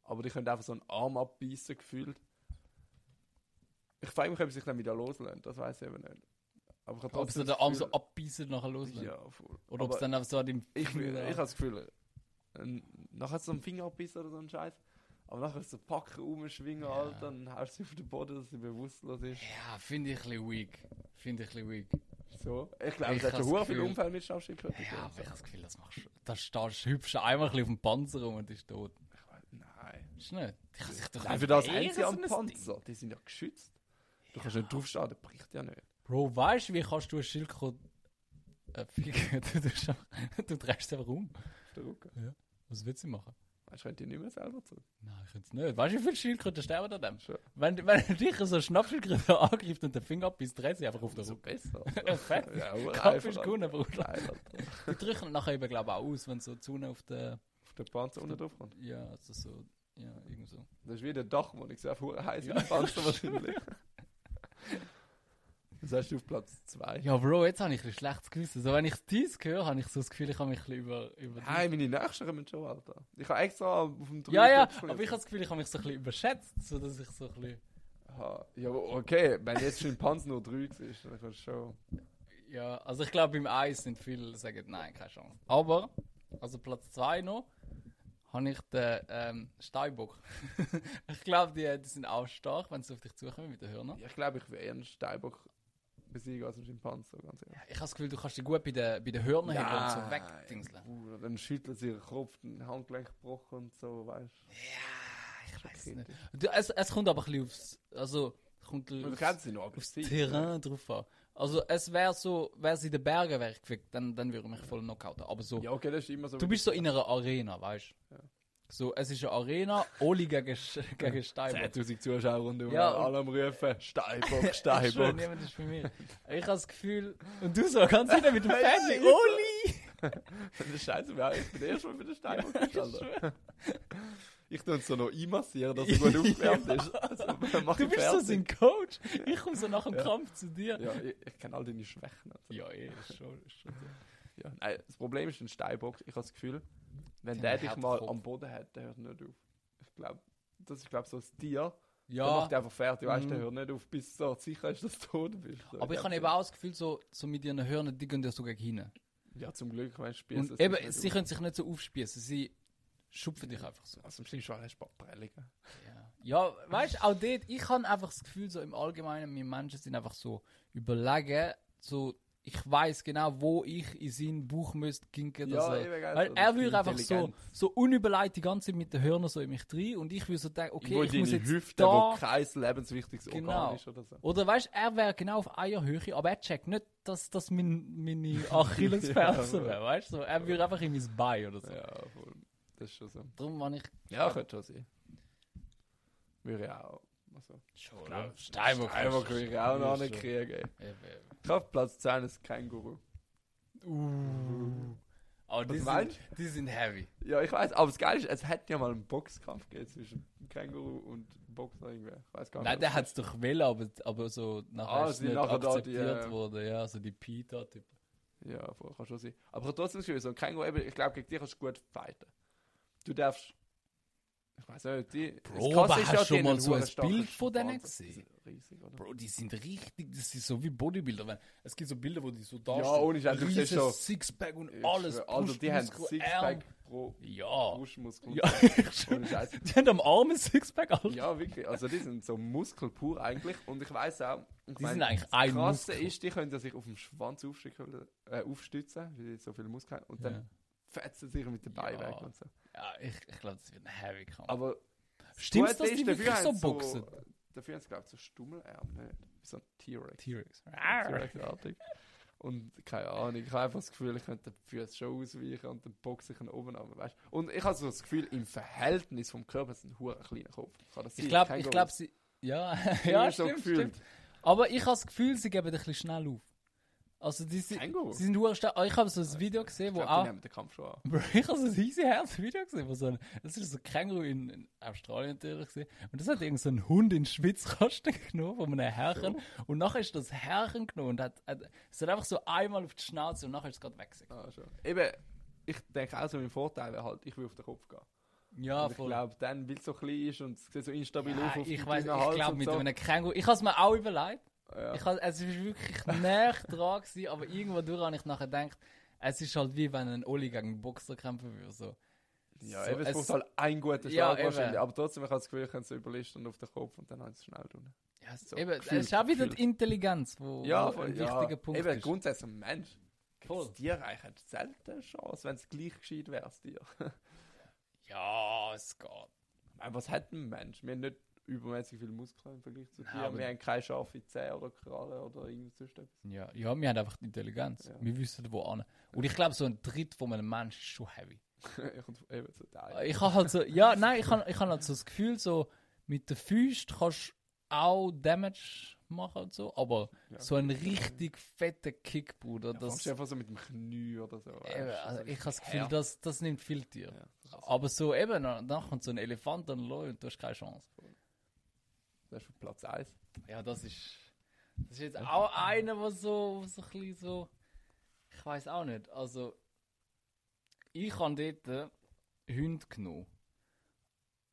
Speaker 3: aber die können einfach so einen Arm abbeißen gefühlt. Ich frage mich, ob sie sich dann wieder loslösen, das weiß ich eben nicht. Aber ich habe
Speaker 2: Ob sie
Speaker 3: trotzdem
Speaker 2: den
Speaker 3: das
Speaker 2: Arm so
Speaker 3: Gefühl-
Speaker 2: abbeißen und nachher loslösen.
Speaker 3: Ja, voll.
Speaker 2: Oder ob
Speaker 3: Aber
Speaker 2: es dann einfach so an dem.
Speaker 3: ich, ich, ich
Speaker 2: Finger-
Speaker 3: habe das Gefühl, ein- nachher so einen Finger abbissen oder so einen Scheiß, aber nachher so packen, umschwingen,
Speaker 2: Ja.
Speaker 3: Alter, und haust sie auf den Boden, dass sie bewusstlos ist.
Speaker 2: ja, finde ich ein bisschen weak. Finde ich ein bisschen weak.
Speaker 3: So. Ich glaube,
Speaker 2: Ich
Speaker 3: es hat
Speaker 2: habe
Speaker 3: schon
Speaker 2: das
Speaker 3: sehr viele
Speaker 2: Gefühl-
Speaker 3: Unfälle mit Schnappschickern.
Speaker 2: Ja, aber ich habe das Gefühl, das machst du. Da stehst du hübsch einmal ein bisschen auf dem Panzer rum und ist tot.
Speaker 3: Nein.
Speaker 2: Ist nicht? Die kann sich doch
Speaker 3: Nein, für das
Speaker 2: wehren,
Speaker 3: haben sie
Speaker 2: so
Speaker 3: am
Speaker 2: ein
Speaker 3: Panzer. Die sind ja geschützt. Du kannst nicht draufstehen, der bricht ja nicht.
Speaker 2: Bro, Bro, weißt du, wie kannst du ein Schildkröte äh, ficken? Du, tust einfach- du drehst es einfach um.
Speaker 3: Auf der Rücken.
Speaker 2: Was willst du machen?
Speaker 3: Weißt du, könnt ihr nicht mehr selber zurück?
Speaker 2: *laughs* Nein, ich könnte es nicht. Weißt du, wie viele Schildkröten sterben an dem?
Speaker 3: Schon.
Speaker 2: Wenn, wenn dich so ein Schnappschildkröte angreift und den Finger abbeißt, dreht sie einfach auf den
Speaker 3: So
Speaker 2: Rücken.
Speaker 3: besser.
Speaker 2: Perfekt.
Speaker 3: ja, aber
Speaker 2: Kampf
Speaker 3: einfach
Speaker 2: ist gewonnen, Bruder.
Speaker 3: Nein, Alter.
Speaker 2: Die drücken nachher eben, glaube ich, auch aus, wenn so die Sonne auf der.
Speaker 3: Auf den Panzer unten drauf kommt.
Speaker 2: Ja, also so. Ja, irgendwie so.
Speaker 3: Das ist wie der Dachmann. Ich sehe auf Huren heiß
Speaker 2: Ja.
Speaker 3: im Panzer wahrscheinlich. Das hast du auf Platz 2.
Speaker 2: Ja, Bro, jetzt habe ich ein schlechtes Gewissen. So, wenn ich dies höre, habe ich so das Gefühl, ich habe mich ein bisschen über. über
Speaker 3: Hey, meine Nächsten kommen schon, Alter. Ich habe extra auf dem 3.
Speaker 2: ja, ja, aber ich habe das Gefühl, ich habe mich so ein bisschen überschätzt, sodass ich so ein bisschen.
Speaker 3: Aha. Ja, aber okay, wenn jetzt schon im Panzer nur 3 ist, dann kannst du schon.
Speaker 2: Ja, also ich glaube, beim Eis sind viele, sagen nein, keine Chance. Aber, also Platz 2 noch, habe ich den ähm, Steinbock. *laughs* ich glaube, die, die sind auch stark, wenn sie auf dich zukommen mit den Hörnern.
Speaker 3: Ja, Ich glaube, ich wäre eher einen Steinbock besiegen als einen Schimpansen, ganz ehrlich.
Speaker 2: Ich habe das Gefühl, du kannst dich gut bei den, bei den Hörnern heben und so wegdingseln.
Speaker 3: Bruder, dann schüttelt sie ihren Kopf, den Handgelenk gebrochen und so, weißt du.
Speaker 2: Ich weiß nicht. Du, es, es kommt aber ein bisschen aufs, also, es kommt
Speaker 3: Du
Speaker 2: aufs,
Speaker 3: kennst sie noch, aber
Speaker 2: aufs
Speaker 3: sie-
Speaker 2: Terrain drauf an. Also es wäre so, wäre sie in den Bergen wäre gefickt, dann, dann würde ich mich voll knockouten. Aber so,
Speaker 3: Ja, okay, das ist immer so.
Speaker 2: du
Speaker 3: wie-
Speaker 2: bist so in einer Arena, weißt du? So, es ist eine Arena, Oli gegen, Sch- gegen *laughs* Steinbock.
Speaker 3: 10.000 Zuschauer und
Speaker 2: Ja, und-
Speaker 3: alle am Rufen:
Speaker 2: *laughs*
Speaker 3: Steinbock,
Speaker 2: Ich schwöre,
Speaker 3: Steinbock.
Speaker 2: niemand ist bei mir. Ich habe das Gefühl, und du so, ganz hinten mit dem Fancy, Oli!
Speaker 3: Das ist scheiße, wer- ich bin erst mal für den Steinbock
Speaker 2: ich
Speaker 3: gestanden. Ich tue uns so noch einmassieren, dass
Speaker 2: *laughs*
Speaker 3: er gut aufgewärmt ist. Also, mach
Speaker 2: Du
Speaker 3: ihn
Speaker 2: bist so
Speaker 3: fertig.
Speaker 2: sein Coach. Ich komme so nach dem
Speaker 3: Ja.
Speaker 2: Kampf zu dir.
Speaker 3: Ja, ich, ich kenne all deine Schwächen. Also.
Speaker 2: Ja, eh, ist schon, ist schon so.
Speaker 3: Ja. Nein, das Problem ist ein Steinbock. Ich habe das Gefühl, wenn
Speaker 2: Die
Speaker 3: der
Speaker 2: haben
Speaker 3: dich
Speaker 2: einen
Speaker 3: mal
Speaker 2: Kopf.
Speaker 3: am Boden hat, der hört nicht auf. Ich glaube, das ist glaube so das Tier. Ja. Der
Speaker 2: Ja,
Speaker 3: macht einfach fertig, weißt du, der
Speaker 2: Mhm.
Speaker 3: hört nicht auf, bis so sicher ist, dass du tot bist. So,
Speaker 2: aber ich habe
Speaker 3: glaub,
Speaker 2: eben auch das Gefühl, so, so mit ihren Hörnern, die gehen ja so gegen hinten.
Speaker 3: Ja, zum Glück, wenn du spielst.
Speaker 2: Und eben, sie können sich nicht so aufspießen, sie schupfen dich einfach so.
Speaker 3: Also, im schlimmsten Fall hast du Bratprellungen.
Speaker 2: Ja, ja weißt du, auch dort, ich habe einfach das Gefühl, so im Allgemeinen, wir Menschen sind einfach so überlegen, so, ich weiß genau, wo ich in seinen Bauch müsste ginken.
Speaker 3: Ja,
Speaker 2: dass
Speaker 3: eben,
Speaker 2: er,
Speaker 3: gell,
Speaker 2: weil
Speaker 3: so
Speaker 2: er
Speaker 3: die
Speaker 2: würde einfach so,
Speaker 3: Intelligenz.
Speaker 2: so unüberlegt die ganze Zeit mit den Hörnern so in mich rein und ich würde so denken, okay,
Speaker 3: wo
Speaker 2: ich muss
Speaker 3: deine
Speaker 2: jetzt
Speaker 3: Hüfte,
Speaker 2: da...
Speaker 3: wo kein lebenswichtiges
Speaker 2: Genau.
Speaker 3: Organ ist oder so.
Speaker 2: Oder weißt du, er wäre genau auf Eierhöhe, aber er checkt nicht, dass das mein,
Speaker 3: *laughs*
Speaker 2: meine Achillesferse
Speaker 3: Ja.
Speaker 2: wäre, weißt du? So, Er würde einfach in mein Bein oder so.
Speaker 3: Ja, voll. Das ist schon so.
Speaker 2: Darum war ich...
Speaker 3: Ja, könnte schon sein. Würde ich auch. Also,
Speaker 2: Schon,
Speaker 3: oder?
Speaker 2: Steinbock.
Speaker 3: Steinbock würde ich auch
Speaker 2: Ja,
Speaker 3: noch nicht kriegen.
Speaker 2: Eben, eben.
Speaker 3: Ich habe Platz 10 ist Känguru.
Speaker 2: Uh. Aber die
Speaker 3: Was
Speaker 2: sind,
Speaker 3: meinst
Speaker 2: die sind heavy.
Speaker 3: Ja, ich weiß, aber das Geile ist, es hätte ja mal einen Boxkampf gegeben zwischen Känguru und Boxer irgendwie. Ich weiß gar nicht.
Speaker 2: Nein, der hat es doch will, aber, aber so nachher
Speaker 3: Ah,
Speaker 2: ist es
Speaker 3: sie
Speaker 2: nicht
Speaker 3: nachher da
Speaker 2: akzeptiert
Speaker 3: die, äh,
Speaker 2: worden. Ja, so die Pita-Typen.
Speaker 3: Ja, voll, kann schon sein. Aber ich habe trotzdem das Gefühl, so ein Känguru, eben, ich glaube, gegen dich kannst du gut fighten. Du darfst. Ich weiß nicht, die. das
Speaker 2: Bro,
Speaker 3: Krasse
Speaker 2: aber
Speaker 3: ist
Speaker 2: hast du schon
Speaker 3: die
Speaker 2: mal
Speaker 3: haben
Speaker 2: so
Speaker 3: einen
Speaker 2: ein
Speaker 3: starken
Speaker 2: Bild von denen
Speaker 3: Schwanz.
Speaker 2: gesehen?
Speaker 3: Die sind Riesig, oder?
Speaker 2: Bro, die sind richtig, das sind so wie Bodybuilder. Wenn, es gibt so Bilder, wo die so da
Speaker 3: Ja, ohne Scheiß, du siehst
Speaker 2: riesen
Speaker 3: schon-
Speaker 2: Sixpack und
Speaker 3: Ich
Speaker 2: alles.
Speaker 3: schwör, Also, die haben
Speaker 2: Brustmuskel, Arm.
Speaker 3: Sixpack pro
Speaker 2: Ja.
Speaker 3: Brustmuskel.
Speaker 2: Ja, *laughs* ich
Speaker 3: Ohne
Speaker 2: schwör.
Speaker 3: Scheiß.
Speaker 2: Die haben am Arm ein Sixpack, Alter.
Speaker 3: Ja, wirklich. Also die sind so muskelpur eigentlich. Und ich weiß auch, ich
Speaker 2: Die sind eigentlich
Speaker 3: das
Speaker 2: ein
Speaker 3: Krasse
Speaker 2: Muskel.
Speaker 3: ist, die können ja sich auf dem Schwanz aufstützen, äh, aufstützen weil die so viel Muskeln haben. Und dann
Speaker 2: Ja.
Speaker 3: fetzen sie sich mit den Beinen
Speaker 2: Ja.
Speaker 3: weg und so.
Speaker 2: Ja, ich, ich glaube, das wird ein heavy Kampf.
Speaker 3: Aber
Speaker 2: Stimmt's,
Speaker 3: das
Speaker 2: dass
Speaker 3: Gute
Speaker 2: die wirklich
Speaker 3: dafür
Speaker 2: so
Speaker 3: haben sie
Speaker 2: boxen?
Speaker 3: Dafür haben sie, glaube ich, so Stummelärme. nicht? Wie so ein T-Rex.
Speaker 2: T-Rex.
Speaker 3: T-Rex-artig. Und keine Ahnung, ich habe einfach das Gefühl, ich könnte den Füße schon ausweichen und dann boxe ich ihn oben an. Weißt? Und ich habe so das Gefühl, im Verhältnis vom Körper ist ein hoher kleiner Kopf. Kann das
Speaker 2: Ich
Speaker 3: sein?
Speaker 2: glaube,
Speaker 3: Kängurus.
Speaker 2: ich glaube, sie. Ja, *laughs* ja
Speaker 3: Irgendwie *laughs* so
Speaker 2: stimmt,
Speaker 3: gefühlt.
Speaker 2: stimmt. Aber ich habe das Gefühl, sie geben ein bisschen schnell auf. Also, die sind.
Speaker 3: Känguru?
Speaker 2: Sie sind hure stark. Ah, Ich habe so ein Video
Speaker 3: Ich
Speaker 2: gesehen, wo
Speaker 3: glaub,
Speaker 2: auch.
Speaker 3: die nehmen den Kampf schon an.
Speaker 2: *laughs* Bro, ich habe so ein easy herz Video gesehen, wo so ein, das ist so ein Känguru in, in Australien natürlich gesehen. Und das hat irgend so ein Hund in den Schwitzkasten *laughs* genommen von einem Herrchen. Und nachher ist das Herrchen genommen und hat, hat, es hat einfach so einmal auf die Schnauze und nachher ist es gerade weg. gewesen.
Speaker 3: Ah, schon. Eben, ich denke auch so, mein Vorteil wäre halt, ich will auf den Kopf gehen.
Speaker 2: Ja,
Speaker 3: und Also, ich
Speaker 2: Ah, voll.
Speaker 3: glaube, dann, weil es so klein ist und es sieht so instabil
Speaker 2: Ja,
Speaker 3: auf, auf
Speaker 2: ich
Speaker 3: dem
Speaker 2: weiß,
Speaker 3: dünnen
Speaker 2: ich
Speaker 3: Hals
Speaker 2: glaube
Speaker 3: und
Speaker 2: mit
Speaker 3: so.
Speaker 2: einem Känguru. Ich habe es mir auch überlegt.
Speaker 3: Ja.
Speaker 2: Ich has, es ist wirklich näher dran gewesen, aber irgendwann durch habe ich nachher gedacht, es ist halt wie wenn ein Oli gegen einen Boxer kämpfen würde. So.
Speaker 3: Ja,
Speaker 2: so,
Speaker 3: eben, es
Speaker 2: es-
Speaker 3: braucht halt einen guten Schlag
Speaker 2: Ja, eben.
Speaker 3: wahrscheinlich. Aber trotzdem, ich habe das Gefühl, ich kann es überlisten auf den Kopf und dann haben sie es schnell tun.
Speaker 2: Ja, es,
Speaker 3: So,
Speaker 2: eben, es
Speaker 3: gefühlt,
Speaker 2: ist auch wieder
Speaker 3: gefühlt.
Speaker 2: die Intelligenz, wo,
Speaker 3: Ja,
Speaker 2: wo ein
Speaker 3: ja,
Speaker 2: wichtiger Punkt
Speaker 3: eben,
Speaker 2: ist.
Speaker 3: grundsätzlich ein Mensch.
Speaker 2: Voll.
Speaker 3: Das Tier eigentlich hat selten eine Chance, wenn es gleich gescheit *laughs* wäre, das Tier.
Speaker 2: Ja, es geht.
Speaker 3: Äh, Ich meine, was hat ein Mensch? Wir haben nicht übermäßig viel Muskeln im Vergleich zu dir.
Speaker 2: aber-
Speaker 3: wir haben keine scharfe Zähne oder Krallen oder irgendwas sonst etwas. *laughs*
Speaker 2: Ja, ja, wir haben einfach die Intelligenz.
Speaker 3: Ja.
Speaker 2: Wir wissen, wo an. Und ich glaube, so ein Drittel von einem Menschen ist schon heavy.
Speaker 3: ich komme eben zu
Speaker 2: Äh,
Speaker 3: Teil.
Speaker 2: Ich habe halt so, ja, nein, ich habe ich hab halt so das Gefühl, so mit den Füßen kannst du auch Damage machen und so, aber
Speaker 3: Ja.
Speaker 2: so ein richtig fetter Kick, Bruder,
Speaker 3: Das
Speaker 2: das,
Speaker 3: ist einfach so mit dem Knie oder so. weißt
Speaker 2: eben,
Speaker 3: du,
Speaker 2: also
Speaker 3: so
Speaker 2: ich habe das
Speaker 3: Ja.
Speaker 2: Gefühl, das, das nimmt viel Tier.
Speaker 3: Ja, das ist-
Speaker 2: Aber so eben, dann dann kommt so ein Elefant an den Leu und du hast keine Chance.
Speaker 3: das ist schon Platz 1.
Speaker 2: Ja, das ist. Das ist jetzt auch einer, der so, so ein bisschen so. Ich weiß auch nicht. Also, ich habe dort Hunde genommen.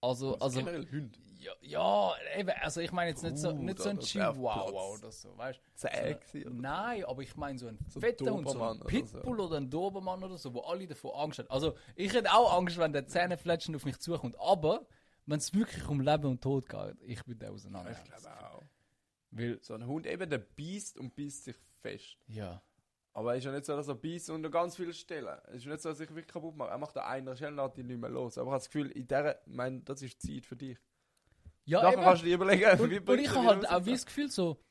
Speaker 2: Also, also.
Speaker 3: generell Hund.
Speaker 2: Ja, ja, eben, also ich meine jetzt nicht so,
Speaker 3: Bruder,
Speaker 2: nicht so ein
Speaker 3: das wär auf
Speaker 2: Chihuahua
Speaker 3: Platz.
Speaker 2: oder so, weißt du?
Speaker 3: Zäh
Speaker 2: So,
Speaker 3: gewesen oder
Speaker 2: nein, aber ich meine so ein
Speaker 3: So ein
Speaker 2: fetter und so
Speaker 3: Dobermann
Speaker 2: ein
Speaker 3: oder
Speaker 2: Pitbull
Speaker 3: so.
Speaker 2: oder ein Dobermann oder so, wo alle davon Angst haben. Also ich hätte auch Angst, wenn der Zähnefletschen auf mich zukommt, aber wenn es wirklich um Leben und Tod geht, ich bin da auseinander.
Speaker 3: Ich glaube auch.
Speaker 2: Weil,
Speaker 3: So ein Hund, eben der beißt und beißt sich fest.
Speaker 2: ja.
Speaker 3: Aber es ist ja nicht so, dass er beißt und an ganz vielen Stellen. Es ist nicht so, dass ich wirklich kaputt mache. Er macht an einer Stelle und lässt ihn nicht mehr los. Aber ich habe das Gefühl, in dieser, ich meine, das ist Zeit für dich.
Speaker 2: Ja,
Speaker 3: Nachher
Speaker 2: eben.
Speaker 3: kannst du dir überlegen, wie
Speaker 2: und, und
Speaker 3: bringst
Speaker 2: ich
Speaker 3: du
Speaker 2: habe
Speaker 3: ihn
Speaker 2: halt
Speaker 3: raus.
Speaker 2: auch wie das Gefühl so,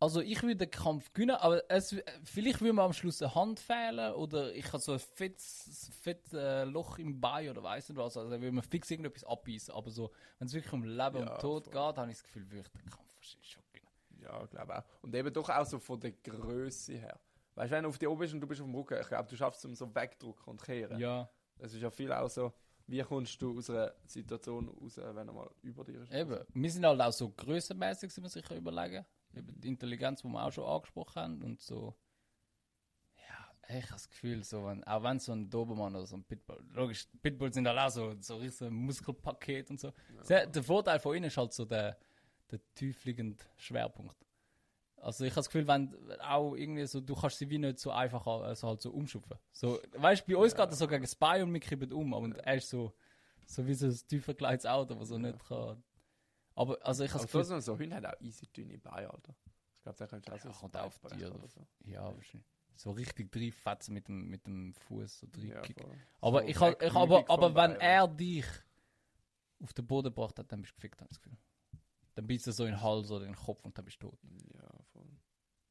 Speaker 2: also ich würde den Kampf gewinnen, aber es, vielleicht würde mir am Schluss eine Hand fehlen oder ich habe so ein fettes, fettes äh, Loch im Bein oder weiß nicht was, also würde mir fix irgendetwas abbeißen, aber so, wenn es wirklich um Leben
Speaker 3: Ja,
Speaker 2: und Tod
Speaker 3: voll.
Speaker 2: geht, habe ich das Gefühl, würde ich den Kampf wahrscheinlich schon gewinnen.
Speaker 3: Ja, ich glaube auch. Und eben doch auch so von der Größe her. Weißt du, wenn du auf die oben bist und du bist auf dem Rücken, ich glaube, du schaffst es, um so wegdrücken und kehren.
Speaker 2: Ja,
Speaker 3: Es ist ja viel auch so, wie kommst du aus einer Situation raus, wenn er mal über dir ist.
Speaker 2: eben. Wir sind halt auch so grössenmässig, sind wir sicher überlegen, über die Intelligenz, die wir auch schon angesprochen haben und so. Ja, ich habe das Gefühl, so wenn, auch wenn so ein Dobermann oder so ein Pitbull, logisch, Pitbulls sind halt auch so, so riesen Muskelpaket und so. Sehr- Der Vorteil von ihnen ist halt so der, der tiefliegende Schwerpunkt. Also ich habe das Gefühl, wenn auch irgendwie so, du kannst sie wie nicht so einfach an- also halt so umschupfen. So, weißt du, bei uns geht das so gegen das Bein und wir kippen um, aber er ist so, so wie so ein tiefergeleitetes Auto, was so nicht kann. Aber also ich habe das
Speaker 3: Also,
Speaker 2: Gefühl,
Speaker 3: das so Hunde haben auch easy dünne Beine, Alter. Ich glaube, da könntest du auch so
Speaker 2: Ja,
Speaker 3: ein
Speaker 2: kommt auch auf die
Speaker 3: Bein brechen
Speaker 2: oder
Speaker 3: oder so.
Speaker 2: ja, wahrscheinlich. So richtig drei Fetzen mit dem, mit dem Fuß, so drei
Speaker 3: Ja,
Speaker 2: Kick.
Speaker 3: voll.
Speaker 2: Aber,
Speaker 3: So
Speaker 2: ich, ha- ich,
Speaker 3: Wegdrückung
Speaker 2: aber,
Speaker 3: vom
Speaker 2: aber wenn
Speaker 3: Bein,
Speaker 2: er dich auf den Boden gebracht hat, dann bist du gefickt, habe ich das Gefühl. Dann bist du so in den Hals oder in den Kopf und dann bist du tot.
Speaker 3: Ja, voll.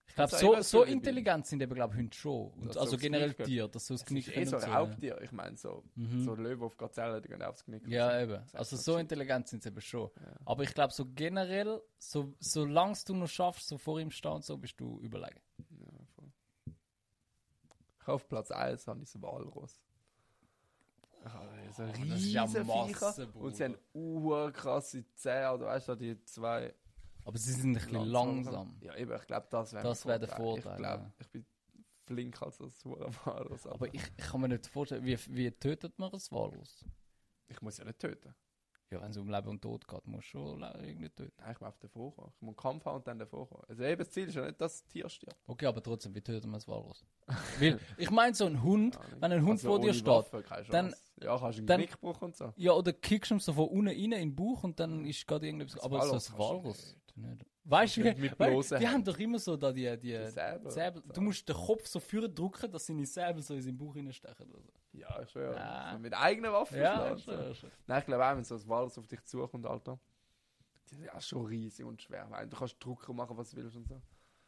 Speaker 2: Ich glaube,
Speaker 3: Das ist
Speaker 2: so,
Speaker 3: eben
Speaker 2: so
Speaker 3: so
Speaker 2: intelligent sind eben, glaube ich, Hunde schon. Und
Speaker 3: Dass so
Speaker 2: also
Speaker 3: aufs
Speaker 2: generell
Speaker 3: Knie gehen.
Speaker 2: Tiere, dass so das
Speaker 3: Es ist
Speaker 2: Knick
Speaker 3: eh so ein Raubtier. Ich meine, so,
Speaker 2: Mhm.
Speaker 3: so Löwen auf Gazelle, die gehen auch aufs Knick.
Speaker 2: Ja, eben.
Speaker 3: sagt
Speaker 2: Also
Speaker 3: man
Speaker 2: so
Speaker 3: schon.
Speaker 2: intelligent sind sie eben schon.
Speaker 3: Ja.
Speaker 2: Aber ich glaube, so generell, so, solange es du noch schaffst, so vor ihm stehen, und so bist du überlegen.
Speaker 3: Ja, voll. Ich auf Platz 1 habe ich so Walross. Ah, so
Speaker 2: Oh, das ist ja
Speaker 3: riesen
Speaker 2: Masse,
Speaker 3: Viecher. Und sie
Speaker 2: Bruder.
Speaker 3: haben uhr krasse Zähne, oder weißt du, die zwei.
Speaker 2: Aber sie sind ein bisschen langsam.
Speaker 3: Ja, eben, ich glaube, das wäre
Speaker 2: Das wär der Vorteil,
Speaker 3: Ich glaube,
Speaker 2: ja.
Speaker 3: ich bin flink als das Walross.
Speaker 2: Aber ich, ich kann mir nicht vorstellen, wie, wie tötet man ein Walrus?
Speaker 3: ich muss ja nicht töten.
Speaker 2: Ja, wenn es um Leben und Tod geht, musst du schon le- irgendwie töten.
Speaker 3: Nein, ich muss auf den Vorkommen. Ich muss einen Kampf haben und dann den Vorkommen. Also eben, das Ziel ist ja nicht, dass das Tier stirbt.
Speaker 2: Okay, aber trotzdem, wie tötet man ein Walrus?
Speaker 3: *laughs*
Speaker 2: Weil, ich meine, so ein Hund, wenn ein Hund vor dir
Speaker 3: Also ohne
Speaker 2: steht,
Speaker 3: Waffe, keine
Speaker 2: dann-
Speaker 3: Chance. Ja, kannst du einen
Speaker 2: dann-
Speaker 3: Knickbruch und so.
Speaker 2: Ja, oder kickst du ihm so von unten rein in den Bauch und dann ist gerade irgendwas.
Speaker 3: Das
Speaker 2: Aber so
Speaker 3: Walrus
Speaker 2: ein
Speaker 3: kannst du
Speaker 2: Walrus. nicht. Weißt du,
Speaker 3: Mit-
Speaker 2: wie-
Speaker 3: mit
Speaker 2: weißt,
Speaker 3: bloßen
Speaker 2: die haben
Speaker 3: Händen.
Speaker 2: doch immer so da die, die,
Speaker 3: Die Säbel.
Speaker 2: Säbel. Du musst den Kopf so führen drücken, dass seine Säbel so in seinen Bauch reinstechen. oder so.
Speaker 3: Ja, ich schwöre.
Speaker 2: Ja.
Speaker 3: So mit eigenen Waffen
Speaker 2: Ja,
Speaker 3: schlagen.
Speaker 2: schon, schon.
Speaker 3: Nein, ich glaube auch, wenn so ein Walrus auf dich zukommt, Alter. Die sind ja schon riesig und schwer. Weil du kannst Drucker machen, was du willst und so.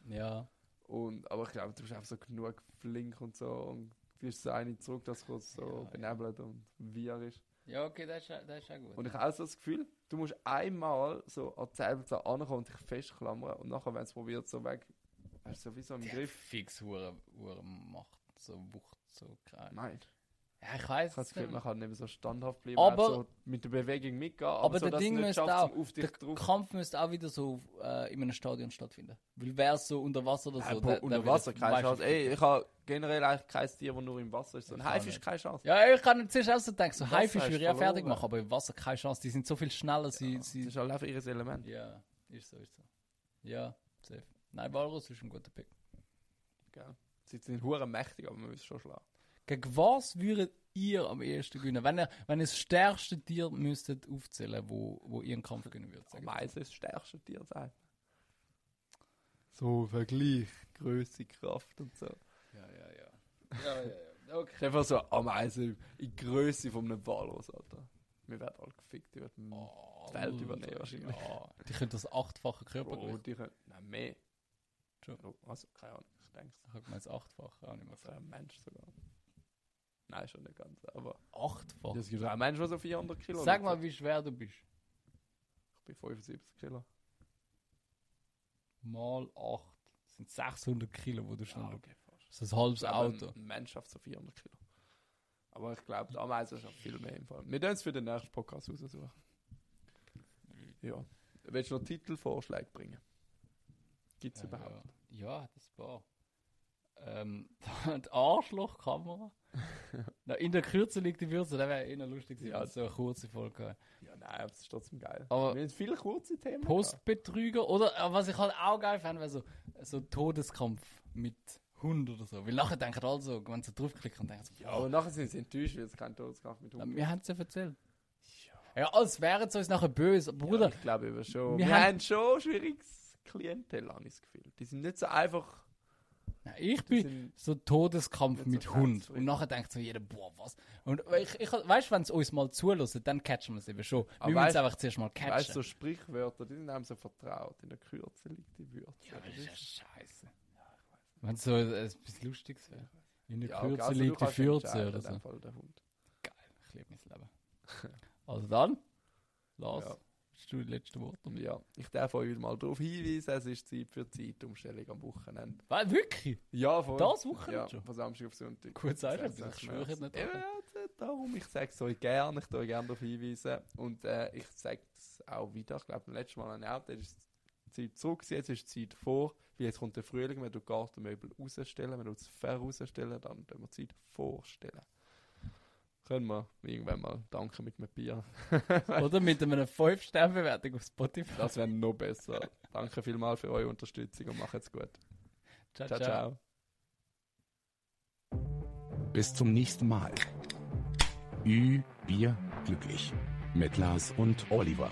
Speaker 2: ja.
Speaker 3: Und, aber ich glaube, du bist einfach so genug flink und so. Und du bist so eine zurück, dass kurz so
Speaker 2: Ja,
Speaker 3: benebelt und wir ist.
Speaker 2: Ja, okay, das ist, das ist auch gut.
Speaker 3: Und ich habe auch so das Gefühl, du musst einmal so an die Säbelzahn ankommen und dich festklammern. Und nachher, wenn es probiert, so weg. Hast du so wie so im
Speaker 2: Der
Speaker 3: Griff.
Speaker 2: fix Huren macht. So Wucht, so krass.
Speaker 3: Nein.
Speaker 2: Ja, ich weiß
Speaker 3: Ich habe das
Speaker 2: es
Speaker 3: Gefühl,
Speaker 2: nicht.
Speaker 3: man
Speaker 2: Aber,
Speaker 3: kann nicht mehr so standhaft bleiben. man
Speaker 2: Aber-
Speaker 3: hat so mit der Bewegung mitgehen. Aber, so,
Speaker 2: der
Speaker 3: dass
Speaker 2: Ding
Speaker 3: du nicht
Speaker 2: müsste
Speaker 3: schaffst,
Speaker 2: auch.
Speaker 3: um auf
Speaker 2: Der
Speaker 3: dich drauf
Speaker 2: Kampf müsste auch wieder so äh, in einem Stadion stattfinden. Weil wäre es so unter Wasser oder so.
Speaker 3: Nein,
Speaker 2: Also der-
Speaker 3: Bro,
Speaker 2: der
Speaker 3: unter
Speaker 2: wieder-
Speaker 3: Wasser keine
Speaker 2: weißt du,
Speaker 3: Chance. Ey, ich habe generell eigentlich kein Tier, das nur im Wasser ist. So
Speaker 2: Ich
Speaker 3: ein
Speaker 2: auch
Speaker 3: Haif
Speaker 2: nicht.
Speaker 3: ist keine Chance.
Speaker 2: Ja, ich kann nicht zuerst auch so denken, so
Speaker 3: Wasser
Speaker 2: Haifisch
Speaker 3: hast
Speaker 2: würde ich auch fertig
Speaker 3: verloren.
Speaker 2: machen, aber im Wasser keine Chance, die sind so viel schneller, sie... Ja,
Speaker 3: das
Speaker 2: sie,
Speaker 3: ist halt einfach ihr Element.
Speaker 2: ja ist so, ist so. Ja, safe. Nein, Walrus ist ein guter Pick.
Speaker 3: gell? Sie sind huren mächtig, aber man muss schon schlagen.
Speaker 2: Gegen was würdet ihr am ehesten gewinnen, wenn ihr, wenn ihr das stärkste Tier müsstet aufzählen, wo, wo ihr einen Kampf gewinnen würdet? sagen wir?
Speaker 3: Ameisen ist das stärkste Tier sein. So, Vergleich, Größe, Kraft und so.
Speaker 2: Ja, ja, ja. Ja, ja, ja. Okay.
Speaker 3: Ich einfach so eine Ameise in Größe von einem Walrus, Alter. Wir werden alle gefickt, wir werden *laughs* die Welt übernehmen wahrscheinlich.
Speaker 2: Oh, Ja, die können das achtfache
Speaker 3: Bro,
Speaker 2: Körpergewicht.
Speaker 3: die können... Nein, mehr.
Speaker 2: Schon.
Speaker 3: Bro, Also, keine Ahnung, ich denke es.
Speaker 2: Ich habe gemeint das achtfache, habe ich mal
Speaker 3: Das ist
Speaker 2: gesagt.
Speaker 3: ein Mensch sogar. Nein, schon nicht ganz, aber...
Speaker 2: Achtfach?
Speaker 3: Es gibt auch einen Mensch, der so 400 Kilo
Speaker 2: Sag
Speaker 3: wiegt.
Speaker 2: mal, wie schwer du bist.
Speaker 3: Ich bin 75 Kilo.
Speaker 2: Mal acht. Das sind 600 Kilo, wo du
Speaker 3: Ah,
Speaker 2: schneller bist.
Speaker 3: fast.
Speaker 2: Das ist ein halbes
Speaker 3: Ich glaube,
Speaker 2: Auto.
Speaker 3: Ein Mensch schafft so 400 Kilo. Aber ich glaube, die Ameise schafft viel mehr im Fall. Wir können es für den nächsten Podcast raussuchen. Ja. Willst du noch Titelvorschläge bringen? Gibt es
Speaker 2: Ja,
Speaker 3: überhaupt?
Speaker 2: Ja, ja hat ein paar. Ähm, *laughs* die
Speaker 3: *laughs*
Speaker 2: Arschlochkamera. Na, in der Kürze liegt die Würze, das wäre eher lustig gewesen,
Speaker 3: Ja.
Speaker 2: ja. so eine kurze Folge wäre.
Speaker 3: Ja, nein, aber es ist trotzdem geil.
Speaker 2: Aber-
Speaker 3: wir haben viele kurze Themen. gehabt.
Speaker 2: Postbetrüger oder äh, was ich halt auch geil fand, wäre so, so Todeskampf mit Hund oder so. Weil nachher denken alle so, wenn sie draufklicken, denken sie,
Speaker 3: Ja, aber nachher sind sie enttäuscht, weil es keinen Todeskampf mit
Speaker 2: ja,
Speaker 3: Hunden
Speaker 2: wir haben es ja erzählt. Ja, als wären sie uns nachher böse. Bruder,
Speaker 3: Ja, ich glaube eben schon. Wir,
Speaker 2: Wir
Speaker 3: haben,
Speaker 2: haben-
Speaker 3: schon ein schwieriges Klientel, habe ich das Gefühl. Die sind nicht so einfach.
Speaker 2: nein, ich
Speaker 3: Die
Speaker 2: bin
Speaker 3: sind,
Speaker 2: so Todeskampf
Speaker 3: Nicht so
Speaker 2: mit Hund.
Speaker 3: herzfrei.
Speaker 2: Und nachher denkt so jeder, boah, was? Und ich, ich, weißt du, wenn sie uns mal zulassen, dann catchen wir es eben schon.
Speaker 3: Aber
Speaker 2: wir müssen es
Speaker 3: Ah, weißt-
Speaker 2: einfach zuerst mal catchen.
Speaker 3: weißt du, so Sprichwörter, die sind einem so vertraut. In der Kürze liegt die Würze.
Speaker 2: Ja, aber das ist ja
Speaker 3: Das ist-
Speaker 2: scheiße. Wenn es so ein ein bisschen Lustiges wäre. In der
Speaker 3: Ja, okay,
Speaker 2: Kürze
Speaker 3: also du
Speaker 2: liegt die
Speaker 3: kannst
Speaker 2: Fürze
Speaker 3: entscheiden,
Speaker 2: oder
Speaker 3: in
Speaker 2: so.
Speaker 3: dem Fall der Hund.
Speaker 2: Geil, ich liebe mein Leben.
Speaker 3: *laughs*
Speaker 2: also dann, Lars,
Speaker 3: Ja.
Speaker 2: hast du die letzten Worte?
Speaker 3: Ja, ich darf euch wieder mal darauf hinweisen, es ist Zeit für die Zeitumstellung am Wochenende.
Speaker 2: Weil,
Speaker 3: *laughs*
Speaker 2: wirklich?
Speaker 3: Ja, von,
Speaker 2: Das Wochenende
Speaker 3: ja,
Speaker 2: schon?
Speaker 3: von Samstag auf Sonntag.
Speaker 2: Gut, sag ich,
Speaker 3: 16.
Speaker 2: aber ich schwöre, ich hätte nicht
Speaker 3: Eben, ja, darum, ich sage es euch gerne, ich tue euch gerne darauf hinweisen. Und äh, ich sage es auch wieder, ich glaube, beim letzten Mal habe ich auch, dann ist die Zeit zurück, gewesen, jetzt ist die Zeit vor, weil jetzt kommt der Frühling, wenn du Gartenmöbel rausstellen, wenn du das Fair rausstellen, dann tun wir die Zeit vorstellen. Können wir irgendwann mal danken mit einem Bier.
Speaker 2: Oder mit einer 5-Sterne-Bewertung auf Spotify.
Speaker 3: Das wäre noch besser. Danke vielmals für eure Unterstützung und macht's gut.
Speaker 2: Ciao,
Speaker 3: Ciao, ciao.
Speaker 1: Bis zum nächsten Mal. Ü, Bier, glücklich. Mit Lars und Oliver.